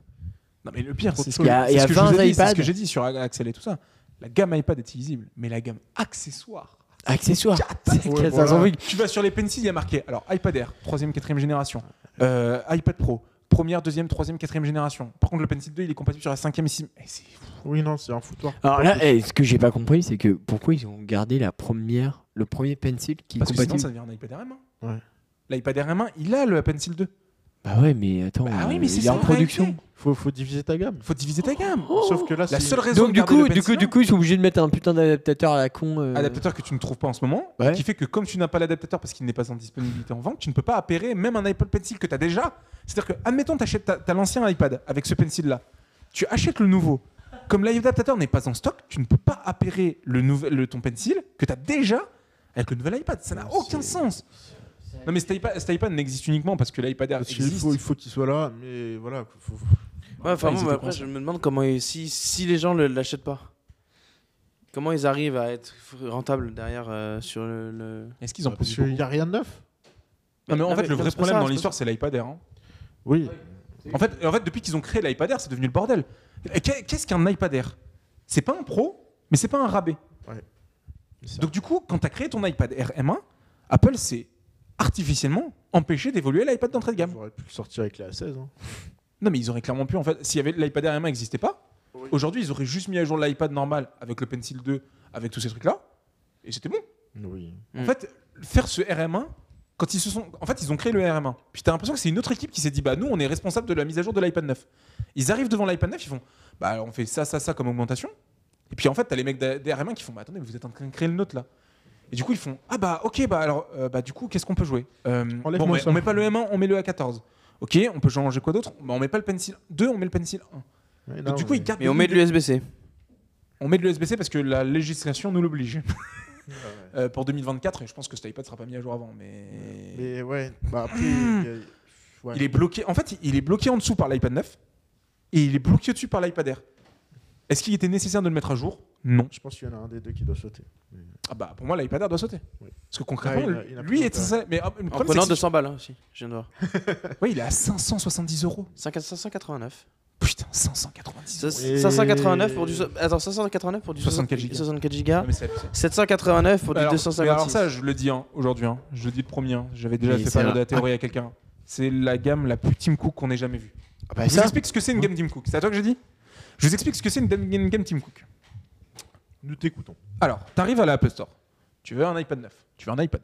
B: Non, mais le pire, c'est ce
A: Il y a-
B: que-
A: il y
B: c'est
A: a
B: ce que je vous
A: 20
B: ai dit, c'est ce
A: iPads.
B: que j'ai dit sur Axel et tout ça. La gamme iPad est illisible, mais la gamme accessoire.
A: Accessoire. C'est
C: Ouais,
A: que ça
C: voilà.
A: s'en fout.
B: Tu vas sur les pencils, il y a marqué alors iPad Air, 3 quatrième génération. Euh, iPad Pro, première, deuxième, troisième, quatrième génération. Par contre, le Pencil 2, il est compatible sur la cinquième et sixième. Eh, c'est fou.
C: Oui, non, c'est un foutoir.
A: Alors là, eh, ce que j'ai pas compris, c'est que pourquoi ils ont gardé la première, le premier pencil qui est
B: Parce que sinon,
A: compatible.
B: ça devient un iPad Air M1.
C: Ouais.
B: L'iPad Air M1, il a le Pencil 2.
A: Bah ouais, mais attends,
B: Bah oui, mais
A: euh,
B: c'est
A: il est
B: ça,
A: en
B: la
A: production.
B: réalité.
C: Faut, faut diviser ta gamme.
B: Faut diviser ta gamme.
C: Sauf que là,
B: La
C: c'est-
B: seule raison
A: Donc
B: de
A: du
B: garder
A: coup,
B: le
A: du coup,
B: Pencil
A: du coup, ils sont obligés de mettre un putain d'adaptateur à la con. euh,
B: adaptateur que tu ne trouves pas en ce moment,
A: Ouais.
B: qui fait que comme tu n'as pas l'adaptateur parce qu'il n'est pas en disponibilité en vente, tu ne peux pas appairer même un iPod Pencil que tu as déjà. C'est-à-dire que, admettons, tu achètes l'ancien iPad avec ce pencil-là, tu achètes le nouveau. Comme l'adaptateur n'est pas en stock, tu ne peux pas appairer le nouvel, le, ton pencil que tu as déjà avec le nouvel iPad. Ça n'a aucun sens. Non mais cet iPad, cet iPad n'existe uniquement parce que l'iPad Air
C: Parce qu'il
B: existe.
C: faut, il faut qu'il soit là, mais voilà. faut- faut-
D: Ouais, enfin,
B: Ils
D: bon,
B: étaient
D: bah, après,
B: coincés.
D: je me demande comment ils- si, si les gens ne l'achètent pas. Comment ils arrivent à être f- rentables derrière euh, sur le. le-
B: Est-ce qu'ils en
C: Parce
B: produisent
C: qu'il
B: beaucoup
C: n'y a rien de neuf.
B: Non mais en
D: Non,
B: fait
D: mais
B: le vrai
D: c'est pas
B: problème
D: ça,
B: dans
D: c'est
B: l'histoire c'est l'iPad Air. hein.
C: Oui.
B: En fait, en fait, depuis qu'ils ont créé l'iPad Air, c'est devenu le bordel. Et qu'est- Qu'est-ce qu'un iPad Air C'est pas un pro, mais c'est pas un rabais.
C: c'est
B: Donc du coup, quand tu as créé ton iPad Air M1, Apple s'est artificiellement empêché d'évoluer l'iPad d'entrée de
C: ça.
B: gamme.
C: J'aurais pu le sortir avec la 16. hein.
B: Non mais ils auraient clairement pu en fait, s'il y avait l'iPad Air M1 n'existait pas, aujourd'hui ils auraient juste mis à jour l'iPad normal avec le Pencil 2, avec tous ces trucs là, et c'était bon.
C: Oui.
B: En
D: Mm.
B: fait, faire ce RM1, quand ils se sont. En fait, ils ont créé le RM1. Puis t'as l'impression que c'est une autre équipe qui s'est dit bah, nous, on est responsable de la mise à jour de l'iPad 9. Ils arrivent devant l'iPad 9, ils font bah, alors, on fait ça, ça, ça comme augmentation. Et puis en fait, t'as les mecs des RM1 qui font bah, attendez, vous êtes en train de créer le nôtre là. Et du coup, ils font ah bah, ok, bah alors, euh, bah, du coup, qu'est-ce qu'on peut jouer Euh,
C: Enlève-moi
B: bon, mais
C: ça.
B: On met pas le M1, on met le A14. Ok, on peut changer quoi d'autre bah, On met pas le Pencil 2, on met le Pencil 1.
C: Mais
B: Donc,
C: non,
B: du coup,
C: mais-
B: ils gardent
D: Mais on met de l'USB-C.
B: on met de l'USB-C parce que la législation nous l'oblige.
C: ouais.
B: Euh, pour 2024, et je pense que cet iPad sera pas mis à jour avant. Mais...
C: Mais ouais. Bah après. il y a- ouais.
B: Il est bloqué. En fait, il est bloqué en dessous par l'iPad 9 et il est bloqué au-dessus par l'iPad Air. Est-ce qu'il était nécessaire de le mettre à jour Non.
C: Je pense qu'il y en a un des deux qui doit sauter.
B: Ah bah pour moi l'iPad Air doit sauter.
C: Oui.
B: Parce que concrètement,
C: Ah, il a- il a
B: lui
C: plus
B: est mais ah, le problème,
D: En prenant
B: c'est que si-
D: 200 balles hein, aussi, je viens de voir.
B: Ouais, il est à 570 euros.
D: 5 589.
B: Putain, 590.
D: Ça,
C: Et-
D: 589 pour du. so- Attends, 589 pour du.
B: 64
D: gigas.
B: gigas.
D: 64 gigas.
B: Non, mais c'est abusé.
D: 789 Ah. pour du
B: Alors, mais
D: 256.
B: alors ça, je le dis hein, aujourd'hui, hein. je le dis le premier. hein. J'avais déjà
A: Mais
B: fait
A: c'est
B: parler
A: un-
B: de la théorie à quelqu'un. C'est la gamme la plus Team Cook qu'on ait jamais vue.
A: Ah bah
B: Je vous
A: ça.
B: explique ce que c'est une gamme Tim Cook. C'est à toi que j'ai dit Je vous explique ce que c'est une, dam- une gamme Tim Cook.
C: Nous t'écoutons.
B: Alors, tu arrives à la Apple Store. Tu veux un iPad 9. Tu veux un iPad.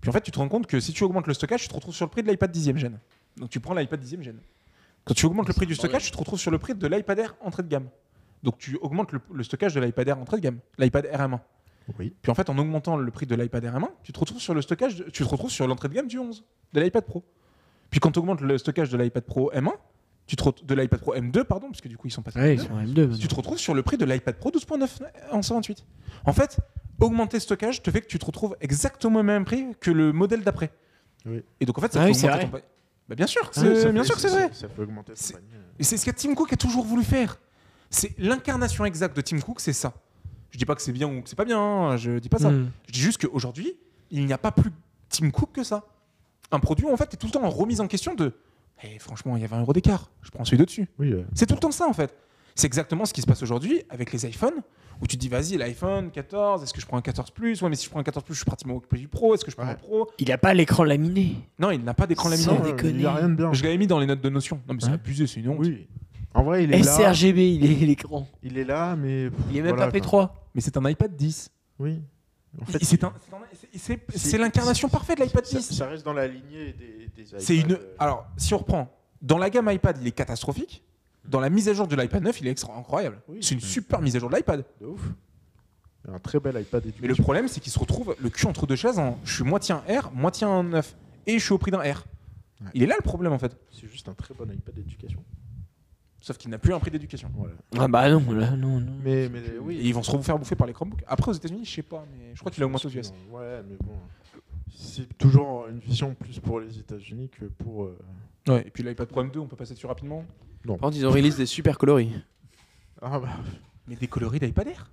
B: Puis en fait, tu te rends compte que si tu augmentes le stockage, tu te retrouves sur le prix de l'iPad 10e gène. Donc tu prends l'iPad 10e gène. Quand tu augmentes le prix du stockage, tu te retrouves sur le prix de l'iPad Air entrée de gamme. Donc tu augmentes le, le stockage de l'iPad Air entrée de gamme, l'iPad RM1.
C: Oui.
B: Puis en fait, en augmentant le prix de l'iPad RM1, tu te retrouves sur le stockage, de- tu te retrouves sur l'entrée de gamme du 11, de l'iPad Pro. Puis quand tu augmentes le stockage de l'iPad Pro M1, tu te ret- de l'iPad Pro M2, pardon, parce que du coup ils sont pas
A: Ouais, ils
B: M2,
A: sont en M2.
B: tu
A: maintenant.
B: te retrouves sur le prix de l'iPad Pro 12.9 euh, en 128. En fait, augmenter le stockage te fait que tu te retrouves exactement au même prix que le modèle d'après.
C: Oui.
B: Et donc en fait, ça
A: Ah
B: fait
A: oui, c'est
B: augmenter
A: vrai.
B: ton pa- Bah, bien sûr,
A: Ah
B: c'est-
A: oui, ça
B: bien
C: fait-
B: sûr que c'est
C: ça-
B: vrai.
C: Ça peut augmenter
B: C'est-
C: ton panier.
B: Et c'est ce que Tim Cook a toujours voulu faire. C'est l'incarnation exacte de Tim Cook, c'est ça. Je dis pas que c'est bien ou que c'est pas bien, hein, je dis pas ça.
A: Mm.
B: Je dis juste qu'aujourd'hui, il n'y a pas plus Tim Cook que ça. Un produit, en fait, est tout le temps en remise en question de Eh, franchement, il y a 20 euros d'écart, je prends celui de-dessus.
C: Oui. euh,
B: C'est tout le temps ça en fait. C'est exactement ce qui se passe aujourd'hui avec les iPhones où tu te dis vas-y l'iPhone 14, est-ce que je prends un 14 Plus Ouais, mais si je prends un 14 Plus, je suis pratiquement au prix Pro. Est-ce que je prends un
C: Ouais.
B: Pro
A: Il a pas l'écran laminé.
B: Non, il n'a pas d'écran
A: Sans
B: laminé.
A: Non, déconner.
C: Il n'y a rien de bien.
B: Je l'avais mis dans les notes de notion. Non, mais c'est
A: Ouais.
B: abusé, c'est une honte.
C: Oui. En vrai,
B: Eh,
C: il est là.
A: sRGB, il est l'écran.
C: Il est là, mais. pff,
A: Il est même
C: voilà,
A: pas
C: quoi.
A: P3.
B: Mais c'est un iPad 10.
C: Oui. En
B: Et c'est un- c'est un- c'est- c'est- c'est l'incarnation parfaite de l'iPad
C: ça,
B: 10.
C: ça reste dans la lignée des, des iPads.
B: C'est une.
C: euh,
B: Alors, si on reprend, dans la gamme iPad, il est catastrophique. Dans la mise à jour de l'iPad 9, il est extra incroyable.
C: Oui. Mm.
B: C'est une super mise à jour de l'iPad.
C: de ouf. Un très bel iPad éducatif.
B: Mais le problème, c'est qu'il se retrouve le cul entre deux chaises en je suis moitié un R, moitié un 9. Et je suis au prix d'un R.
C: Ouais.
B: Il est là le problème en fait.
C: C'est juste un très bon iPad d'éducation.
B: Sauf qu'il n'a plus un prix d'éducation.
C: Voilà.
A: Ah bah non, là, non, non.
C: Mais, mais
B: Et
C: oui.
B: ils vont se faire bouffer par les Chromebooks. Après aux États-Unis, je sais pas, mais je crois qu'il a augmenté aux US.
C: Ouais, mais bon. C'est toujours une vision plus pour les États-Unis que pour. euh,
B: Ouais. Et puis l'iPad Pro M2, on peut passer dessus rapidement.
D: Par contre, ils ont release des super coloris.
C: Ah bah.
B: Mais des coloris d'iPad Air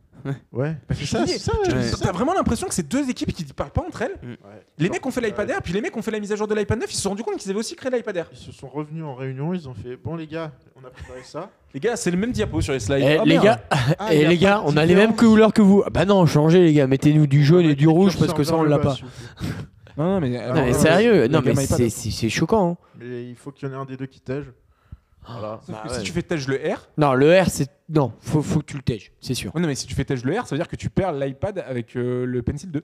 B: fait
C: Ouais. Bah, C'est ça,
B: chier.
C: c'est ça,
B: Tu
C: ouais.
B: T'as vraiment l'impression que c'est deux équipes qui ne parlent pas entre elles.
C: Ouais.
B: Les
C: Genre,
B: mecs ont fait l'iPad Air, puis les mecs ont fait la mise à jour de l'iPad 9, ils se sont rendus compte qu'ils avaient aussi créé l'iPad Air.
C: Ils se sont revenus en réunion, ils ont fait Bon, les gars, on a préparé ça.
B: Les gars, c'est le même diapo sur les slides.
A: Eh,
B: Ah,
A: les
B: merde.
A: gars,
C: Ah,
A: eh,
C: il y a
A: les
C: pas
A: gars,
C: de
A: on a les mêmes
C: différence.
A: couleurs que vous. Ah Bah non, changez les gars, mettez-nous du jaune et du
C: Mettez le
A: rouge parce que
C: curseur
A: ça on
C: vers
A: l'a
C: le
A: pas.
C: bas, s'il vous plaît.
B: Non, non, mais, alors,
A: Non mais
B: euh,
A: sérieux, non
B: les
A: mais
B: gammes iPad,
A: c'est- c'est c'est choquant. hein.
C: Mais il faut qu'il y en ait un des deux qui tège. Voilà.
B: Sauf que
A: Bah ouais.
B: Si tu fais tège le R,
A: Non, le R c'est non, faut faut que tu le tèges, c'est sûr.
B: Ouais, non mais si tu fais tège le R, ça veut dire que tu perds l'iPad avec euh, le Pencil 2.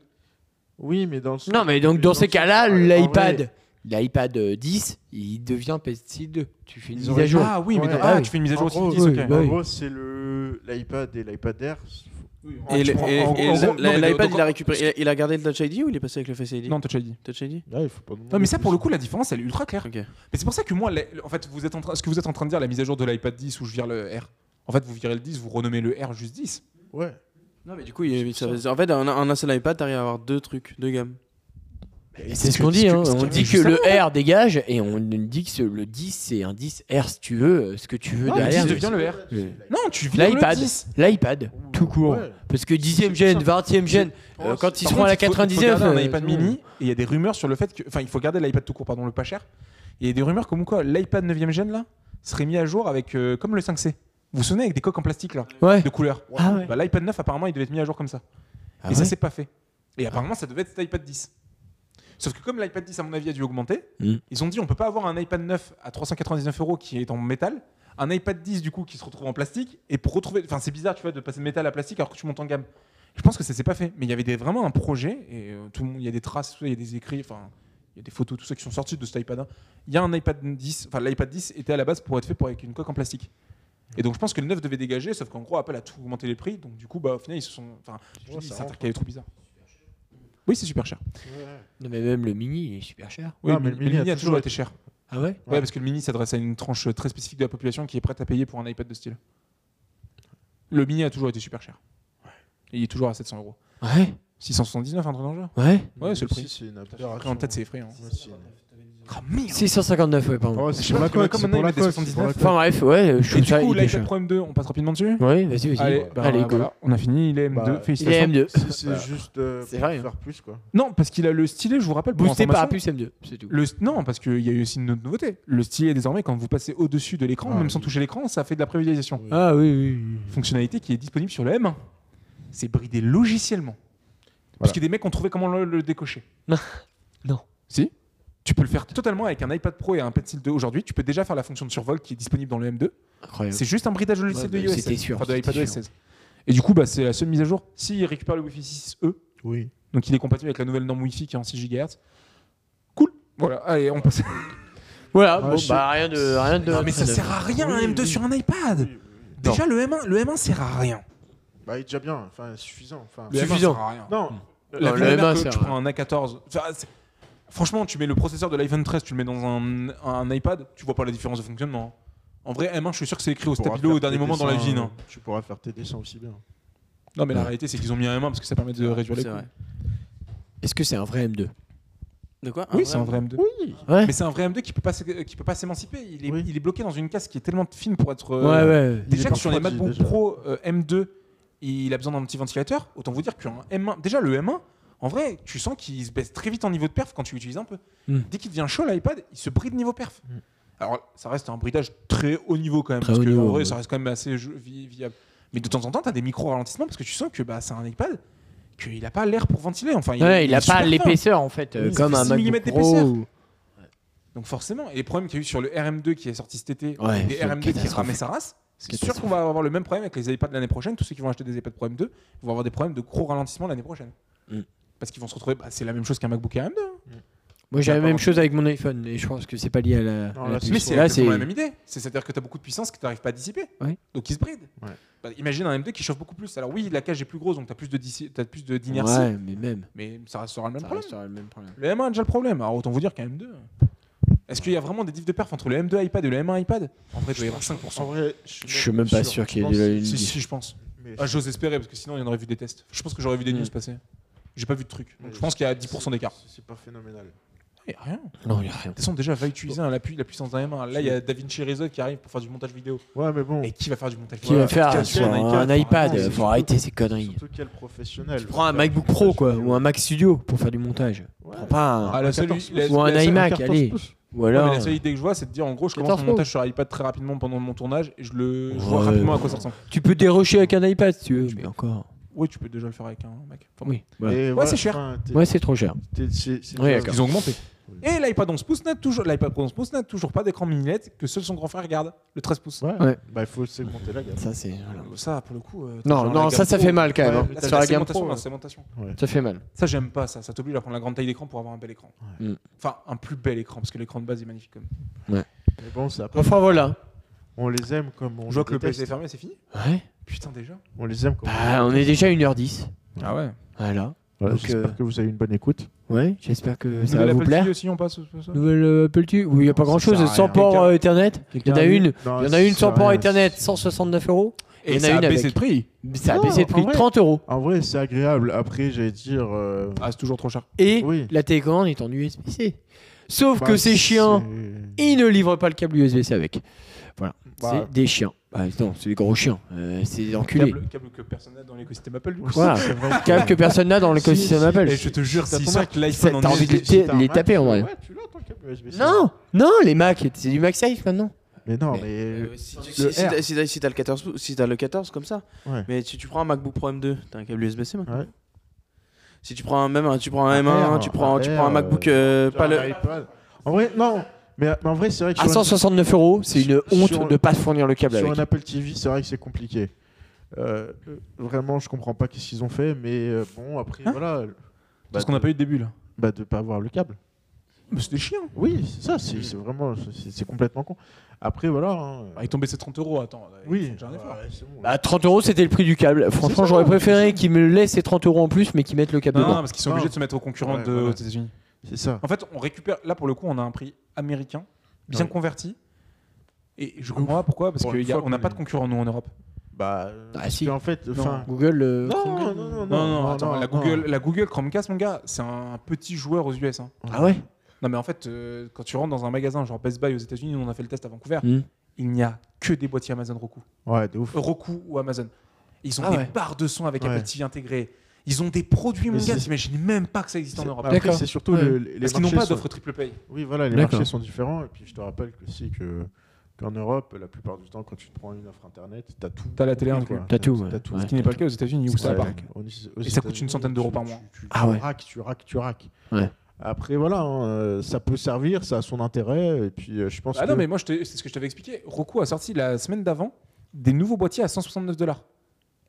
C: Oui, mais dans le sens-
A: Non mais donc dans
C: dans
A: ces
C: le sens-
A: cas-là,
C: Ouais, en vrai,
A: l'iPad, l'iPad euh, 10, il devient PS6 2. Tu fais une
C: Ils
A: mise
C: auraient-
A: à jour.
B: Ah oui, mais
C: Ouais.
B: donc-
A: Ah
B: ah,
A: oui.
B: tu fais une mise à
C: En
B: jour aussi.
C: gros,
B: 10,
A: oui,
B: ok.
A: bah
C: En
A: oui.
C: gros, c'est le l'iPad et l'iPad Air.
D: Et le-
B: prends-
D: et-
B: en-
D: et
B: en
D: le-
B: gros- non, mais
D: l'iPad,
B: donc-
D: il a récupéré. il a- Il a gardé le Touch ID ou il est passé avec le Face ID
B: Non, Touch ID.
D: Touch ID
C: Là, il faut pas demander
B: Non mais ça
C: plus.
B: pour le coup la différence elle est ultra claire.
D: Ok.
B: Mais c'est pour ça que moi la- en fait vous êtes en train ce que vous êtes en train de dire la mise à jour de l'iPad 10 où je vire le R. En fait vous virez le 10, vous renommez le R juste 10.
C: Ouais.
D: Non, mais du coup, il- ça fait- en fait, on a un seul iPad, t'arrives à avoir deux trucs, deux gammes.
A: C'est ce qu'on dit. hein. On dit que
B: Juste avant,
A: le R dégage et on dit que ce- le 10 c'est un 10 R si tu veux, euh, ce que tu veux
C: Ah,
B: Non, le 10
A: derrière. Euh,
B: devient le R.
A: Le-
B: Non, tu vires le
A: L'iPad,
B: 10.
A: L'iPad, tout court.
C: Ouais.
A: Parce que 10e gène, 20e gène, euh, quand ils seront
B: Par
A: à
B: contre,
A: la
B: il faut- il faut
A: 99,
B: garder un
A: euh,
B: iPad mini et il y a des rumeurs sur le fait que enfin il faut garder l'iPad tout court pardon, le pas cher. Et il y a des rumeurs comme quoi l'iPad 9e gen là serait mis à jour avec euh, comme le 5C. Vous vous souvenez avec des coques en plastique là
A: Ouais.
B: de couleur.
A: Ah ouais.
B: Bah, L'iPad 9 apparemment il devait être mis à jour comme ça.
A: Ah
B: et ça
A: ouais
B: c'est pas fait. Et apparemment ça devait être cet iPad 10. Sauf que comme l'iPad 10 à mon avis a dû augmenter,
A: Mm.
B: ils ont dit on peut pas avoir un iPad 9 à 399 euros qui est en métal, un iPad 10 du coup qui se retrouve en plastique et pour retrouver, enfin c'est bizarre tu vois de passer de métal à plastique alors que tu montes en gamme. Je pense que ça s'est pas fait, mais il y avait des- vraiment un projet et euh, tout le monde, il y a des traces, il y a des écrits, enfin il y a des photos, tout ça qui sont sortis de cet iPad. 1. Il y a un iPad 10, enfin l'iPad 10 était à la base pour être fait pour avec une coque en plastique. Et donc je pense que le 9 devait dégager, sauf qu'en gros Apple a tout augmenté les prix, donc du coup bah au final ils se sont, enfin je
C: Ouais,
B: dis,
C: ça
B: c'est un
C: rentre.
B: truc qui est trop bizarre. Oui, c'est super cher.
C: Ouais.
A: Non, mais même le mini, il est super cher.
B: Oui,
C: Non,
B: mais le mini, a toujours été cher.
A: Ah ouais
B: Ouais. parce que le mini s'adresse à une tranche euh, très spécifique de la population qui est prête à payer pour un iPad de style. Le mini a toujours été super cher. Et il est toujours à 700 euros.
A: Ouais,
B: 679, un truc dans le genre.
A: ouais.
B: Ouais, c'est le prix.
C: Si, C'est une
B: Après, en tête, c'est effrayant. hein.
C: Ouais, c'est une-
A: Oh,
B: Ah merde
A: 659, ouais, pardon.
C: Oh,
B: Je
C: c'est
B: sais
C: pour la
B: pas, mais
C: coque,
B: comme
C: c'est
B: on
C: pour
B: a
C: la
B: eu des
C: coque,
B: 79,
C: c'est pour la coque.
A: Enfin bref, ouais, je
B: Et
A: trouve
B: du
A: ça
B: coup,
A: il est
B: l'iPad
A: cher.
B: Pro M2, on passe rapidement dessus
A: Ouais, vas-y, vas-y.
B: Allez, bah,
A: Allez, go.
B: voilà, on a fini. Il est M2,
C: Bah,
A: Il est
B: félicitations.
A: M2.
C: Si c'est juste euh,
A: C'est
C: pour
B: hein.
A: vrai,
C: faire plus quoi.
B: Non, parce qu'il a le stylet, je vous rappelle. pour
A: Boosté par la
B: information,
A: puce M2, c'est tout.
B: le, non, parce qu'il y a eu aussi une autre nouveauté. Le stylet, désormais, quand vous passez au-dessus de l'écran,
C: Ah,
B: même
C: oui.
B: sans toucher l'écran, ça fait de la prévisualisation.
A: Ah oui, oui.
B: fonctionnalité qui est disponible sur le M1. C'est bridé logiciellement. Parce
C: Voilà.
B: que des mecs ont trouvé comment le, le décocher.
A: Non. Non.
B: Si Tu peux le faire totalement avec un iPad Pro et un Pencil 2 aujourd'hui. Tu peux déjà faire la fonction de survol qui est disponible dans le M2.
A: Incroyable.
B: C'est juste un bridage logiciel
A: Ouais,
B: de
A: bah,
B: iOS.
A: c'était
B: 16,
A: sûr,
B: enfin, de
A: c'était
B: iPadOS
A: sûr.
B: 16. Et du coup, bah, c'est la seule mise à jour. S'il récupère le Wi-Fi 6E,
C: Oui.
B: donc il est compatible avec la nouvelle norme Wi-Fi qui est en 6 GHz. Cool. Voilà, allez, on passe.
A: Voilà,
C: Ah,
A: bon,
C: je-
A: bah rien de. Rien de
B: Non, mais ça sert à rien un
C: Oui,
B: M2
C: oui.
B: sur un iPad.
C: Oui, oui.
B: Déjà, le M1, le M1 sert à rien.
C: Bah, il est déjà bien, enfin suffisant. Enfin,
B: Le M1
A: Suffisant.
B: sert à rien.
C: non, euh,
B: La
A: Non,
B: première
A: le M1,
B: que
A: c'est
B: tu
A: vrai.
B: prends un A14. Enfin, c'est- Franchement, tu mets le processeur de l'iPhone 13, tu le mets dans un, un iPad, tu vois pas la différence de fonctionnement. En vrai, M1, je suis sûr que c'est écrit au
C: tu pourras
B: stabilo au
C: faire
B: dernier
C: tes
B: moment dans la
C: dessins,
B: vie. Non,
C: euh, Tu pourras faire tes dessins aussi bien.
B: Non, mais la
A: Ouais.
B: réalité, c'est qu'ils ont mis un M1 parce que ça permet de réduire les
D: C'est
B: coûts.
D: vrai.
A: Est-ce que c'est un vrai M2
D: De quoi
B: Oui, c'est un vrai M2.
C: Oui.
A: Ouais.
B: Mais c'est un vrai M2 qui peut pas, s'é- qui peut pas s'émanciper. Il, est-
C: Oui.
B: il est bloqué dans une case qui est tellement fine pour être.
A: Ouais,
B: euh,
A: ouais.
C: Il
B: Déjà
C: est
B: que sur les
C: refroidi,
B: MacBook
C: déjà.
B: Pro euh, M2, il a besoin d'un petit ventilateur. Autant vous dire qu'un M1, déjà le M1, en vrai, tu sens qu'il se baisse très vite en niveau de perf quand tu l'utilises un peu.
A: Mm.
B: Dès qu'il devient chaud l'iPad, il se bride niveau perf.
C: Mm.
B: Alors ça reste un bridage très haut niveau quand même,
A: Hmm. Très
B: parce
A: haut
B: que en
A: niveau,
B: vrai,
A: ouais.
B: ça reste quand même assez ju- vi- viable. Mais de temps en temps, tu as des micro-ralentissements parce que tu sens que bah, c'est un iPad qu'il n'a pas l'air pour ventiler. Enfin, il,
A: Ouais, il a
B: est super
A: pas
B: fin.
A: l'épaisseur en fait, euh,
B: Oui, ça
A: comme
B: fait
A: un
B: 6
A: MacBook
B: millimètres
A: Pro.
B: d'épaisseur.
A: ou-
B: Donc forcément, et les problèmes qu'il y a eu sur le RM2 qui est sorti cet été,
A: Ouais,
B: avec des
A: c'est une
B: RM2 qui
A: catastrophe.
B: ramaient sa race, c'est sûr
A: Catastrophe.
B: qu'on va avoir le même problème avec les iPads l'année prochaine. Tous ceux qui vont acheter des iPads Pro M2 vont avoir des problèmes de gros ralentissement l'année prochaine.
A: Mm.
B: Parce qu'ils vont se retrouver, bah, c'est la même chose qu'un MacBook Air M2.
A: Moi j'ai la
B: D'accord.
A: même chose avec mon iPhone et je pense que c'est pas lié à la.
C: Non,
A: à la
C: là,
A: puce.
C: c'est
B: Mais
C: sûr.
B: c'est
A: Là,
B: exactement la même idée. C'est- C'est-à-dire que tu as beaucoup de puissance que tu n'arrives pas à dissiper.
A: Ouais.
B: Donc ils se brident.
C: Ouais.
B: Bah, imagine un M2 qui chauffe beaucoup plus. Alors oui, la cage est plus grosse, donc tu as plus de dissi- t'as plus de- d'inertie,
A: Ouais, mais même.
B: mais ça restera le même
A: Ça
B: problème.
A: restera le même problème.
B: Le M1 a déjà le problème. Alors autant vous dire qu'un M2. Est-ce qu'il y a vraiment des diffs de perf entre le M2 iPad et le M1 iPad En vrai, il doit y avoir 5%.
C: En vrai,
A: Je suis même pas sûr qu'il y ait
C: je pense-
A: de la-
B: Si, si, je pense.
C: mais
B: Ah, J'ose espérer parce que sinon il y en aurait vu des tests. Je pense que j'aurais vu des
A: Mm.
B: news passer. J'ai pas vu de truc. Donc
C: Mais
B: je pense qu'il y a
C: c'est-
B: 10% d'écart.
C: c'est- C'est pas phénoménal.
B: Il il n'y a rien.
A: Non, il n'y a rien.
B: De toute façon, déjà, va utiliser un- la, pu- la puissance d'un M1. Là, il y a Da Vinci Resolve qui arrive pour faire du montage vidéo.
C: Ouais, mais bon.
B: Et qui va faire du montage
A: Qui
B: vidéo
A: va faire
C: quatre,
A: sur
C: quatre,
A: un
C: quatre,
A: iPad
C: quatre,
A: euh, Faut
C: quatre,
A: arrêter
C: quatre,
A: ces conneries.
C: Surtout quel professionnel.
A: Tu prends un MacBook Pro, quoi, ou un Mac Studio pour faire du montage.
C: Ouais.
A: Prends pas un-
B: Ah, la seule,
C: 14
B: la-
A: Ou un
B: la seule-
A: iMac,
C: 14
A: allez.
C: pouces.
A: Ou
B: Ouais, mais
A: alors.
B: la seule idée que je vois, c'est de dire en gros, je
A: 14
B: commence mon
A: pro.
B: montage sur iPad très rapidement pendant mon tournage et je le je vois
A: Ouais,
B: rapidement à
A: bon.
B: quoi ça ressemble.
A: Tu peux dérocher avec un iPad si tu veux, mais encore.
B: Oui, tu peux déjà le faire avec un Mac. Enfin,
A: Oui. Ouais,
C: Et
B: c'est cher.
C: enfin, t'es-
A: Ouais, c'est trop cher.
C: t'es- c'est- c'est-
A: Ouais,
C: c'est-
A: d'accord.
B: Ils ont augmenté. Et l'iPad 11 pouces n'a toujours, l'iPad Pro 11 pouces n'a toujours pas d'écran mini LED que seul son grand frère garde, le 13 pouces.
C: Ouais.
A: Ouais.
C: Bah, il faut segmenter la gamme.
A: Ça, c'est. voilà.
B: Euh, Ça, pour le coup. euh, t'as
A: Non,
B: genre
A: non,
B: la
A: ça,
B: gamme
A: ça
B: Pro.
A: fait mal quand même.
B: La-
A: hein.
B: la
A: Sur la gamme
B: segmentation,
A: Pro,
B: la segmentation.
A: ça fait mal.
B: Ça, j'aime pas ça. Ça t'oblige à prendre la grande taille d'écran pour avoir un bel écran.
A: Ouais. Mm.
B: Enfin, un plus bel écran, parce que l'écran de base est magnifique. Comme.
C: Mais bon, c'est après.
A: Enfin, voilà.
C: On les aime comme on
B: je vois que
C: les
B: le PC est
C: déteste.
B: fermé, c'est fini
A: Ouais.
B: Putain, déjà.
C: On les aime comme.
A: Bah, on est déjà à 1h10.
B: Ah ouais.
A: Voilà.
C: Voilà,
A: donc,
C: J'espère
A: euh,
C: que vous avez une bonne écoute.
A: Ouais, j'espère que ça
B: Nouvelle
A: va vous
B: Apple
A: plaire.
B: TV aussi, on passe. c'est ça
A: Nouvelle euh, Apple TV Oui, il n'y a pas
C: Non, ça
A: grand chose.
C: sert à
A: Sans
C: rien.
A: port
B: Quelqu'un-
A: euh, Ethernet. Il y en a une. Il y
C: Ah,
A: en a une sans port Ethernet,
C: internet
A: 169 euros. Il y en a
B: ça
A: une
B: a baissé
A: avec.
B: de prix.
A: Ça a
C: Non,
A: baissé de
C: en
A: prix,
C: vrai-
A: 30 euros.
C: En vrai, c'est agréable. Après, j'allais dire. euh,
B: Ah, c'est toujours trop cher.
A: Et
C: Oui.
A: la télécommande est en USB-C. Sauf
C: bah,
A: que ces chiens,
C: c'est-
A: ils ne livrent pas le câble USB-C avec. Voilà.
C: Bah.
A: c'est des chiens. Bah, non, c'est des gros chiens. Euh, c'est des enculés.
B: Câble, câble que personne n'a dans l'écosystème Apple, du coup.
A: Voilà.
C: C'est vrai que-
A: Câble que personne n'a dans l'écosystème
C: si,
A: Apple.
B: Et je te jure,
C: Ça
B: s'ils
C: tombe
B: sortent
A: Ça,
B: l'iPhone en
A: t'as envie de les,
B: USB,
C: Si
A: ta-
C: t'as un
A: les
C: Mac,
A: taper en vrai.
C: Ouais, tu l'as ton câble USB-C.
A: Non, non, les Mac, c'est du MacSafe maintenant.
C: Mais non, mais.
D: Euh, Si
C: Le
D: tu- si
C: R.
D: t'as- si t'as si t'as le 14, pou- si t'as le 14 comme ça,
C: Ouais.
D: mais si tu prends un MacBook Pro M2, t'as un câble USB-C maintenant.
C: Ouais.
D: Si tu prends un, même un, tu prends un
C: Un
D: M1,
C: R,
D: tu prends
C: un
D: tu prends un
C: R,
D: MacBook euh, pas
C: Pas
D: le.
C: l'iPad. En vrai, non. Mais mais en vrai, c'est vrai que
A: À
C: sur,
A: 169 euros, c'est une
C: Ah, Sur-
A: honte
C: sur-
A: de ne pas fournir le
C: un,
A: câble
C: sur
A: avec.
C: un Apple TV, c'est vrai que c'est compliqué. Euh, euh, vraiment, je comprends pas qu'est-ce qu'ils ont fait, mais euh, bon, après,
B: Hein
C: voilà. Bah,
B: Parce qu'on n'a
C: de-
B: pas eu de début, là.
C: bah, de pas avoir le câble.
B: Mais c'était chiant.
C: Oui, c'est ça, c'est c'est vraiment, c'est c'est complètement con. Après, voilà. hein.
B: Ah, il tombait ces 30 euros, attends.
C: oui,
B: J'en ai
C: bah,
B: fort.
C: ouais, c'est bon.
A: Bah, 30 euros, c'était le prix du câble. Franchement,
C: ça,
A: j'aurais
C: ouais,
A: préféré qu'ils me laissent ces 30 euros en plus, mais qu'ils mettent le câble
B: Non, non,
A: dedans.
B: parce qu'ils sont
C: Non.
B: obligés de se mettre aux concurrents
C: Ouais,
B: de,
C: voilà.
B: aux États-Unis.
C: c'est ça.
B: En fait, on récupère. Là, pour le coup, on a un prix américain, bien
C: Ouais.
B: converti. Et je comprends pas pourquoi, parce
C: Pour une fois
B: qu'on n'a
C: qu'on
B: pas
C: est-
B: de concurrents, nous, en Europe.
C: Bah, euh,
A: Ah,
C: parce
A: si.
C: que, en fait, enfin.
A: Google. euh,
C: Non, non, non, non,
B: Non, non, attends, la, Google, la Google Chromecast, mon gars, c'est un petit joueur aux US. hein.
A: Ah ouais
B: Non, mais en fait, euh, quand tu rentres dans un magasin, genre Best Buy aux États-Unis, nous, on a fait le test à Vancouver,
A: Hmm.
B: il n'y a que des boîtiers Amazon Roku.
C: Ouais, de ouf.
B: Roku ou Amazon. Ils ont
A: Ah
B: des
A: ouais.
B: barres de son avec
C: Ouais.
B: Apple TV intégré. Ils ont des produits, mon
C: Mais
B: gars,
C: c'est-
B: t'imagines même pas que ça existe en Europe.
C: Après,
A: D'accord.
C: c'est surtout
A: Ouais.
C: le- les
B: Parce qu'ils n'ont
C: marchés
B: pas
C: sont-
B: d'offre triple pay.
C: Oui, voilà, les
A: D'accord.
C: marchés sont différents. Et puis, je te rappelle que aussi que qu'en Europe, la plupart du temps, quand tu te prends une offre internet, t'as tout.
B: T'as la télé
C: Quoi.
B: inclus.
A: T'as tout, ouais.
C: T'as tout.
A: Ouais.
B: Ce qui n'est pas le cas aux États-Unis où ça
C: Ouais,
B: part.
C: on est- aux
B: Et ça coûte
C: États-Unis,
B: une centaine d'euros par mois.
C: Tu, tu,
A: Ah ouais.
C: tu raques, tu raques, tu raques.
A: Ouais.
C: Après, voilà, hein, euh, ça peut servir, ça a son intérêt. Et puis, euh, je pense
B: Ah
C: que.
B: non, mais moi, je t'ai- c'est ce que je t'avais expliqué. Roku a sorti la semaine d'avant des nouveaux boîtiers à 169 dollars.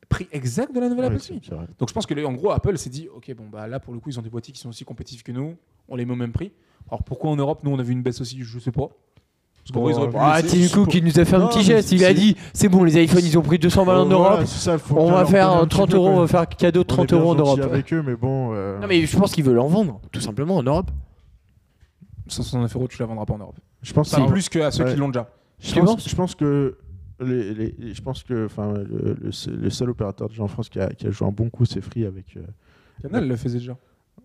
B: Prix exact de la nouvelle
C: Ouais,
B: Apple
C: c'est-
B: TV.
C: c'est vrai.
B: Donc je pense que les- en gros, Apple s'est dit Ok, bon, bah là, pour le coup, ils ont des boîtiers qui sont aussi compétitifs que nous. On les met au même prix. Alors pourquoi en Europe, nous, on a vu une baisse aussi Je sais pas. Parce qu'en
C: Bon,
B: gros, ils auraient pu
A: Ah,
B: laisser-
A: c'est du coup qui nous a fait un
C: Non,
A: petit
C: mais
A: geste. Il a
C: c'est-
A: dit c'est bon, les iPhones ils ont pris 200 balles en
C: Voilà,
A: Europe.
C: c'est ça, faut
A: On
C: bien
A: va
C: leur
A: faire
C: donner un
A: euh,
C: petit
A: 30
C: peu,
A: euros,
C: quand
A: on
C: même.
A: va faire cadeau de
C: On est
A: 30
C: bien
A: euros en
C: gentil
A: Europe.
C: avec eux, mais bon. euh,
A: Non, mais je pense qu'ils veulent en vendre, tout simplement en Europe.
B: 169 euros, tu la vendras pas en Europe.
C: je pense
B: Enfin,
C: que-
B: plus qu'à ceux
C: Ouais.
B: qui l'ont déjà.
C: Je
A: Tu
C: pense,
A: penses
C: je pense que les, les- les- je pense que enfin le, le seul- le seul opérateur déjà en France qui a, qui a joué un bon coup c'est Free avec euh,
B: Canal le faisait déjà.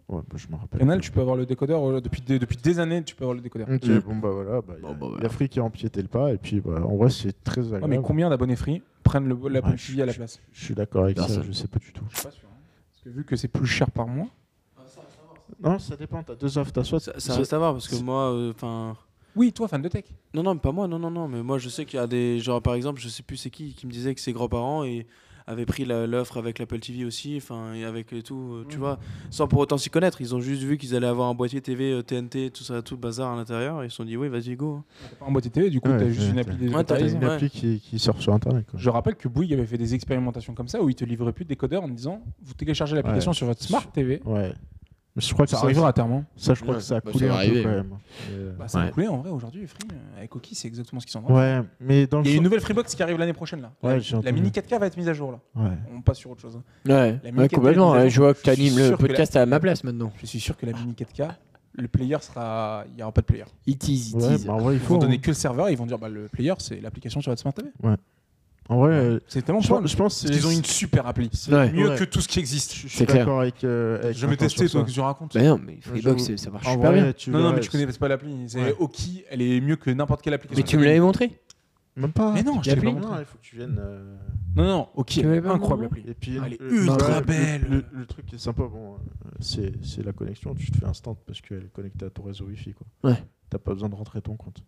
C: ouais, bah, je me rappelle.
B: Canal, tu peux avoir le décodeur euh, depuis des, depuis des années, tu peux avoir le décodeur.
C: Ok,
A: Mm.
C: bon bah voilà, bah, il y
A: Bon,
C: a-
A: bah,
C: il y,
A: voilà.
C: a Free qui a empiété le pas et puis bah, en vrai c'est très agréable.
B: Ouais, mais combien d'abonnés free prennent le, la
C: Ouais,
B: Apple TV à la
C: je-
B: place
C: Je suis d'accord avec ça,
A: Personne.
C: je sais pas du tout.
B: Parce que vu que c'est plus cher par mois.
C: Non, ça dépend, t'as deux offres, t'as soit
D: Ça, ça reste à voir parce que moi, euh, enfin.
B: Oui, toi, fan de tech.
D: Non, non, mais pas moi, non, non, non, mais moi je sais qu'il y a des. Genre par exemple, je sais plus c'est qui qui me disait que ses grands-parents et avaient pris la- l'offre avec l'Apple TV aussi, enfin, et avec euh, tout, euh, tu vois, sans pour autant s'y connaître. Ils ont juste vu qu'ils allaient avoir un boîtier TV, euh, TNT, tout ça, tout bazar à l'intérieur, et ils se sont dit, oui, vas-y, go. hein.
B: T'as pas un boîtier TV, du coup,
C: Ouais,
B: t'as juste
C: ouais,
B: une
C: t'as-
B: appli des
D: Ouais,
C: t'as
D: t'as
B: décodaires.
C: une
D: ouais.
C: appli qui, qui sort sur internet. Quoi.
B: Je rappelle que Bouygues avait fait des expérimentations comme ça où ils te livraient plus de décodeur en te disant vous téléchargez l'application sur votre Smart TV.
C: Ouais. Mais je crois que
B: Ça
C: ça,
B: arrivera à terme. hein.
C: ça, je crois
A: Ouais,
C: que ça a
A: bah, ça
C: coulé
A: va
C: un
A: arriver,
C: peu quand
A: ouais.
C: même. Mais,
B: Bah, ça va
A: Ouais.
B: couler en vrai aujourd'hui, Free. euh, Avec Oki, c'est exactement ce qu'ils sont.
C: euh, Ouais, mais dans
B: Il
C: le
B: y a une
C: sens-
B: nouvelle Freebox qui arrive l'année prochaine là.
C: Ouais,
B: La-
C: j'ai
B: la,
C: entendu.
B: mini 4K va être mise à jour là.
C: Ouais.
B: On passe sur autre chose. hein.
A: Ouais,
B: La
A: ouais,
B: mini-capelle,
A: complètement.
B: nous
A: ouais,
B: avons-
A: je vois que
B: je
A: tu
B: suis
A: animes le
B: sûr que la-
A: podcast à ma place maintenant.
B: Je suis sûr que la mini 4K, le player sera, il y aura pas de player.
A: It is, it
C: Ouais,
A: is.
C: bah, en vrai, il
B: Ils
C: faut.
B: vont
C: hein.
B: donner que le serveur, ils vont dire bah, le player c'est l'application sur votre Smart TV.
C: Ouais. En vrai, euh,
B: C'est tellement
C: je,
B: pas
C: pense- je pense que c'est-
B: Ils ont une super appli.
C: c'est
A: Ouais.
B: Mieux
C: ouais.
B: que tout ce qui existe.
C: Je
A: C'est
C: suis
A: clair.
C: d'accord avec. euh, avec
B: Je vais
C: Quentin
B: tester, toi,
C: sur ça.
B: que tu racontes.
A: Bah non, mais Freebox,
C: J'avoue.
A: c'est- ça marche
C: En
A: super
C: vrai,
A: bien.
C: tu
B: non, non,
C: verras,
B: mais je connais pas l'appli. C'est
C: Ouais.
B: Oki, elle est mieux que n'importe quelle application.
A: Mais tu me l'avais montré.
C: Même pas.
B: Mais non, je t'ai
A: L'appli
B: pas
C: Non,
B: montré.
C: il faut que tu viennes. euh,
B: Non, non, Oki,
A: Tu
B: elle
A: l'avais
B: est
A: pas
B: incroyable
A: montré
B: l'appli.
C: Et puis,
B: Elle est
C: le-
B: ultra
C: le-
B: belle.
C: Le, le truc qui est sympa, bon, euh, c'est c'est la connexion. Tu te fais instant parce qu'elle est connectée à ton réseau Wi-Fi. Quoi.
A: Ouais.
C: T'as pas besoin de rentrer ton compte.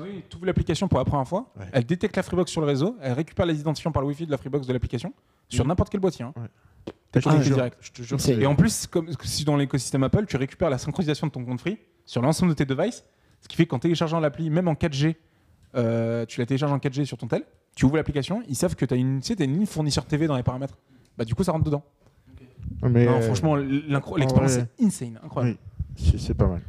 B: Oui, tu ouvres l'application pour la première fois.
C: Ouais.
B: Elle détecte la Freebox sur le réseau. Elle récupère les identifiants par le Wi-Fi de la Freebox de l'application sur
C: Mhm.
B: n'importe quel boîtier. hein.
C: T'as
B: connecté
C: je te jure-
B: direct.
C: Je te jure.
A: C'est-
B: Et en plus, comme si dans l'écosystème Apple, tu récupères la synchronisation de ton compte Free sur l'ensemble de tes devices, ce qui fait qu'en téléchargeant l'appli, même en 4G, euh, tu la télécharges en 4G sur ton tel, tu ouvres l'application, ils savent que tu as une, tu sais, t'as une ligne fournisseur TV dans les paramètres. Bah du coup, ça rentre dedans.
C: Non, mais,
B: Non,
C: euh,
B: franchement, l'incro- l'expérience
C: ouais.
B: est insane, incroyable.
C: oui, c'est c'est pas mal.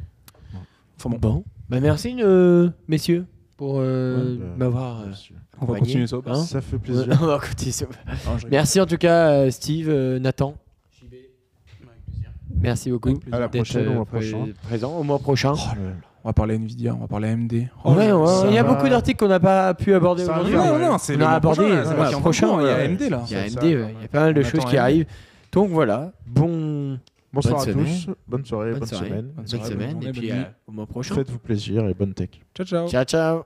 B: Enfin bon,
A: Bon. Bah merci, euh, messieurs, pour euh,
C: Ouais, bah,
A: m'avoir. euh,
C: Merci.
B: on va
A: accompagné.
B: continuer ça. au
A: Hein
C: Ça fait
A: Ouais,
C: plaisir.
A: on va continuer ça.
B: passage. Non, je rigole.
A: Merci en tout cas, euh, Steve, euh, Nathan. Merci beaucoup
B: Avec plaisir.
C: À la
A: d'être euh,
C: prochaine, au mois
A: pré-
C: prochain.
A: présent. Au mois prochain.
C: Ouais.
B: On va parler Nvidia, on va parler AMD. Oh,
A: Ouais, ouais,
B: ça
A: il y a
B: va.
A: beaucoup d'articles qu'on n'a pas pu aborder
C: Ça va
A: aujourd'hui.
C: faire,
B: Non,
C: ouais.
B: non, c'est
A: On
B: le
A: a
B: mois
A: abordé,
B: prochain, là,
A: ouais,
B: c'est
A: ouais,
B: mardi en
A: prochain,
B: prochain, il y a
A: ouais.
B: AMD là.
A: Il y a
C: Ça, ça
A: AMD,
C: va
A: ouais,
C: faire
A: il y
C: mal.
A: a pas mal de
B: On
A: choses
B: attend
A: qui
B: AMD.
A: arrivent. Donc voilà, bon,
C: Bonsoir
A: Bonne
C: à tous. Bonne soirée, bonne,
A: bonne soirée,
C: semaine.
A: bonne
B: soirée, bonne
A: semaine, et
B: journée,
A: puis
B: bonne
A: euh,
B: nuit.
A: au mois prochain.
C: Faites-vous plaisir et bonne tech.
B: Ciao, ciao.
A: Ciao, ciao.